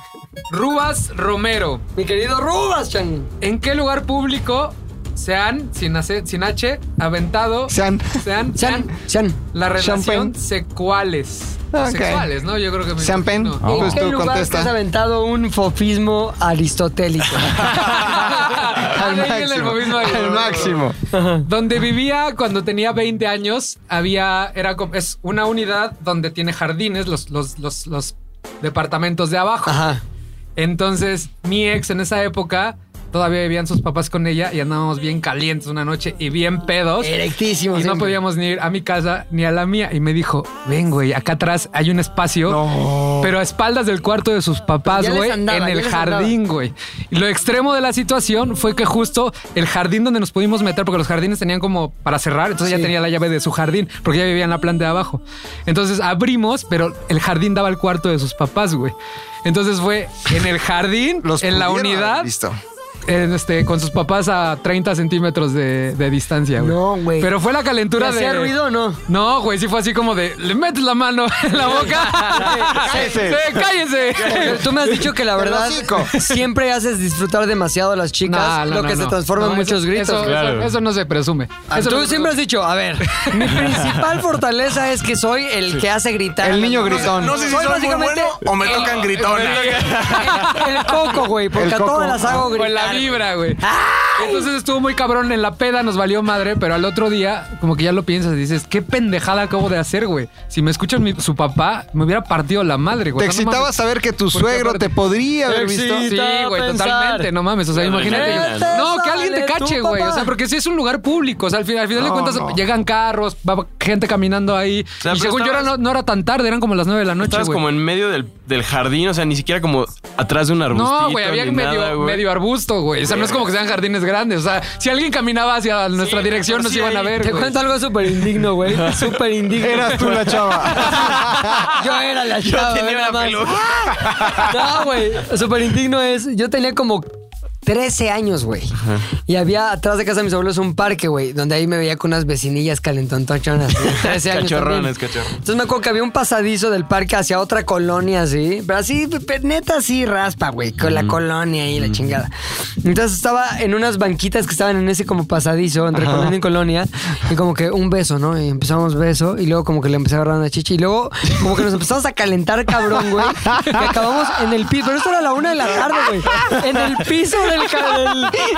Speaker 6: Rubas Romero.
Speaker 2: Mi querido Rubas, Chan.
Speaker 6: ¿En qué lugar público se han, sin, hace- sin H, aventado?
Speaker 3: Se han-
Speaker 6: Se han.
Speaker 2: se han- se han-
Speaker 6: La relación
Speaker 3: Champagne. Ah,
Speaker 6: secuales.
Speaker 3: Ok.
Speaker 6: Sexuales, ¿no? Yo creo que. me
Speaker 3: Champagne.
Speaker 6: imagino.
Speaker 3: Oh. Pues
Speaker 2: ¿En qué
Speaker 3: tú
Speaker 2: lugar te
Speaker 3: contesta.
Speaker 2: has aventado un fofismo aristotélico?
Speaker 6: Ah, de ahí viene el fofismo ahí.
Speaker 3: al máximo.
Speaker 6: Donde vivía cuando tenía 20 años, había, era como- es una unidad donde tiene jardines, los, los, los, los departamentos de abajo.
Speaker 2: Ajá.
Speaker 6: Entonces, mi ex en esa época, todavía vivían sus papás con ella y andábamos bien calientes una noche y bien pedos.
Speaker 2: Erectísimo.
Speaker 6: Y no
Speaker 2: siempre.
Speaker 6: podíamos ni ir a mi casa ni a la mía. Y me dijo, ven, güey, acá atrás hay un espacio, pero a espaldas del cuarto de sus
Speaker 2: Pero
Speaker 6: papás,
Speaker 2: ya les
Speaker 6: güey, en
Speaker 2: andaba, ya
Speaker 6: el
Speaker 2: les andaba.
Speaker 6: jardín, güey. Y lo extremo de la situación fue que justo el jardín donde nos pudimos meter, porque los jardines tenían como para cerrar, entonces
Speaker 2: Sí.
Speaker 6: ya tenía la llave de su jardín, porque ya vivía en la planta de abajo. Entonces abrimos, pero el jardín daba al cuarto de sus papás, güey. Entonces fue en el jardín,
Speaker 3: Los
Speaker 6: en la
Speaker 3: pudieron haber
Speaker 6: unidad,
Speaker 3: visto.
Speaker 6: en este, con sus papás a 30 centímetros de, de distancia, güey.
Speaker 2: No, güey.
Speaker 6: Pero fue la calentura
Speaker 2: ¿Hacía
Speaker 6: de.
Speaker 2: ruido o no?
Speaker 6: No, güey, sí fue así como de. Le metes la mano en la boca.
Speaker 3: Cállese.
Speaker 6: Sí, cállese.
Speaker 2: Tú me has dicho que la
Speaker 3: El
Speaker 2: verdad
Speaker 3: hocico.
Speaker 2: siempre haces disfrutar demasiado a las chicas,
Speaker 6: No, no,
Speaker 2: lo
Speaker 6: no,
Speaker 2: que se
Speaker 6: no.
Speaker 2: transforma
Speaker 6: No,
Speaker 2: en muchos
Speaker 6: eso-
Speaker 2: gritos.
Speaker 6: Eso,
Speaker 2: güey.
Speaker 6: eso- eso no se presume.
Speaker 2: Ah,
Speaker 6: Eso
Speaker 2: Tú
Speaker 6: no se
Speaker 2: siempre has
Speaker 6: presume.
Speaker 2: dicho, a ver, mi principal fortaleza es que soy el que hace gritar.
Speaker 3: El
Speaker 2: a
Speaker 3: niño
Speaker 2: los demás.
Speaker 3: gritón.
Speaker 9: No sé si
Speaker 2: Soy
Speaker 9: soy muy
Speaker 2: básicamente
Speaker 9: bueno o Eh, me tocan gritones.
Speaker 2: el coco, güey, porque
Speaker 3: El
Speaker 2: a
Speaker 3: coco.
Speaker 2: todas las hago gritar.
Speaker 6: Con la vibra, güey. Entonces estuvo muy cabrón en la peda, nos valió madre, pero al otro día, como que ya lo piensas y dices, qué pendejada acabo de hacer, güey. Si me escuchan mi- su papá, me hubiera partido la madre,
Speaker 3: ¿Te
Speaker 6: güey. O sea, Pues no
Speaker 3: excitaba
Speaker 6: mames.
Speaker 3: saber que tu
Speaker 6: Porque
Speaker 3: suegro
Speaker 6: aparte-
Speaker 3: te podría haber visto?
Speaker 6: Sí, güey,
Speaker 2: pensar.
Speaker 6: totalmente, no mames. O sea, imagínate.
Speaker 2: Imagínate.
Speaker 6: No, que alguien te
Speaker 2: Sale tu
Speaker 6: cache, güey.
Speaker 2: papá.
Speaker 6: O sea, porque si es un lugar público. O sea, al final, al final de cuentas llegan carros, va gente caminando ahí.
Speaker 4: sea,
Speaker 6: y
Speaker 4: pero
Speaker 6: según yo era,
Speaker 4: estabas-
Speaker 6: no, no era tan tarde, eran como las nueve de la noche,
Speaker 4: Estabas
Speaker 6: güey.
Speaker 4: como en medio del, del jardín, o sea, ni siquiera como atrás de un arbustito.
Speaker 6: No, güey, había
Speaker 4: ni
Speaker 6: medio,
Speaker 4: nada, güey.
Speaker 6: medio arbusto, güey. O sea, no es como que sean jardines grandes. O sea, si alguien caminaba hacia nuestra dirección, nos iban a ver.
Speaker 2: pues Te
Speaker 6: güey.
Speaker 2: cuento algo súper indigno, güey. Súper indigno.
Speaker 3: Eras tú la chava.
Speaker 2: Yo era la chava.
Speaker 4: tenía
Speaker 2: nada
Speaker 4: una
Speaker 2: más.
Speaker 4: peluca.
Speaker 2: No, güey. Súper indigno es. Yo tenía como 13 años, güey. Y había atrás de casa de mis abuelos un parque, güey, donde ahí me veía con unas vecinillas calentontochonas. güey, 13 años.
Speaker 4: Cachorrones,
Speaker 2: también.
Speaker 4: cachorrones.
Speaker 2: Entonces me acuerdo que había un pasadizo del parque hacia otra colonia, así. Pero así, pe- neta, así raspa, güey, con la colonia y la chingada. Entonces estaba en unas banquitas que estaban en ese como pasadizo entre colonia y colonia. Y como que un beso, ¿no? Y empezamos beso. Y luego como que le empecé a agarrar una chichi. Y luego como que nos empezamos a calentar, cabrón, güey. Y acabamos en el piso. Pero esto era a la una de la tarde, güey. En el piso del... ca- del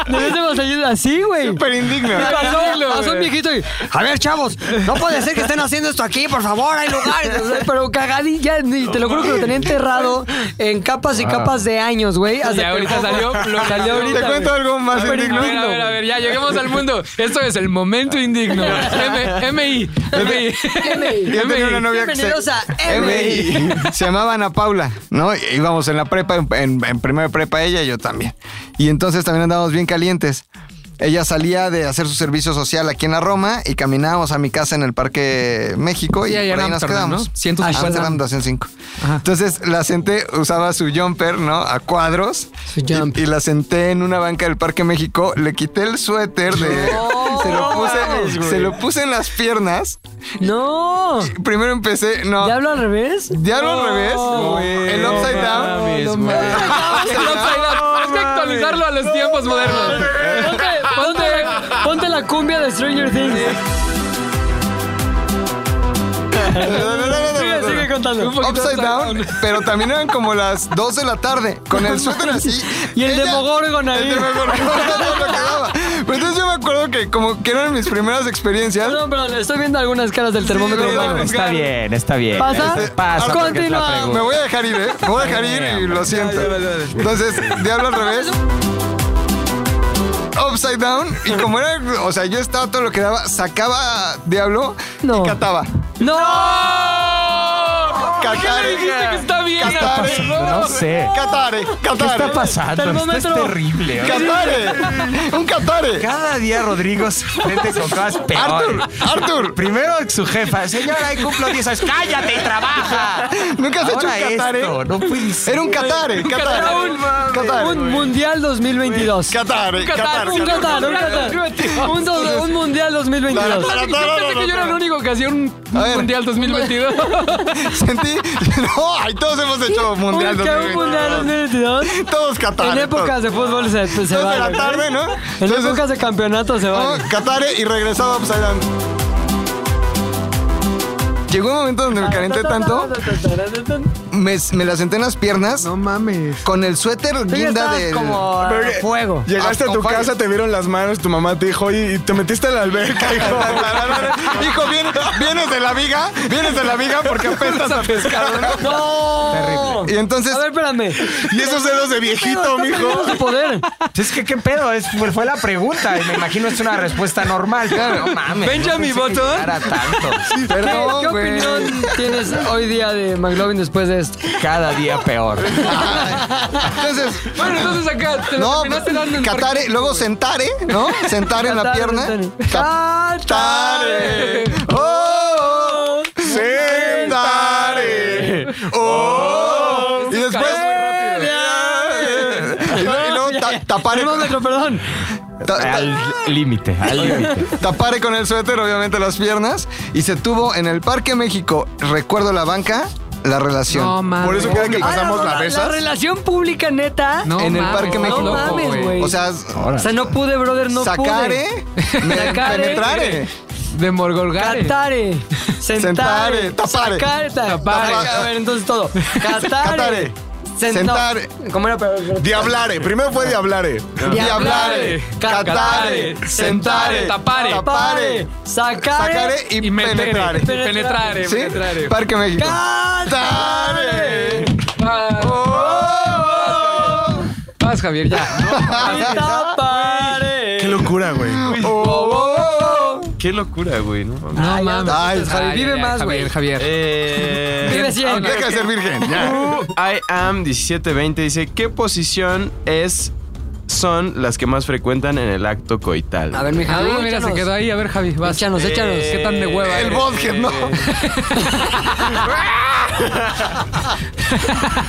Speaker 2: nos hubiésemos ayudado así, güey.
Speaker 3: Súper indigno.
Speaker 2: Y pasó,
Speaker 6: Tranquilo,
Speaker 2: pasó un
Speaker 6: güey.
Speaker 2: viejito y, a ver, chavos, no puede ser que estén haciendo esto aquí, por favor, hay lugares. O sea, Pero cagadilla, ni- te lo juro que lo tenía enterrado en capas y capas de años, güey.
Speaker 6: Y
Speaker 2: hasta que-
Speaker 6: ahorita salió, lo salió ahorita.
Speaker 3: Te
Speaker 6: güey.
Speaker 3: cuento algo más
Speaker 6: A ver,
Speaker 3: indigno.
Speaker 6: a ver, a ver, a ver, ya lleguemos al mundo. Esto es el momento indigno. M, MI. MI.
Speaker 3: Yo tenía una novia que se-
Speaker 2: Bienvenidos a MI.
Speaker 3: MI. Se llamaba Ana Paula, ¿no? Y Íbamos en la prepa, en, en, en primera prepa ella y yo también. Y entonces también andábamos bien calientes. Ella salía de hacer su servicio social aquí en la Roma y caminábamos a mi casa en el Parque México
Speaker 6: Sí,
Speaker 3: y
Speaker 6: ahí
Speaker 3: por ahí
Speaker 6: en
Speaker 3: nos Ah,
Speaker 6: Amsterdam,
Speaker 3: quedamos.
Speaker 6: ¿no? 150.
Speaker 3: Amsterdam 205. Entonces la senté, usaba su jumper, ¿no? A cuadros.
Speaker 2: Su
Speaker 3: Y-
Speaker 2: jumper.
Speaker 3: Y, la senté en una banca del Parque México, le quité el suéter de... se, lo puse, se lo puse en las piernas.
Speaker 2: No.
Speaker 3: Primero empecé, no.
Speaker 2: ¿Ya hablo al revés?
Speaker 3: Ya lo al revés. el upside down.
Speaker 6: Es el upside down. Hay que actualizarlo a los tiempos modernos.
Speaker 2: Ponte, ponte, ponte la cumbia de Stranger Things. Sigue, sigue
Speaker 5: contando.
Speaker 3: Upside down, pero también eran como las 2 de la tarde, con el suéter así.
Speaker 5: Y el
Speaker 3: Ella-
Speaker 5: Demogorgon ahí.
Speaker 3: El Demogorgon no lo quedaba. Pero entonces yo me acuerdo que como que eran mis primeras experiencias.
Speaker 5: No, pero estoy viendo algunas caras del termómetro.
Speaker 3: humano.
Speaker 10: Está bien, está bien.
Speaker 5: ¿Pasa?
Speaker 10: Este, Pasa.
Speaker 5: Continúa.
Speaker 10: porque es la pregunta.
Speaker 3: Me voy a dejar ir, ¿eh? Me voy a dejar ir y lo siento. Entonces, diablo al revés. Upside down. Y como era, o sea, yo estaba todo lo que daba, sacaba diablo y cataba.
Speaker 5: ¡No!
Speaker 3: Catare.
Speaker 6: dijiste que está bien?
Speaker 3: Catare.
Speaker 10: No sé.
Speaker 3: Catare.
Speaker 10: ¿Qué está
Speaker 3: Catare.
Speaker 10: pasando? Esto es
Speaker 5: Termómetro.
Speaker 10: terrible. oye.
Speaker 3: Catare. Un catare.
Speaker 10: Cada día Rodrigo se mete con cosas peores.
Speaker 3: Arthur, Arthur.
Speaker 10: Primero su jefa, señora, ahí cumplo 10 años. ¡Cállate y trabaja!
Speaker 3: Nunca has hecho
Speaker 10: Ahora
Speaker 3: un catare.
Speaker 10: esto, no puede ser.
Speaker 3: Era un catare. Catare. Catare.
Speaker 5: Un mundial 2022.
Speaker 3: Catare. Catare.
Speaker 5: Un Qatar, un Qatar. Un, do- un mundial 2022.
Speaker 3: Claro, claro,
Speaker 6: Yo pensé
Speaker 3: no, no,
Speaker 6: que yo era
Speaker 3: no.
Speaker 6: el único que hacía un
Speaker 3: A ver.
Speaker 6: Mundial 2022.
Speaker 3: Sentí. No, ay, todos hemos hecho mundial
Speaker 5: Un ca- un mundial
Speaker 3: 2022.
Speaker 5: 2022.
Speaker 3: Todos Qatar.
Speaker 5: En épocas de fútbol
Speaker 6: pues,
Speaker 5: se, se
Speaker 3: Dos
Speaker 5: va.
Speaker 3: de la
Speaker 5: güey.
Speaker 3: tarde, ¿no?
Speaker 5: En
Speaker 3: Entonces,
Speaker 5: épocas de campeonato se va.
Speaker 3: vamos, Catare y pues, regresado Upside Down. Llegó un momento donde me calenté tanto, me, me la senté en las piernas
Speaker 5: No mames.
Speaker 3: con el suéter guinda de.
Speaker 5: como a
Speaker 9: Pero que-
Speaker 5: fuego.
Speaker 9: Llegaste a tu casa, te vieron las manos, tu mamá te dijo, oye, y te metiste a la alberca, hijo.
Speaker 3: Hijo, ¿vien- vienes de la viga, vienes de la viga porque apestas a pescado.
Speaker 5: ¡No!
Speaker 3: Y entonces,
Speaker 5: A ver, espérame.
Speaker 9: y esos dedos de viejito, mijo.
Speaker 5: Tenemos de poder.
Speaker 10: Es que qué pedo, es, fue, fue la pregunta. y Me imagino es una respuesta normal. Claro. No mames.
Speaker 5: Benjamin
Speaker 10: no pensé que
Speaker 5: Button.
Speaker 10: llegara tanto.
Speaker 5: ¿Qué,
Speaker 3: perdón,
Speaker 5: qué
Speaker 3: güey.
Speaker 5: opinión tienes hoy día de McLovin después de esto?
Speaker 10: Cada día peor.
Speaker 3: Entonces,
Speaker 6: bueno, entonces acá te lo
Speaker 3: no, pues,
Speaker 6: terminaste dando en
Speaker 3: catare,
Speaker 6: parque.
Speaker 3: luego sentare, ¿no? Sentar en la
Speaker 5: Qatar,
Speaker 3: pierna.
Speaker 5: Qatar.
Speaker 3: Tare. Oh, sentare. Oh. Y después. Y luego- y luego ta- tapare,
Speaker 5: Termómetro, perdón.
Speaker 3: ta-
Speaker 10: Al límite, al límite.
Speaker 3: ta- tapare con el suéter, obviamente, las piernas. Y se tuvo en el Parque México, recuerdo la banca, la relación.
Speaker 6: No mames.
Speaker 9: Por eso que era que pasamos la
Speaker 5: Ah, La
Speaker 9: besas.
Speaker 5: relación pública, neta.
Speaker 6: No
Speaker 3: en el
Speaker 6: mames,
Speaker 3: Parque México.
Speaker 5: No
Speaker 6: loco,
Speaker 5: mames, güey.
Speaker 3: o sea,
Speaker 5: O sea, no pude, brother, no
Speaker 3: sacare, me-
Speaker 5: Sacare.
Speaker 3: penetrare.
Speaker 6: De
Speaker 5: pude.
Speaker 6: Morgolgare.
Speaker 5: Catare.
Speaker 3: Sentare,
Speaker 5: Sentare.
Speaker 3: tapare.
Speaker 5: Sacare. ta-
Speaker 6: Tapare.
Speaker 5: A ver, entonces todo. Catare.
Speaker 3: Catare.
Speaker 5: sen- no.
Speaker 3: Sentare.
Speaker 5: ¿Cómo era? Pero-
Speaker 9: Diablare, primero fue diablare.
Speaker 3: Diablare, catare, sentare,
Speaker 6: Tapare.
Speaker 3: tapare, sacare
Speaker 5: Sacare.
Speaker 3: y,
Speaker 6: Y metere.
Speaker 3: penetrare.
Speaker 6: Penetrare.
Speaker 3: ¿Sí?
Speaker 6: Penetrare.
Speaker 3: Parque México.
Speaker 5: Catare.
Speaker 3: Catare.
Speaker 6: Ah,
Speaker 3: Oh,
Speaker 6: Vas, Javier, ya.
Speaker 5: Tapare.
Speaker 9: Qué locura, güey.
Speaker 3: oh, oh, oh.
Speaker 4: Qué locura, güey, ¿no?
Speaker 6: No mames.
Speaker 3: Ay, Javi,
Speaker 5: vive más, güey.
Speaker 6: Javier, Javier.
Speaker 5: Vive
Speaker 4: Eh,
Speaker 5: cien.
Speaker 3: Deja de ser virgen. Ya.
Speaker 4: I am 1720 dice, ¿qué posición es son las que más frecuentan en el acto coital?
Speaker 2: A ver, mi
Speaker 6: Ah,
Speaker 2: Javi,
Speaker 6: mira, se
Speaker 2: échanos.
Speaker 6: quedó ahí. A ver, Javi, vas.
Speaker 2: Échanos, échanos.
Speaker 4: Eh,
Speaker 6: ¿Qué tan de hueva
Speaker 3: El
Speaker 6: eres?
Speaker 3: bosque, ¿no?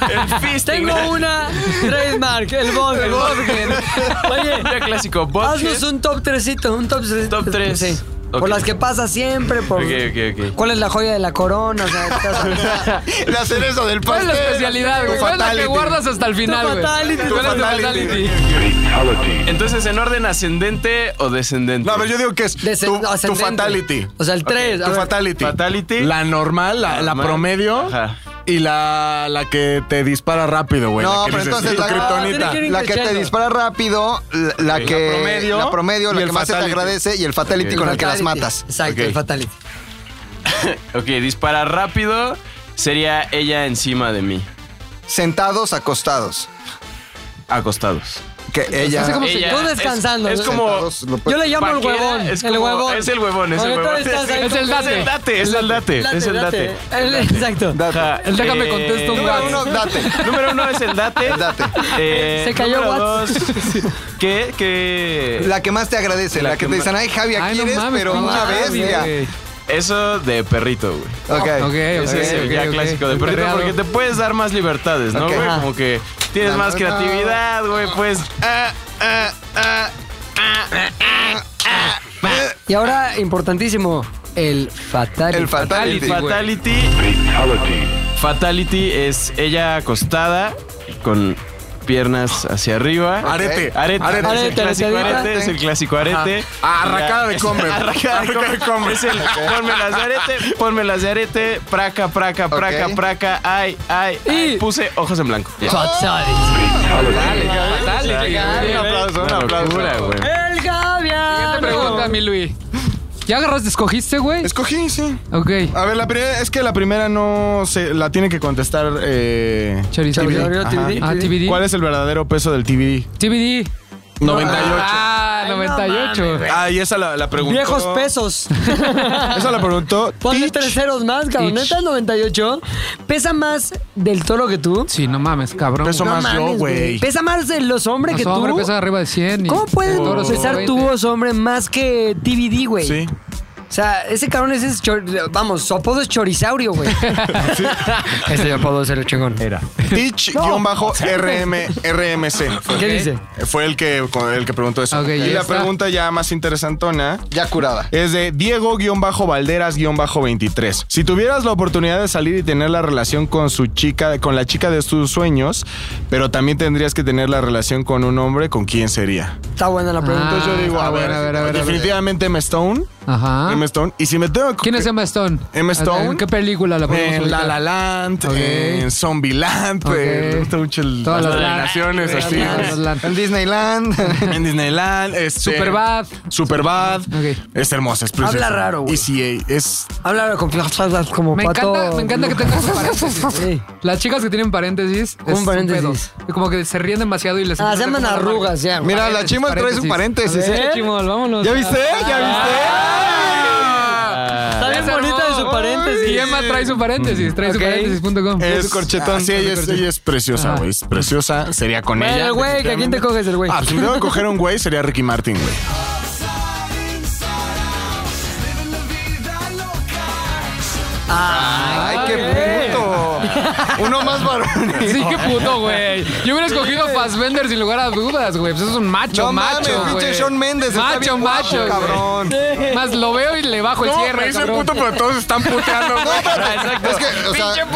Speaker 4: El fisting.
Speaker 5: Tengo una trademark, el Bodger. Oye,
Speaker 4: Ya clásico,
Speaker 2: Haznos un top 3, un top 3.
Speaker 4: Top tres.
Speaker 2: Sí.
Speaker 4: Ok.
Speaker 2: Por las que pasa siempre, por...
Speaker 4: Ok, ok, ok.
Speaker 2: ¿Cuál es la joya de la corona? O sea, estás-
Speaker 3: La cereza del
Speaker 6: ¿Cuál
Speaker 3: pastel.
Speaker 6: es la especialidad, güey?
Speaker 3: Tu
Speaker 6: ¿Cuál es la que
Speaker 3: fatality.
Speaker 6: guardas hasta el final, güey?
Speaker 5: fatality,
Speaker 6: ¿Cuál es tu
Speaker 3: fatality.
Speaker 6: fatality?
Speaker 4: Entonces, ¿en orden ascendente o descendente?
Speaker 9: No, a ver, yo digo que es
Speaker 2: Descend-
Speaker 9: tu, tu
Speaker 2: ascendente.
Speaker 9: fatality.
Speaker 2: O sea, el 3.
Speaker 9: Tu fatality.
Speaker 4: Fatality.
Speaker 9: La normal, la, la
Speaker 4: Normal.
Speaker 9: promedio
Speaker 4: Ajá.
Speaker 9: y la, la que te dispara rápido, güey.
Speaker 3: No,
Speaker 9: la que
Speaker 3: pero
Speaker 9: dices,
Speaker 3: entonces
Speaker 9: "Tu
Speaker 3: la-
Speaker 9: kriptonita".
Speaker 5: tiene
Speaker 3: La que te
Speaker 5: Crescendo.
Speaker 3: dispara rápido, la, la
Speaker 4: Ok.
Speaker 3: que
Speaker 4: La promedio
Speaker 3: la, promedio, la
Speaker 9: y
Speaker 3: que
Speaker 9: el
Speaker 3: más se te
Speaker 9: fatality.
Speaker 3: agradece y el fatality
Speaker 4: Ok.
Speaker 3: con el que las matas.
Speaker 2: Exacto,
Speaker 4: Ok.
Speaker 2: el fatality.
Speaker 4: Ok, dispara rápido. Sería ella encima de mí.
Speaker 3: Sentados, acostados.
Speaker 4: Acostados.
Speaker 3: Que ella.
Speaker 2: Así como si-
Speaker 4: Ella-
Speaker 2: tú descansando.
Speaker 4: Es, es como.
Speaker 3: Sentados, lo puedes-
Speaker 5: yo le llamo el
Speaker 4: Cualquiera
Speaker 5: huevón.
Speaker 4: es
Speaker 5: el
Speaker 4: como-
Speaker 5: huevón.
Speaker 4: es el huevón, es el
Speaker 5: Porque tú
Speaker 4: huevón.
Speaker 5: estás ahí
Speaker 6: Es el
Speaker 5: como
Speaker 6: date.
Speaker 5: que-
Speaker 4: Date, es el date, es el date.
Speaker 5: El- exacto.
Speaker 4: Ajá,
Speaker 6: El déjame contesto un
Speaker 4: eh,
Speaker 6: WhatsApp.
Speaker 3: Número uno, date.
Speaker 4: Número uno es el date.
Speaker 3: El date.
Speaker 4: Eh,
Speaker 5: Se cayó
Speaker 4: número
Speaker 5: Watts.
Speaker 4: dos, ¿Qué? ¿Qué?
Speaker 3: La que más te agradece, la,
Speaker 4: La
Speaker 3: que,
Speaker 4: que
Speaker 3: te
Speaker 4: ma-
Speaker 3: dicen, ay Javi, aquí
Speaker 6: Ay, no
Speaker 3: eres,
Speaker 6: mames,
Speaker 3: pero
Speaker 6: no
Speaker 3: una
Speaker 6: mames,
Speaker 3: bestia.
Speaker 6: güey.
Speaker 4: Eso de perrito, güey.
Speaker 3: Ok.
Speaker 6: Ok, ok,
Speaker 4: Ese es el
Speaker 6: ok,
Speaker 4: ya
Speaker 6: ok.
Speaker 4: clásico de
Speaker 6: Un
Speaker 4: perrito
Speaker 6: perreado.
Speaker 4: porque te puedes dar más libertades, ¿no,
Speaker 3: Ok.
Speaker 4: güey?
Speaker 3: Ajá.
Speaker 4: Como que tienes
Speaker 3: La
Speaker 4: más
Speaker 3: verdad.
Speaker 4: creatividad, güey, pues... ah, ah, ah.
Speaker 2: Y ahora, importantísimo, el fatality.
Speaker 3: El fatality.
Speaker 6: Fatality. güey.
Speaker 4: Fatality. Fatality es ella acostada con piernas hacia arriba.
Speaker 3: Ah,
Speaker 9: Arete.
Speaker 4: Arete.
Speaker 9: Arete.
Speaker 4: Es
Speaker 9: Arete,
Speaker 4: el clásico
Speaker 9: aretadita.
Speaker 4: arete. Es el clásico arete.
Speaker 9: Ajá. Arracada de comer.
Speaker 4: Arracada de
Speaker 9: Arracada de comer.
Speaker 4: comer. Es el ponme las de arete, ponme las de arete, praca, praca, praca,
Speaker 9: Ok.
Speaker 4: praca, ay, ay, ay. Puse ojos en blanco. Ya.
Speaker 9: Un aplauso, un
Speaker 4: Una
Speaker 9: aplauso.
Speaker 4: locura, güey.
Speaker 6: ¡El Gaviano! Siguiente pregunta, mi Luis. ¿Ya agarraste, escogiste, güey?
Speaker 9: Escogí, sí.
Speaker 6: Ok.
Speaker 9: A ver, la primera es que la primera no se la tiene que contestar. Eh,
Speaker 6: Chorizo.
Speaker 9: TBD.
Speaker 6: Chorizo,
Speaker 9: Ajá.
Speaker 6: TBD. Ah, TBD.
Speaker 9: ¿Cuál es el verdadero peso del TBD?
Speaker 6: TBD.
Speaker 9: 98.
Speaker 6: Ah, 98.
Speaker 9: Ah, y esa la, la preguntó.
Speaker 5: Viejos pesos.
Speaker 9: Esa la preguntó.
Speaker 2: Ponle tres ceros más, cabrón. ¿No
Speaker 6: Teach.
Speaker 2: está el 98? ¿Pesa más del toro que tú?
Speaker 6: Sí, no mames, cabrón.
Speaker 9: Peso
Speaker 2: No
Speaker 9: más yo,
Speaker 2: mames,
Speaker 9: güey.
Speaker 2: ¿Pesa más de los hombres que
Speaker 6: Los hombres
Speaker 2: tú?
Speaker 6: pesan arriba de 100. y
Speaker 2: ¿Cómo puedes
Speaker 6: el toro
Speaker 2: pesar
Speaker 6: 120.
Speaker 2: tu voz, hombre, más que TBD, güey?
Speaker 9: Sí.
Speaker 2: O sea, ese cabrón ese es, chor- vamos, su apodo es chorisaurio, güey. Ese apodo es el chingón.
Speaker 5: Era.
Speaker 9: Teach-RM-RMC.
Speaker 2: ¿Qué dice?
Speaker 9: Fue el que, con- el que preguntó eso.
Speaker 6: Ok, ya
Speaker 9: y la
Speaker 6: está.
Speaker 9: pregunta ya más interesantona
Speaker 3: Ya curada.
Speaker 9: es de Diego-Valderas-23. Si tuvieras la oportunidad de salir y tener la relación con su chica, con la chica de tus sueños, pero también tendrías que tener la relación con un hombre, ¿con quién sería?
Speaker 2: Está buena la pregunta.
Speaker 9: Entonces yo
Speaker 6: Ah,
Speaker 9: digo, a,
Speaker 6: a
Speaker 9: ver,
Speaker 6: ver, a ver, a ver, Ah. a ver.
Speaker 9: definitivamente M. Stone.
Speaker 6: Ajá.
Speaker 9: M. Stone. Y si me tengo que-
Speaker 6: ¿Quién es Emma Stone?
Speaker 9: Em,
Speaker 6: Ah,
Speaker 9: Emma Stone.
Speaker 6: ¿En qué película la podemos
Speaker 9: En La
Speaker 6: ubicar?
Speaker 9: La Land,
Speaker 6: Ok.
Speaker 9: en Zombieland,
Speaker 6: Ok.
Speaker 9: eh, me gusta mucho el-
Speaker 6: Todas
Speaker 9: las
Speaker 6: las
Speaker 9: relaciones
Speaker 6: Land.
Speaker 9: así.
Speaker 6: Todas las
Speaker 9: güey.
Speaker 6: Land.
Speaker 3: En Disneyland.
Speaker 9: En Disneyland, este,
Speaker 6: Superbad.
Speaker 9: Superbad.
Speaker 6: Ok.
Speaker 9: Es hermosa, es preciosa.
Speaker 2: Habla raro, güey.
Speaker 9: ECA, es
Speaker 2: Habla con flashes como
Speaker 6: Me
Speaker 2: pato.
Speaker 6: encanta, me encanta que tengas paréntesis.
Speaker 2: Sí.
Speaker 6: Las chicas que tienen paréntesis.
Speaker 2: Un
Speaker 6: es un
Speaker 2: paréntesis.
Speaker 6: pedo. Como que se ríen demasiado y les.
Speaker 2: Ah, se llaman arrugas, ya. güey.
Speaker 3: Mira, la Chimal trae su paréntesis,
Speaker 6: A ver,
Speaker 3: ¿eh?
Speaker 6: Chimol, vámonos.
Speaker 3: ¿Ya viste? ¿Ya viste?
Speaker 9: Ah.
Speaker 2: Está bien
Speaker 6: Es
Speaker 2: bonita de
Speaker 6: hermoso.
Speaker 2: su paréntesis. Eh.
Speaker 6: Y Emma trae su paréntesis. Trae su paréntesis.com.
Speaker 9: es corchetón. Ah, sí, ella es, ella es preciosa,
Speaker 6: Ah.
Speaker 9: güey. Es preciosa. Sería con
Speaker 2: Bueno,
Speaker 9: ella.
Speaker 2: el güey, ¿que ¿a quién te coges el güey?
Speaker 9: Ah, si me tengo que coger un güey, sería Ricky Martin, güey.
Speaker 3: Ay, qué puto. Uno más varón.
Speaker 6: Sí, qué puto, güey. Yo hubiera escogido Fassbender sin lugar a dudas, güey. Pues eso es un macho,
Speaker 3: No mames,
Speaker 6: macho.
Speaker 3: pinche
Speaker 6: güey.
Speaker 3: Shawn Mendes, está
Speaker 6: Macho,
Speaker 3: bien guapo,
Speaker 6: macho.
Speaker 3: cabrón.
Speaker 6: güey. Más lo veo y le bajo el cierre. cabrón.
Speaker 9: Oh, pero todos están puteando,
Speaker 3: Es que, o sea, Yo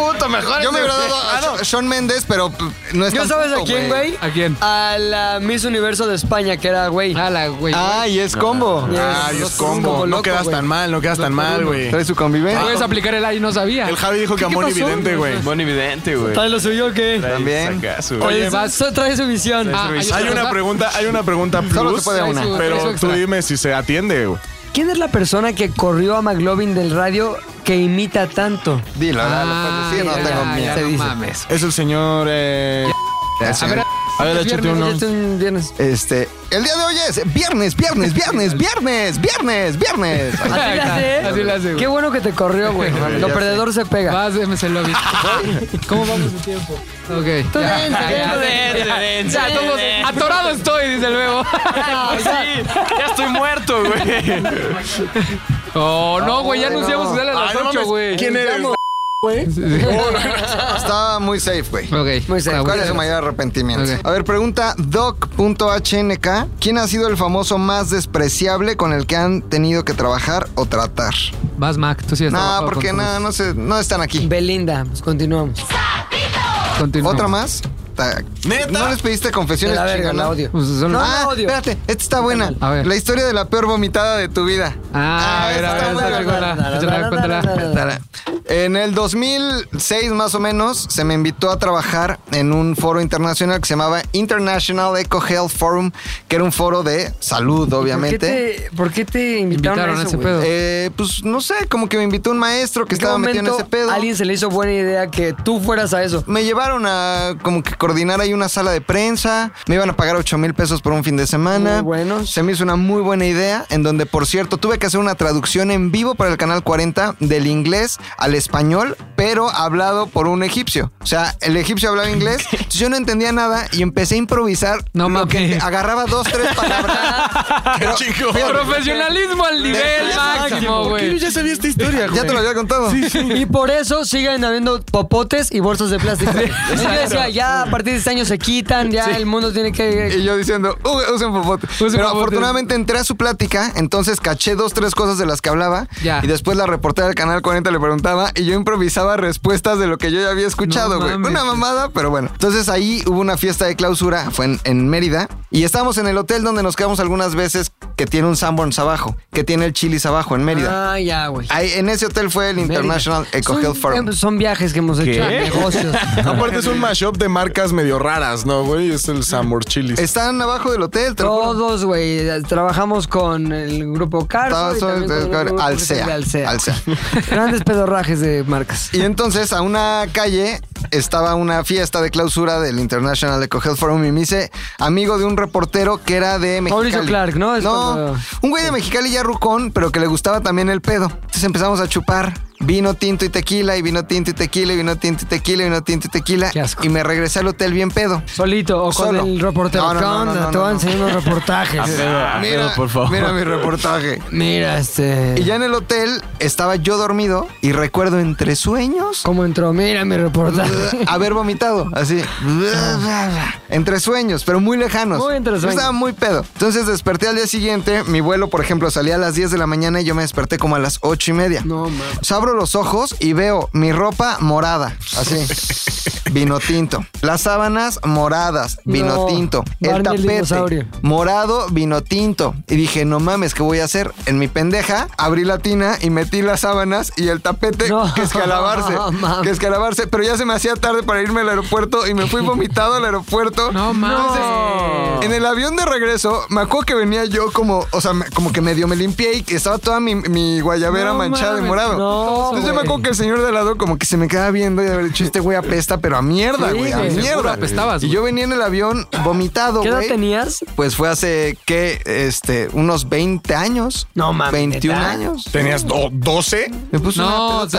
Speaker 3: me hubiera dado a Sha- Shawn Mendes, pero p- no es
Speaker 2: ¿Yo
Speaker 3: tan
Speaker 2: sabes a
Speaker 3: puto,
Speaker 2: quién, güey?
Speaker 6: ¿A quién?
Speaker 2: A la Miss Universo de España, que era, güey.
Speaker 6: A la, güey.
Speaker 3: Ah, y es combo.
Speaker 9: Ah,
Speaker 2: Yes,
Speaker 9: Dios,
Speaker 2: estás un
Speaker 9: combo.
Speaker 2: poco
Speaker 9: No
Speaker 2: loco,
Speaker 9: quedas
Speaker 2: güey.
Speaker 9: tan mal, no quedas tan mal, güey. Ah,
Speaker 3: Trae su convivencia.
Speaker 6: Puedes aplicar el A y no sabía.
Speaker 9: El Javi dijo que amor evidente, güey.
Speaker 4: Bonividente, güey.
Speaker 2: ¿Trae lo suyo o qué?
Speaker 3: También.
Speaker 4: Sacazo, güey.
Speaker 2: Oye,
Speaker 6: vas-
Speaker 2: trae su visión.
Speaker 6: Ah, hay otra
Speaker 9: Hay una
Speaker 6: cosa.
Speaker 9: pregunta, hay una pregunta plus.
Speaker 3: Solo se puede
Speaker 6: Trae
Speaker 3: una.
Speaker 6: su- trae su
Speaker 9: Pero tú
Speaker 6: extra.
Speaker 9: dime si se atiende, güey.
Speaker 2: ¿Quién es la persona que corrió a McLovin del radio que imita tanto?
Speaker 3: Dilo, dale,
Speaker 6: Ah,
Speaker 3: lo puedes decir, no
Speaker 6: ya,
Speaker 3: tengo
Speaker 6: ya,
Speaker 3: miedo.
Speaker 2: Se
Speaker 6: no
Speaker 2: dice.
Speaker 6: mames.
Speaker 9: Es el señor. eh,
Speaker 6: A ver,
Speaker 9: A ver,
Speaker 6: es
Speaker 9: échate
Speaker 6: viernes,
Speaker 9: uno.
Speaker 2: Este es un viernes.
Speaker 3: Este, el día de hoy es viernes, viernes, viernes, viernes, viernes, viernes.
Speaker 2: Así
Speaker 6: Ahí
Speaker 2: la
Speaker 6: está,
Speaker 2: hace, ¿eh?
Speaker 6: así la hace, güey.
Speaker 2: Qué bueno que te corrió, güey. Lo
Speaker 3: ya
Speaker 2: perdedor se pega.
Speaker 6: Vas, MC Lobby. ¿Cómo vamos de tiempo? Ok.
Speaker 2: Tú dense,
Speaker 6: ya,
Speaker 2: dense,
Speaker 6: ya,
Speaker 2: dense,
Speaker 6: ya,
Speaker 2: dense.
Speaker 6: todos- Atorado estoy, dice el bebo.
Speaker 4: Ya estoy muerto, güey.
Speaker 6: Oh, no, güey, ya anunciamos que sale a las 8, güey.
Speaker 9: ¿Quién eres?
Speaker 3: Está muy safe, güey.
Speaker 6: Ok.
Speaker 2: Muy serio.
Speaker 3: ¿Cuál es su mayor arrepentimiento?
Speaker 6: Ok.
Speaker 3: A ver, pregunta doc.hnk. ¿Quién ha sido el famoso más despreciable con el que han tenido que trabajar o tratar?
Speaker 6: Vas, Mac, tú sí has
Speaker 3: No,
Speaker 6: trabajado
Speaker 3: porque
Speaker 6: con
Speaker 3: no, no, sé, no están aquí.
Speaker 2: Belinda, pues continuamos.
Speaker 6: todos. Continúa.
Speaker 3: ¿Otra más? Ta-
Speaker 9: ¿Neta?
Speaker 3: ¿No les pediste
Speaker 2: De
Speaker 3: confesiones?
Speaker 2: la verga,
Speaker 3: chingona?
Speaker 2: la odio.
Speaker 6: Pues son-
Speaker 2: No,
Speaker 3: ah,
Speaker 2: la odio.
Speaker 3: espérate, esta está buena.
Speaker 6: A ver.
Speaker 3: La historia de la peor vomitada de tu vida.
Speaker 6: Ah, a ver, a
Speaker 3: esta
Speaker 6: ver,
Speaker 3: está
Speaker 6: esa
Speaker 3: buena.
Speaker 6: chingona. Échala, cuéntala.
Speaker 3: Tara. En el 2006 más o menos se me invitó a trabajar en un foro internacional que se llamaba International Eco Health Forum, que era un foro de salud, obviamente.
Speaker 2: ¿Por qué te, por qué te invitaron,
Speaker 6: Invitaron a
Speaker 2: a eso,
Speaker 6: ese
Speaker 2: güey?
Speaker 6: pedo.
Speaker 3: Eh, pues no sé, como que me invitó un maestro que
Speaker 2: ¿En qué
Speaker 3: estaba metido en
Speaker 2: momento
Speaker 3: ese pedo.
Speaker 2: a alguien se le hizo buena idea que tú fueras a eso?
Speaker 3: Me llevaron a como que coordinar ahí una sala de prensa. Me iban a pagar 8 mil pesos por un fin de semana.
Speaker 2: Muy buenos.
Speaker 3: Se me hizo una muy buena idea, en donde, por cierto, tuve que hacer una traducción en vivo para el canal 40 del inglés al español, pero hablado por un egipcio. O sea, el egipcio hablaba inglés, entonces yo no entendía nada y empecé a improvisar.
Speaker 6: No
Speaker 3: lo que
Speaker 6: mames.
Speaker 3: agarraba dos, tres palabras. Pero-
Speaker 6: Profesionalismo al nivel máximo, güey.
Speaker 9: ya sabía esta historia,
Speaker 3: Ya te lo había contado.
Speaker 2: Y por eso siguen habiendo popotes y bolsas de plástico. Y yo decía, ya, partir de este año se quitan, ya el mundo tiene que.
Speaker 3: Y yo diciendo, "U- usen popote. Pero
Speaker 2: popote.
Speaker 3: afortunadamente entré a su plática, entonces caché dos, tres cosas de las que hablaba.
Speaker 2: Ya.
Speaker 3: Y después la reportera del canal 40 le preguntaba y yo improvisaba respuestas de lo que yo ya había escuchado, güey.
Speaker 9: mames.
Speaker 3: Una mamada, pero bueno. Entonces ahí hubo una fiesta de clausura, fue en, en Mérida. Y estábamos en el hotel donde nos quedamos algunas veces, que tiene un Sanborns abajo, que tiene el Chili's abajo, en Mérida.
Speaker 2: Ah, ya, güey.
Speaker 3: Ahí, en ese hotel fue el
Speaker 2: Mérida.
Speaker 3: International Eco
Speaker 2: Son-
Speaker 3: Health Forum.
Speaker 2: eh, Son viajes que hemos hecho,
Speaker 3: ¿Qué?
Speaker 2: negocios.
Speaker 9: Aparte es un mashup de marcas medio raras, ¿no, güey? Es el Samur Chilis.
Speaker 3: Están abajo del hotel.
Speaker 2: Oh, Todos, güey. Trabajamos con el grupo Carso. y
Speaker 3: Todos
Speaker 2: también con el grupo
Speaker 3: Alsea.
Speaker 2: de Alsea.
Speaker 3: Alsea.
Speaker 2: Grandes pedorrajes de marcas.
Speaker 3: Y entonces a una calle estaba una fiesta de clausura del International Eco Health Forum y me hice amigo de un reportero que era de Mexicali.
Speaker 2: Mauricio Clark, ¿no? Es cuando-
Speaker 3: un güey de Mexicali ya rucón, pero que le gustaba también el pedo. Entonces empezamos a chupar vino tinto y tequila, y vino tinto y tequila, y vino tinto y tequila, y vino tinto y tequila. Y me regresé al hotel bien pedo.
Speaker 2: Solito o con
Speaker 3: Solo.
Speaker 2: el reportero.
Speaker 3: No,
Speaker 2: ¿Qué
Speaker 3: no, no, no,
Speaker 2: onda?
Speaker 3: no,
Speaker 2: Te
Speaker 3: no,
Speaker 2: voy a
Speaker 3: no.
Speaker 2: enseñar unos reportajes.
Speaker 3: A pedo, a Mira, pedo, Ah, por favor. mira mi reportaje.
Speaker 2: Mira, este.
Speaker 3: Y ya en el hotel estaba yo dormido y recuerdo entre sueños.
Speaker 2: ¿Cómo entró? Mira mi reportaje.
Speaker 3: Haber vomitado, así. entre sueños, pero muy lejanos.
Speaker 2: Muy entre
Speaker 3: Yo
Speaker 2: sueños.
Speaker 3: Estaba muy pedo. Entonces desperté al día siguiente. Mi vuelo, por ejemplo, salía a las 10 de la mañana y yo me desperté como a las 8 y media.
Speaker 2: No, man.
Speaker 3: O sea, Pues abro los ojos y veo mi ropa morada, así. Vino tinto. Las sábanas moradas, vino
Speaker 2: No,
Speaker 3: tinto. El
Speaker 2: Barney el
Speaker 3: tapete
Speaker 2: dinosaurio.
Speaker 3: morado, vino tinto. Y dije, no mames, ¿qué voy a hacer? En mi pendeja abrí la tina y metí las sábanas y el tapete que escalabarse.
Speaker 2: no mames.
Speaker 3: que escalabarse. Pero ya se me hacía tarde para irme al aeropuerto y me fui vomitado al aeropuerto.
Speaker 6: No mames.
Speaker 3: En el avión de regreso, me acuerdo que venía yo como, o sea, me- como que medio me limpié y que estaba toda mi, mi guayabera
Speaker 2: No
Speaker 3: manchada de
Speaker 2: mames,
Speaker 3: morado.
Speaker 2: no,
Speaker 3: Entonces yo me
Speaker 2: güey.
Speaker 3: acuerdo que el señor de al lado como que se me quedaba viendo y de haber dicho, este güey apesta, pero a mierda,
Speaker 2: Sí,
Speaker 3: güey, a
Speaker 2: güey, seguro
Speaker 3: mierda.
Speaker 6: apestabas,
Speaker 3: y yo venía en el avión vomitado,
Speaker 2: ¿Qué edad
Speaker 3: güey.
Speaker 2: tenías?
Speaker 3: Pues fue hace, ¿qué? Este, unos 20 años.
Speaker 2: No mames,
Speaker 3: 21
Speaker 2: ¿neta?
Speaker 3: años.
Speaker 9: ¿Tenías do- 12?
Speaker 3: Me puse
Speaker 6: No,
Speaker 3: una
Speaker 6: o
Speaker 3: pelota.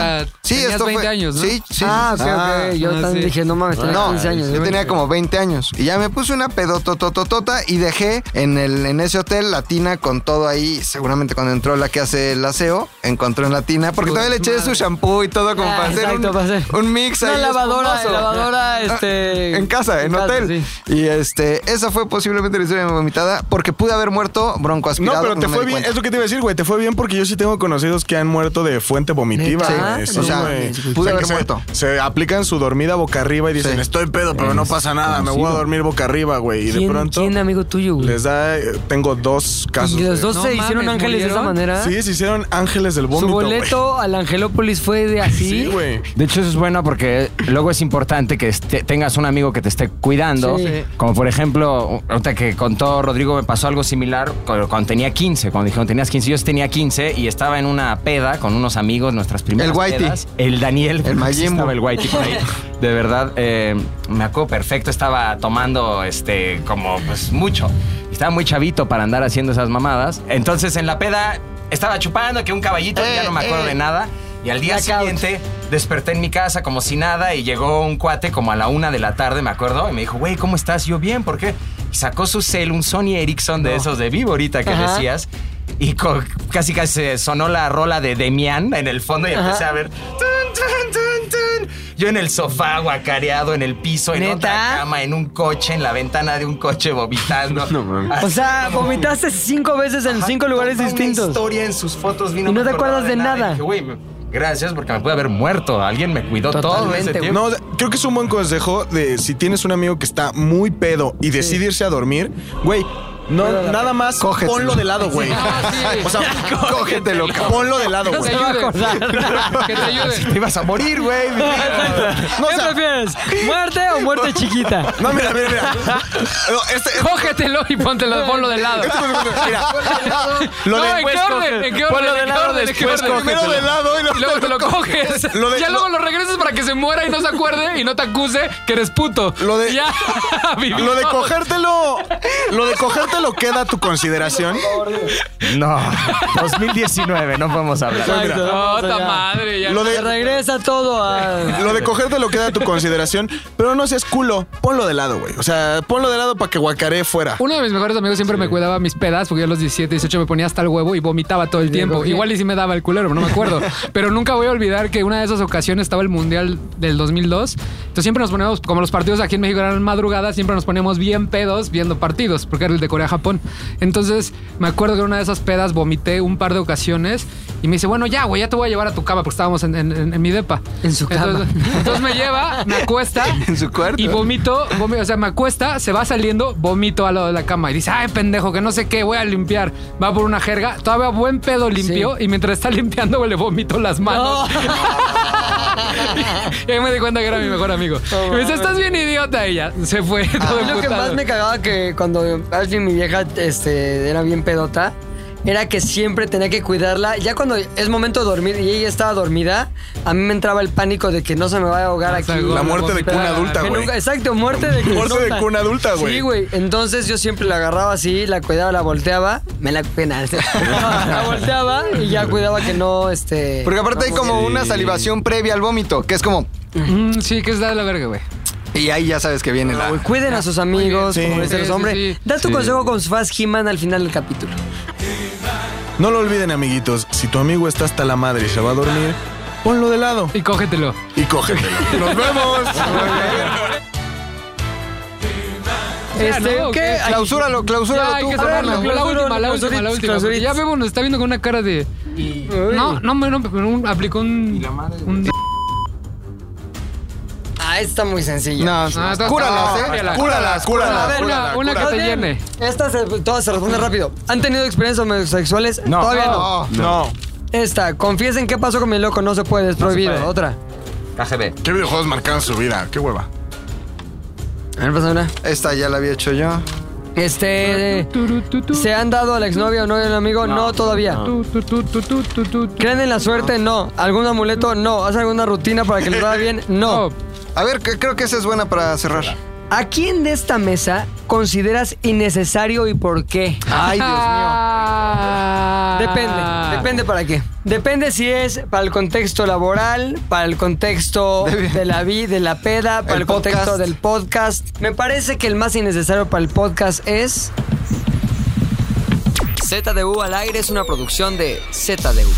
Speaker 6: sea, tenías 20 años, ¿no?
Speaker 3: Sí, sí.
Speaker 2: Ah, ok,
Speaker 3: Ah,
Speaker 2: ok. Yo
Speaker 6: ah,
Speaker 2: también
Speaker 6: sí.
Speaker 2: dije, no mames, tenía
Speaker 3: no,
Speaker 2: 15 años.
Speaker 3: yo
Speaker 2: güey.
Speaker 3: tenía como 20 años. Y ya me puse una pedotototota y dejé en, el, en ese hotel la tina con todo ahí. Seguramente cuando entró la que hace el aseo, encontró en la tina. Porque
Speaker 2: Puta
Speaker 3: todavía le eché
Speaker 2: madre.
Speaker 3: su shampoo y todo como
Speaker 2: Ah,
Speaker 3: para, hacer
Speaker 2: exacto,
Speaker 3: un,
Speaker 2: para hacer-
Speaker 3: un mix
Speaker 2: Una
Speaker 3: ahí
Speaker 2: lavadora,
Speaker 3: espumoso.
Speaker 2: lavadora, este.
Speaker 3: En casa, en,
Speaker 2: casa,
Speaker 3: hotel. Y este, esa fue posiblemente la historia de mi vomitada porque pude haber muerto
Speaker 9: No,
Speaker 3: broncoaspirado.
Speaker 9: pero
Speaker 3: me
Speaker 9: te fue
Speaker 3: di
Speaker 9: bien.
Speaker 3: cuenta.
Speaker 9: Es lo que te iba a decir, güey. Te fue bien porque yo sí tengo conocidos que han muerto de fuente vomitiva.
Speaker 2: ¿Neta?
Speaker 9: güey.
Speaker 2: Sí,
Speaker 9: Sí,
Speaker 3: o sea,
Speaker 9: güey.
Speaker 3: pude
Speaker 9: O sea,
Speaker 3: haber
Speaker 9: que se-
Speaker 3: muerto.
Speaker 9: Se aplican su dormida boca arriba y dicen,
Speaker 3: Sí.
Speaker 9: estoy pedo, pero no pasa nada. Me voy a dormir boca arriba, güey. Y de
Speaker 2: ¿Quién-
Speaker 9: pronto
Speaker 2: ¿Quién, amigo tuyo, güey?
Speaker 9: les da... eh, Tengo dos casos.
Speaker 2: ¿Y los
Speaker 9: güey.
Speaker 2: dos
Speaker 6: No
Speaker 2: se hicieron
Speaker 6: mames,
Speaker 2: ángeles de esa
Speaker 6: ¿murieron?
Speaker 2: manera?
Speaker 9: Sí, se hicieron ángeles del
Speaker 2: Su
Speaker 9: vómito, güey.
Speaker 2: boleto al Angelópolis fue de
Speaker 9: Sí,
Speaker 2: así.
Speaker 9: güey.
Speaker 10: De hecho, eso es bueno porque luego es importante que este- tengas un amigo que te esté cuidando.
Speaker 2: Sí.
Speaker 10: Como por ejemplo, ahorita que contó Rodrigo, me pasó algo similar cu- cuando tenía 15. Cuando dijeron tenías 15, yo tenía 15 y estaba en una peda con unos amigos, nuestras primeras
Speaker 3: El Whitey.
Speaker 10: pedas. El Daniel.
Speaker 3: El Majimbo.
Speaker 10: Sí Estaba el Whitey por ahí. De verdad, eh, me acuerdo perfecto. Estaba tomando este como pues mucho. Estaba muy chavito para andar haciendo esas mamadas. Entonces en la peda estaba chupando que un caballito, ya no me acuerdo de nada. Y al día siguiente desperté en mi casa como si nada y llegó un cuate como a la una de la tarde, me acuerdo, y me dijo, güey, ¿cómo estás? Y yo bien, ¿por qué? Y sacó su cel, un Sony Ericsson de esos de vivo ahorita que
Speaker 2: Ajá.
Speaker 10: decías. Y co- casi casi se sonó la rola de Demian en el fondo y empecé
Speaker 2: Ajá.
Speaker 10: a ver. tun, tun, tun, tun. Yo en el sofá, guacareado, en el piso, en
Speaker 2: ¿Neta?
Speaker 10: otra cama, en un coche, en la ventana de un coche, vomitando.
Speaker 2: O sea, vomitaste cinco veces en cinco lugares
Speaker 10: Contaba una
Speaker 2: distintos.
Speaker 10: historia en sus fotos vino
Speaker 2: Y no
Speaker 10: me
Speaker 2: te
Speaker 10: acordaba
Speaker 2: acuerdas de nada.
Speaker 10: Y dije, "Güey, me- gracias porque me pude haber muerto. Alguien me cuidó todo
Speaker 2: Totalmente,
Speaker 10: ese
Speaker 2: güey.
Speaker 10: tiempo.
Speaker 9: No, creo que es un buen consejo de si tienes un amigo que está muy pedo y decide irse a dormir, güey. No, nada más
Speaker 3: Cógetelo.
Speaker 9: ponlo de lado, güey. O sea,
Speaker 3: Cógetelo, cabrón.
Speaker 9: ponlo de lado,
Speaker 6: Que te
Speaker 9: güey.
Speaker 6: ayude. Que te ayude.
Speaker 10: Te ibas a morir, güey.
Speaker 9: No, o
Speaker 2: ¿Qué
Speaker 9: sea,
Speaker 2: prefieres? ¿Muerte o muerte chiquita?
Speaker 9: no, mira, mira, mira. No, este, este-
Speaker 6: Cógetelo y póntelo, ponlo de lado.
Speaker 9: este consejo, mira.
Speaker 6: No,
Speaker 9: de-
Speaker 6: ¿en qué orden? ¿En qué orden? ¿En qué orden? ¿En qué orden?
Speaker 9: Primero de lado y
Speaker 6: Y luego te
Speaker 9: luego
Speaker 6: lo coges.
Speaker 9: Lo de-
Speaker 6: ya
Speaker 9: lo-
Speaker 6: luego lo regresas para que se muera y no se acuerde y no te acuse que eres puto.
Speaker 9: Lo de-
Speaker 6: Ya. vivimos.
Speaker 9: Lo de cogértelo. Lo de te lo queda a tu consideración.
Speaker 10: No, 2019, no podemos hablar.
Speaker 9: Pues mira,
Speaker 6: Puta madre, ya.
Speaker 9: Lo de-
Speaker 2: Se regresa todo a.
Speaker 9: Lo de cogerte lo queda a tu consideración, pero no seas culo. Ponlo de lado, güey. O sea, ponlo de lado para que guacaré fuera.
Speaker 6: Uno de mis mejores amigos siempre me cuidaba mis pedas, porque yo a los 17, 18 me ponía hasta el huevo y vomitaba todo el tiempo.
Speaker 2: cogía.
Speaker 6: Igual y sí me daba el culero, no me acuerdo. Pero nunca voy a olvidar que una de esas ocasiones estaba el Mundial del 2002. Entonces siempre nos poníamos, como los partidos aquí en México eran madrugadas, siempre nos poníamos bien pedos viendo partidos, porque era el de Corea-Japón. Entonces me acuerdo que en una de esas pedas vomité un par de ocasiones y me dice, bueno, ya, güey, ya te voy a llevar a tu cama, porque estábamos en, en- en- en mi depa.
Speaker 2: En su cama.
Speaker 6: Entonces, entonces me lleva, me acuesta
Speaker 3: En su cuarto.
Speaker 6: y vomito, vomi- o sea, me acuesta, se va saliendo, vomito al lado de la cama y dice, ay, pendejo, que no sé qué, voy a limpiar. Va por una jerga, todavía buen pedo limpió y mientras está limpiando güey, le vomito las manos. y ahí me di cuenta que era mi mejor amigo. Y me dice, estás bien idiota ella. Se fue
Speaker 2: A
Speaker 6: todo
Speaker 2: mí Ah, lo que
Speaker 6: emputado.
Speaker 2: más me cagaba que cuando alguien, mi vieja, este, era bien pedota, era que siempre tenía que cuidarla. Ya cuando es momento de dormir y ella estaba dormida, a mí me entraba el pánico de que no se me vaya a ahogar
Speaker 6: O
Speaker 2: aquí.
Speaker 6: sea,
Speaker 9: La muerte de cuna adulta,
Speaker 2: Que
Speaker 9: güey.
Speaker 2: nunca- exacto, muerte de cuna.
Speaker 9: Muerte de cuna adulta, güey.
Speaker 2: Sí, güey. Entonces yo siempre la agarraba así, la cuidaba, la volteaba, me la pena. la volteaba y ya cuidaba que no, este.
Speaker 3: Porque aparte hay como una salivación previa al vómito, que es como.
Speaker 6: Mm, sí, que es la de la verga, güey.
Speaker 3: Y ahí ya sabes que viene la.
Speaker 2: Cuiden a sus amigos, como dicen los
Speaker 6: Ah, Sí, sí,
Speaker 2: hombres.
Speaker 6: sí.
Speaker 2: Da tu consejo con su faz He-Man al final del capítulo.
Speaker 9: No lo olviden, amiguitos. Si tu amigo está hasta la madre y se va a dormir, ponlo de lado
Speaker 6: Y cógetelo.
Speaker 9: y cógetelo. ¡Nos vemos!
Speaker 2: Este,
Speaker 6: ¿no? ¿O
Speaker 2: ¿qué? Ah,
Speaker 6: qué?
Speaker 2: Ay,
Speaker 3: Clausúralo, clausúralo
Speaker 6: Ya, hay
Speaker 3: tú.
Speaker 6: que
Speaker 3: Pablo.
Speaker 6: cerrarlo. La última, la
Speaker 2: clausuritis,
Speaker 6: última, la última.
Speaker 2: clausuritis.
Speaker 6: porque Ya Bebo nos está viendo con una cara de... No, no, no, no, un- aplicó un... un-
Speaker 2: Ah, esta está muy sencilla.
Speaker 3: No,
Speaker 6: Ah, está-
Speaker 3: cúralas,
Speaker 6: no,
Speaker 3: ¿eh?
Speaker 6: cámbiala.
Speaker 3: Cúralas,
Speaker 6: A
Speaker 3: cúralas.
Speaker 6: ver, una, una que te llene.
Speaker 2: Esta se, todas se responden rápido. ¿Han tenido experiencias homosexuales? No. Todavía no.
Speaker 9: No. no.
Speaker 2: Esta, confiesen qué pasó con mi loco, no se puede, es prohibido.
Speaker 10: puede.
Speaker 2: Otra.
Speaker 10: KGB.
Speaker 9: ¿Qué videojuegos marcaron su vida? ¿Qué hueva?
Speaker 2: A ver, pasa una.
Speaker 3: Esta ya la había hecho yo.
Speaker 2: Este. ¿Se han dado a la exnovia o novia de un amigo? No, todavía. ¿Creen en la suerte? No. ¿Algún amuleto? No. ¿Hacen alguna rutina para que les vaya bien? No.
Speaker 3: A ver, que- creo que esa es buena para cerrar.
Speaker 2: ¿A quién de esta mesa consideras innecesario y por qué?
Speaker 3: Ay, Dios mío.
Speaker 2: Depende, depende para qué. Ah. Depende si es para el contexto laboral, para el contexto de la vida, de la peda, para el,
Speaker 3: El
Speaker 2: contexto
Speaker 3: podcast.
Speaker 2: del podcast. Me parece que el más innecesario para el podcast es ZDU al aire es una producción de ZDU.